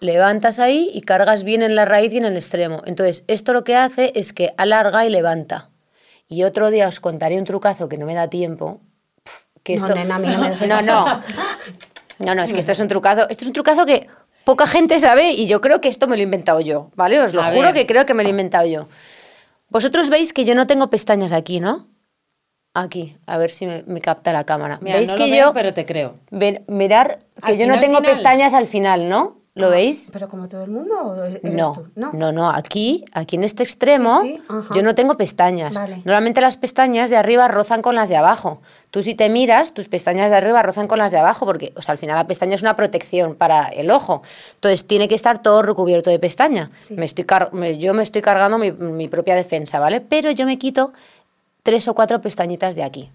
Speaker 3: Levantas ahí y cargas bien en la raíz y en el extremo. Entonces, esto lo que hace es que alarga y levanta. Y otro día os contaré un trucazo que no me da tiempo. pf, Que
Speaker 2: No,
Speaker 3: esto...
Speaker 2: nena, a mí no me dejes
Speaker 3: no,
Speaker 2: así.
Speaker 3: no. No, no, es que esto es un trucazo. Esto es un trucazo que poca gente sabe y yo creo que esto me lo he inventado yo, ¿vale? Os lo
Speaker 1: A
Speaker 3: juro
Speaker 1: ver.
Speaker 3: que creo que me lo he inventado yo. Vosotros veis que yo no tengo pestañas aquí, ¿no? Aquí, a ver si me, me capta la cámara.
Speaker 1: Mira,
Speaker 3: ¿Veis
Speaker 1: no lo
Speaker 3: que yo
Speaker 1: veo, pero te creo.
Speaker 3: Ver- mirar que
Speaker 1: Al
Speaker 3: yo no
Speaker 1: final,
Speaker 3: tengo
Speaker 1: final.
Speaker 3: pestañas al final, ¿no? ¿Lo veis?
Speaker 2: Ah, ¿Pero como todo el mundo o eres
Speaker 3: No,
Speaker 2: tú?
Speaker 3: no, no, Aquí, aquí en este extremo,
Speaker 2: Sí, sí, ajá.
Speaker 3: yo no tengo pestañas.
Speaker 2: Vale.
Speaker 3: Normalmente las pestañas de arriba rozan con las de abajo. Tú si te miras, tus pestañas de arriba rozan con las de abajo, porque o sea, al final la pestaña es una protección para el ojo. Entonces tiene que estar todo recubierto de pestaña.
Speaker 2: Sí.
Speaker 3: Me estoy car- me- yo me estoy cargando mi, mi propia defensa, ¿vale? Pero yo me quito tres o cuatro pestañitas de aquí.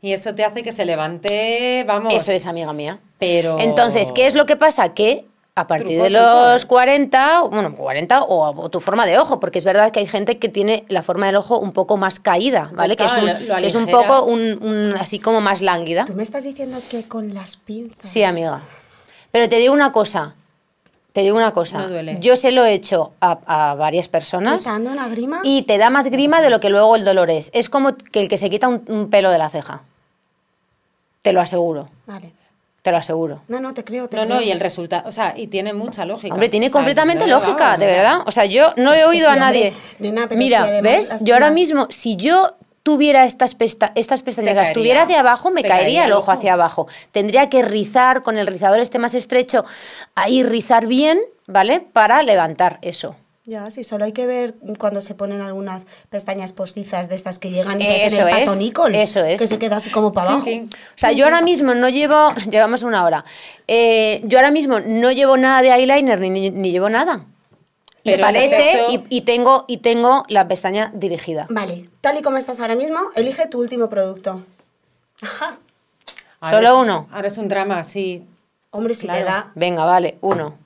Speaker 1: Y eso te hace que se levante, vamos.
Speaker 3: Eso es, amiga mía.
Speaker 1: Pero-
Speaker 3: Entonces, ¿qué es lo que pasa? Que a partir
Speaker 1: Truco,
Speaker 3: de
Speaker 1: truco,
Speaker 3: los
Speaker 1: ¿eh?
Speaker 3: 40, bueno, 40 o, o tu forma de ojo, porque es verdad que hay gente que tiene la forma del ojo un poco más caída, ¿vale?
Speaker 1: Pues
Speaker 3: que,
Speaker 1: claro,
Speaker 3: es un,
Speaker 1: lo- lo
Speaker 3: que es un
Speaker 1: aligeras.
Speaker 3: poco un, un- así como más lánguida.
Speaker 2: Tú me estás diciendo que con las pinzas...
Speaker 3: Sí, amiga. Pero te digo una cosa. Te digo una cosa.
Speaker 1: No duele.
Speaker 3: Yo se lo he hecho a, a varias
Speaker 2: ¿Me
Speaker 3: personas.
Speaker 2: está dando una grima?
Speaker 3: Y te da
Speaker 1: Pues
Speaker 3: más grima de lo que luego el dolor es. Es como que el que se quita un- un pelo de la ceja. Te lo aseguro.
Speaker 2: Vale.
Speaker 3: Te lo aseguro.
Speaker 2: No, no, te creo, te
Speaker 1: No,
Speaker 2: creo.
Speaker 1: no, y el resultado, o sea, y tiene mucha lógica.
Speaker 3: Hombre, tiene
Speaker 1: O sea,
Speaker 3: completamente
Speaker 1: no,
Speaker 3: lógica,
Speaker 1: vamos,
Speaker 3: de
Speaker 1: o sea,
Speaker 3: verdad. O sea, yo no
Speaker 2: es
Speaker 3: he
Speaker 2: que
Speaker 3: oído
Speaker 2: sí,
Speaker 3: a
Speaker 2: hombre.
Speaker 3: nadie.
Speaker 2: Nena, pero
Speaker 3: Mira,
Speaker 2: si además
Speaker 3: ¿ves?
Speaker 2: las-
Speaker 3: yo ahora
Speaker 2: las-
Speaker 3: mismo, si yo tuviera estas, pesta- estas pestañas,
Speaker 1: Te
Speaker 3: las
Speaker 1: caería.
Speaker 3: tuviera hacia abajo, me
Speaker 1: Te
Speaker 3: caería,
Speaker 1: caería
Speaker 3: el
Speaker 1: el
Speaker 3: ojo
Speaker 1: ojo.
Speaker 3: hacia abajo. Tendría que rizar con el rizador este más estrecho, ahí rizar bien, ¿vale? Para levantar eso.
Speaker 2: Ya, sí, solo hay que ver cuando se ponen algunas pestañas postizas de estas que llegan y que
Speaker 3: Eso
Speaker 2: hacen el pato
Speaker 3: es,
Speaker 2: Nicol,
Speaker 3: eso es.
Speaker 2: que se queda así como para abajo.
Speaker 1: en fin.
Speaker 3: O sea, yo ahora mismo no llevo, llevamos una hora, Eh, yo ahora mismo no llevo nada de eyeliner ni, ni- ni llevo nada. Y
Speaker 1: Pero en
Speaker 3: parece,
Speaker 1: efecto-
Speaker 3: y, y tengo, y tengo la pestaña dirigida.
Speaker 2: Vale, tal y como estás ahora mismo, elige tu último producto. Ajá.
Speaker 1: ahora
Speaker 3: Solo
Speaker 1: es-
Speaker 3: uno.
Speaker 1: Ahora es un drama, sí,
Speaker 2: Hombre, si te
Speaker 1: Claro.
Speaker 2: da.
Speaker 3: Venga, vale, uno.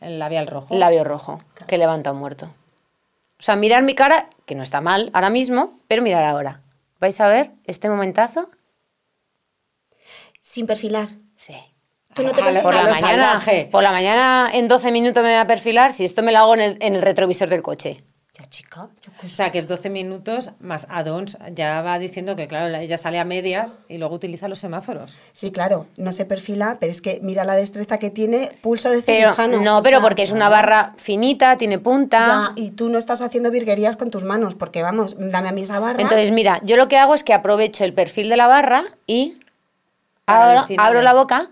Speaker 1: el labial rojo.
Speaker 3: Labio rojo, que levanta un muerto. O sea, mirar mi cara, que no está mal ahora mismo, pero mirar ahora. ¿Vais a ver este momentazo?
Speaker 2: Sin perfilar.
Speaker 3: Sí.
Speaker 2: Tú no te
Speaker 1: A la-
Speaker 2: perfilas.
Speaker 3: Por la,
Speaker 1: Lo
Speaker 3: mañana,
Speaker 1: salvaje.
Speaker 3: por la mañana, en 12 minutos me voy a perfilar si esto me lo hago en el, en el retrovisor del coche.
Speaker 2: Ya, chica. yo qué
Speaker 1: O
Speaker 2: sé.
Speaker 1: sea, que es 12 minutos más add-ons. Ya va diciendo que, claro, ella sale a medias y luego utiliza los semáforos.
Speaker 2: Sí, claro, no se perfila, pero es que mira la destreza que tiene, pulso de
Speaker 3: Pero,
Speaker 2: cirujano.
Speaker 3: no,
Speaker 2: o
Speaker 3: pero
Speaker 2: sea,
Speaker 3: porque es una barra finita, tiene punta.
Speaker 2: ya, y tú no estás haciendo virguerías con tus manos, porque vamos, dame a mí esa barra.
Speaker 3: Entonces, mira, yo lo que hago es que aprovecho el perfil de la barra y
Speaker 1: Para
Speaker 3: abro,
Speaker 1: los finales.
Speaker 3: abro la boca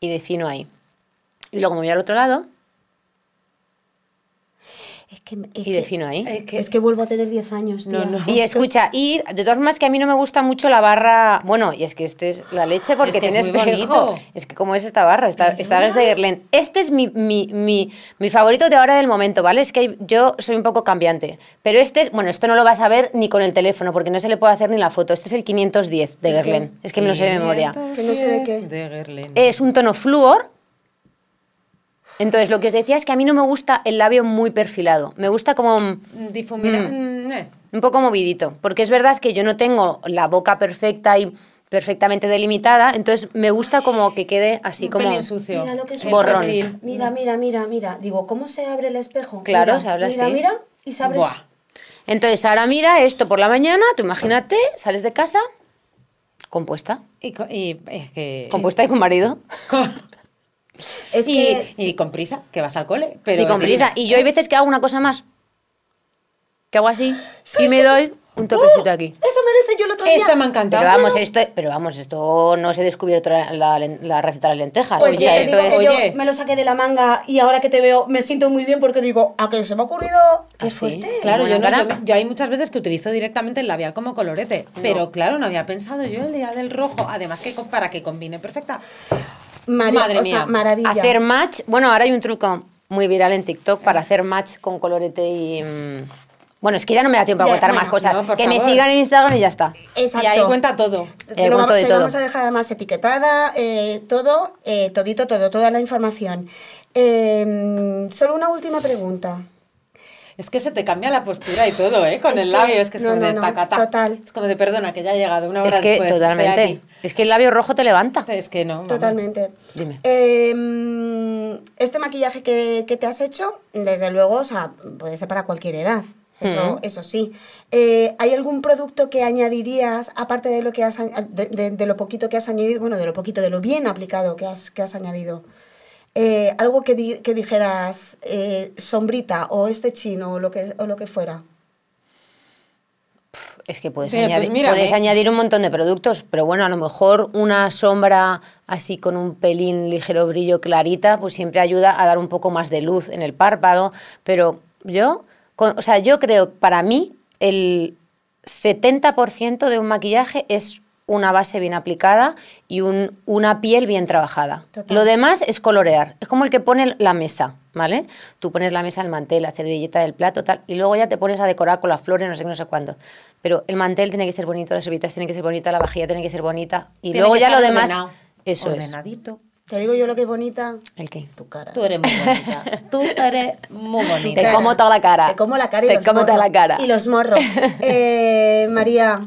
Speaker 3: y defino ahí. Y luego me voy al otro lado
Speaker 2: es que, es
Speaker 3: y
Speaker 2: que-
Speaker 3: defino ahí.
Speaker 1: Eh,
Speaker 2: es que- es que vuelvo a tener 10 años,
Speaker 1: No,
Speaker 2: tía.
Speaker 1: no.
Speaker 3: Y escucha, y de todas formas que a mí no me gusta mucho la barra, bueno, y es que este es la leche porque
Speaker 1: Es que es
Speaker 3: tiene
Speaker 1: muy
Speaker 3: espejo.
Speaker 1: bonito.
Speaker 3: Es que como es esta barra, esta, esta es de Guerlain. Este es mi, mi, mi, mi favorito de ahora del momento, ¿vale? Es que hay- yo soy un poco cambiante, pero este, es- bueno, esto no lo vas a ver ni con el teléfono porque no se le puede hacer ni la foto. Este es el 510 de Guerlain, es que me lo sé de memoria. Eh,
Speaker 2: Que no sé de qué.
Speaker 1: De Guerlain.
Speaker 3: Es un tono flúor. Entonces, lo que os decía es que a mí no me gusta el labio muy perfilado. Me gusta como
Speaker 1: Difumina. mm, eh.
Speaker 3: un poco movidito, porque es verdad que yo no tengo la boca perfecta y perfectamente delimitada, entonces me gusta como que quede así
Speaker 1: un
Speaker 3: como...
Speaker 1: pelín sucio.
Speaker 2: Mira lo que es
Speaker 1: El
Speaker 3: Borrón.
Speaker 1: perfil.
Speaker 2: Mira, mira, mira, mira. Digo, ¿cómo se abre el espejo?
Speaker 3: Claro,
Speaker 2: Mira,
Speaker 3: se abre
Speaker 2: mira,
Speaker 3: así.
Speaker 2: Mira, y se abre.
Speaker 1: Buah.
Speaker 3: Entonces ahora mira esto por la mañana, tú imagínate, sales de casa, compuesta,
Speaker 1: Y, co- y es que...
Speaker 3: compuesta y con marido,
Speaker 1: con-
Speaker 2: Es
Speaker 1: y,
Speaker 2: que-
Speaker 1: y con prisa, que vas al cole. Pero
Speaker 3: y con prisa. Y yo hay veces que hago una cosa más. Que hago así y
Speaker 2: ¿Sabes
Speaker 3: me
Speaker 2: qué?
Speaker 3: doy un toquecito
Speaker 2: ¡Oh!
Speaker 3: aquí.
Speaker 2: Eso merece yo el otro día.
Speaker 1: Esta me ha encantado.
Speaker 3: Pero vamos, esto, pero vamos, esto no se ha descubierto la, la len- la receta de las lentejas.
Speaker 2: Pues
Speaker 3: o
Speaker 2: sí,
Speaker 3: sea,
Speaker 2: te
Speaker 3: esto
Speaker 2: digo
Speaker 3: es...
Speaker 2: que
Speaker 1: Oye.
Speaker 2: yo me lo saqué de la manga y ahora que te veo me siento muy bien porque digo, ¿a que se me ha ocurrido? ¡Qué
Speaker 3: ¿Ah, sí?
Speaker 2: fuerte!
Speaker 1: Claro, yo,
Speaker 3: Bueno,
Speaker 1: no, yo,
Speaker 3: cara.
Speaker 1: me- yo hay muchas veces que utilizo directamente el labial como colorete, pero claro, no había pensado yo el día del rojo, además que co- para que combine perfecta.
Speaker 2: María,
Speaker 1: Madre
Speaker 2: o sea,
Speaker 1: mía.
Speaker 2: maravilla.
Speaker 3: Hacer match. Bueno, ahora hay un truco muy viral en TikTok
Speaker 1: Eh.
Speaker 3: para hacer match con colorete y. mm, Bueno, es que ya no me da tiempo a
Speaker 2: Ya,
Speaker 3: contar
Speaker 2: bueno,
Speaker 3: más cosas.
Speaker 1: no, por
Speaker 3: que me
Speaker 1: favor.
Speaker 3: sigan en Instagram y ya está.
Speaker 2: Exacto.
Speaker 1: Y ahí cuenta todo.
Speaker 2: Te
Speaker 3: Eh,
Speaker 2: lo
Speaker 3: cuento
Speaker 2: va-
Speaker 3: de
Speaker 2: te
Speaker 3: todo.
Speaker 2: vamos a dejar además etiquetada, eh, todo, eh, todito, todo, toda la información. Eh, solo una última pregunta.
Speaker 1: Es que se te cambia la postura y todo, ¿eh? Con
Speaker 2: Es
Speaker 1: el
Speaker 2: que-
Speaker 1: labio, es que es
Speaker 2: no,
Speaker 1: como
Speaker 2: no,
Speaker 1: de
Speaker 2: no,
Speaker 1: tacata.
Speaker 2: total.
Speaker 1: Es como de perdona, que ya he llegado una hora
Speaker 3: es que
Speaker 1: después. estoy
Speaker 3: totalmente.
Speaker 1: aquí".
Speaker 3: Es que el labio rojo te levanta.
Speaker 1: Es que no. vamos.
Speaker 2: Totalmente.
Speaker 3: Dime.
Speaker 2: Eh, este maquillaje que, que te has hecho, desde luego, o sea, puede ser para cualquier edad. Eso,
Speaker 3: Mm.
Speaker 2: eso sí. Eh, ¿Hay algún producto que añadirías, aparte de lo que has añ- de, de- de lo poquito que has añadido, bueno, de lo poquito, de lo bien aplicado que has, que has añadido? Eh, algo que, di- que dijeras eh, sombrita o este chino o lo que, o lo que fuera.
Speaker 3: Es que puedes,
Speaker 1: Mira, pues
Speaker 3: añadir,
Speaker 1: mírame.
Speaker 3: puedes añadir un montón de productos, pero bueno, a lo mejor una sombra así con un pelín ligero brillo clarita, pues siempre ayuda a dar un poco más de luz en el párpado. Pero yo, con- o sea, yo creo que para mí el 70% de un maquillaje es una base bien aplicada y un- una piel bien trabajada.
Speaker 2: Total.
Speaker 3: Lo demás es colorear. Es como el que pone la mesa, ¿vale? Tú pones la mesa, el mantel, la servilleta del plato, tal, y luego ya te pones a decorar con las flores, no sé qué, no sé cuánto. Pero el mantel tiene que ser bonito, las servilletas tienen que ser bonitas, la vajilla tiene que ser bonita, y
Speaker 1: Tiene
Speaker 3: luego
Speaker 1: que
Speaker 3: ya lo
Speaker 1: estar
Speaker 3: demás.
Speaker 1: ordenado.
Speaker 3: Eso
Speaker 1: Ordenadito.
Speaker 2: Te digo yo lo que es bonita,
Speaker 3: es. ¿El qué?
Speaker 2: tu cara.
Speaker 1: Tú eres muy bonita. Tú eres muy bonita.
Speaker 3: Te como toda la cara.
Speaker 2: Te como la cara y
Speaker 3: Te
Speaker 2: los
Speaker 3: como toda
Speaker 2: morros.
Speaker 3: la cara.
Speaker 2: Y los morros. Eh, María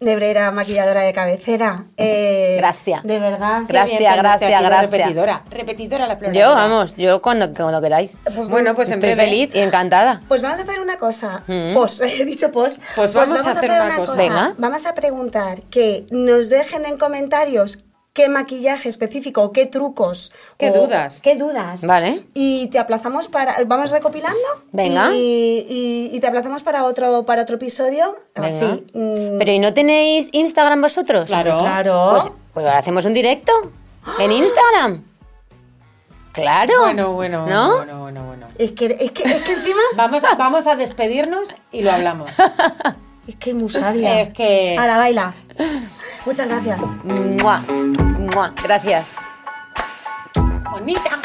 Speaker 2: Nebrera, maquilladora de cabecera. eh,
Speaker 3: Gracias.
Speaker 2: De verdad.
Speaker 1: Qué bien
Speaker 3: Gracias,
Speaker 1: tenerte
Speaker 3: gracias,
Speaker 1: aquí de
Speaker 3: gracias.
Speaker 1: Repetidora, repetidora la flor.
Speaker 3: Yo, vamos, yo cuando, cuando queráis.
Speaker 2: Pues
Speaker 1: Bueno, pues en
Speaker 3: Estoy
Speaker 1: breve.
Speaker 3: feliz y encantada.
Speaker 2: Pues vamos a hacer una cosa.
Speaker 3: Mm.
Speaker 2: Pos, he dicho pos.
Speaker 1: Pues vamos a hacer una cosa.
Speaker 3: Venga.
Speaker 2: Vamos a preguntar que nos dejen en comentarios qué maquillaje específico, o qué trucos.
Speaker 1: ¿Qué
Speaker 2: o
Speaker 1: dudas?
Speaker 2: ¿Qué dudas?
Speaker 3: Vale.
Speaker 2: Y te aplazamos para. Vamos recopilando.
Speaker 3: Venga.
Speaker 2: Y, y- y te aplazamos para otro, para otro episodio.
Speaker 1: Ah,
Speaker 3: Venga.
Speaker 2: Así. mm,
Speaker 3: Pero ¿y no tenéis Instagram vosotros?
Speaker 1: Claro.
Speaker 2: Claro.
Speaker 3: Pues, pues ahora hacemos un directo en Instagram. Claro.
Speaker 1: Bueno, bueno,
Speaker 3: ¿No?
Speaker 1: bueno, bueno, bueno.
Speaker 2: Es que, es que, es que encima,
Speaker 1: Vamos a, vamos a despedirnos y lo hablamos.
Speaker 2: es que es muy sabia.
Speaker 1: Es que-
Speaker 2: A la baila. Muchas gracias.
Speaker 3: Mua, mua. Gracias.
Speaker 1: Bonita.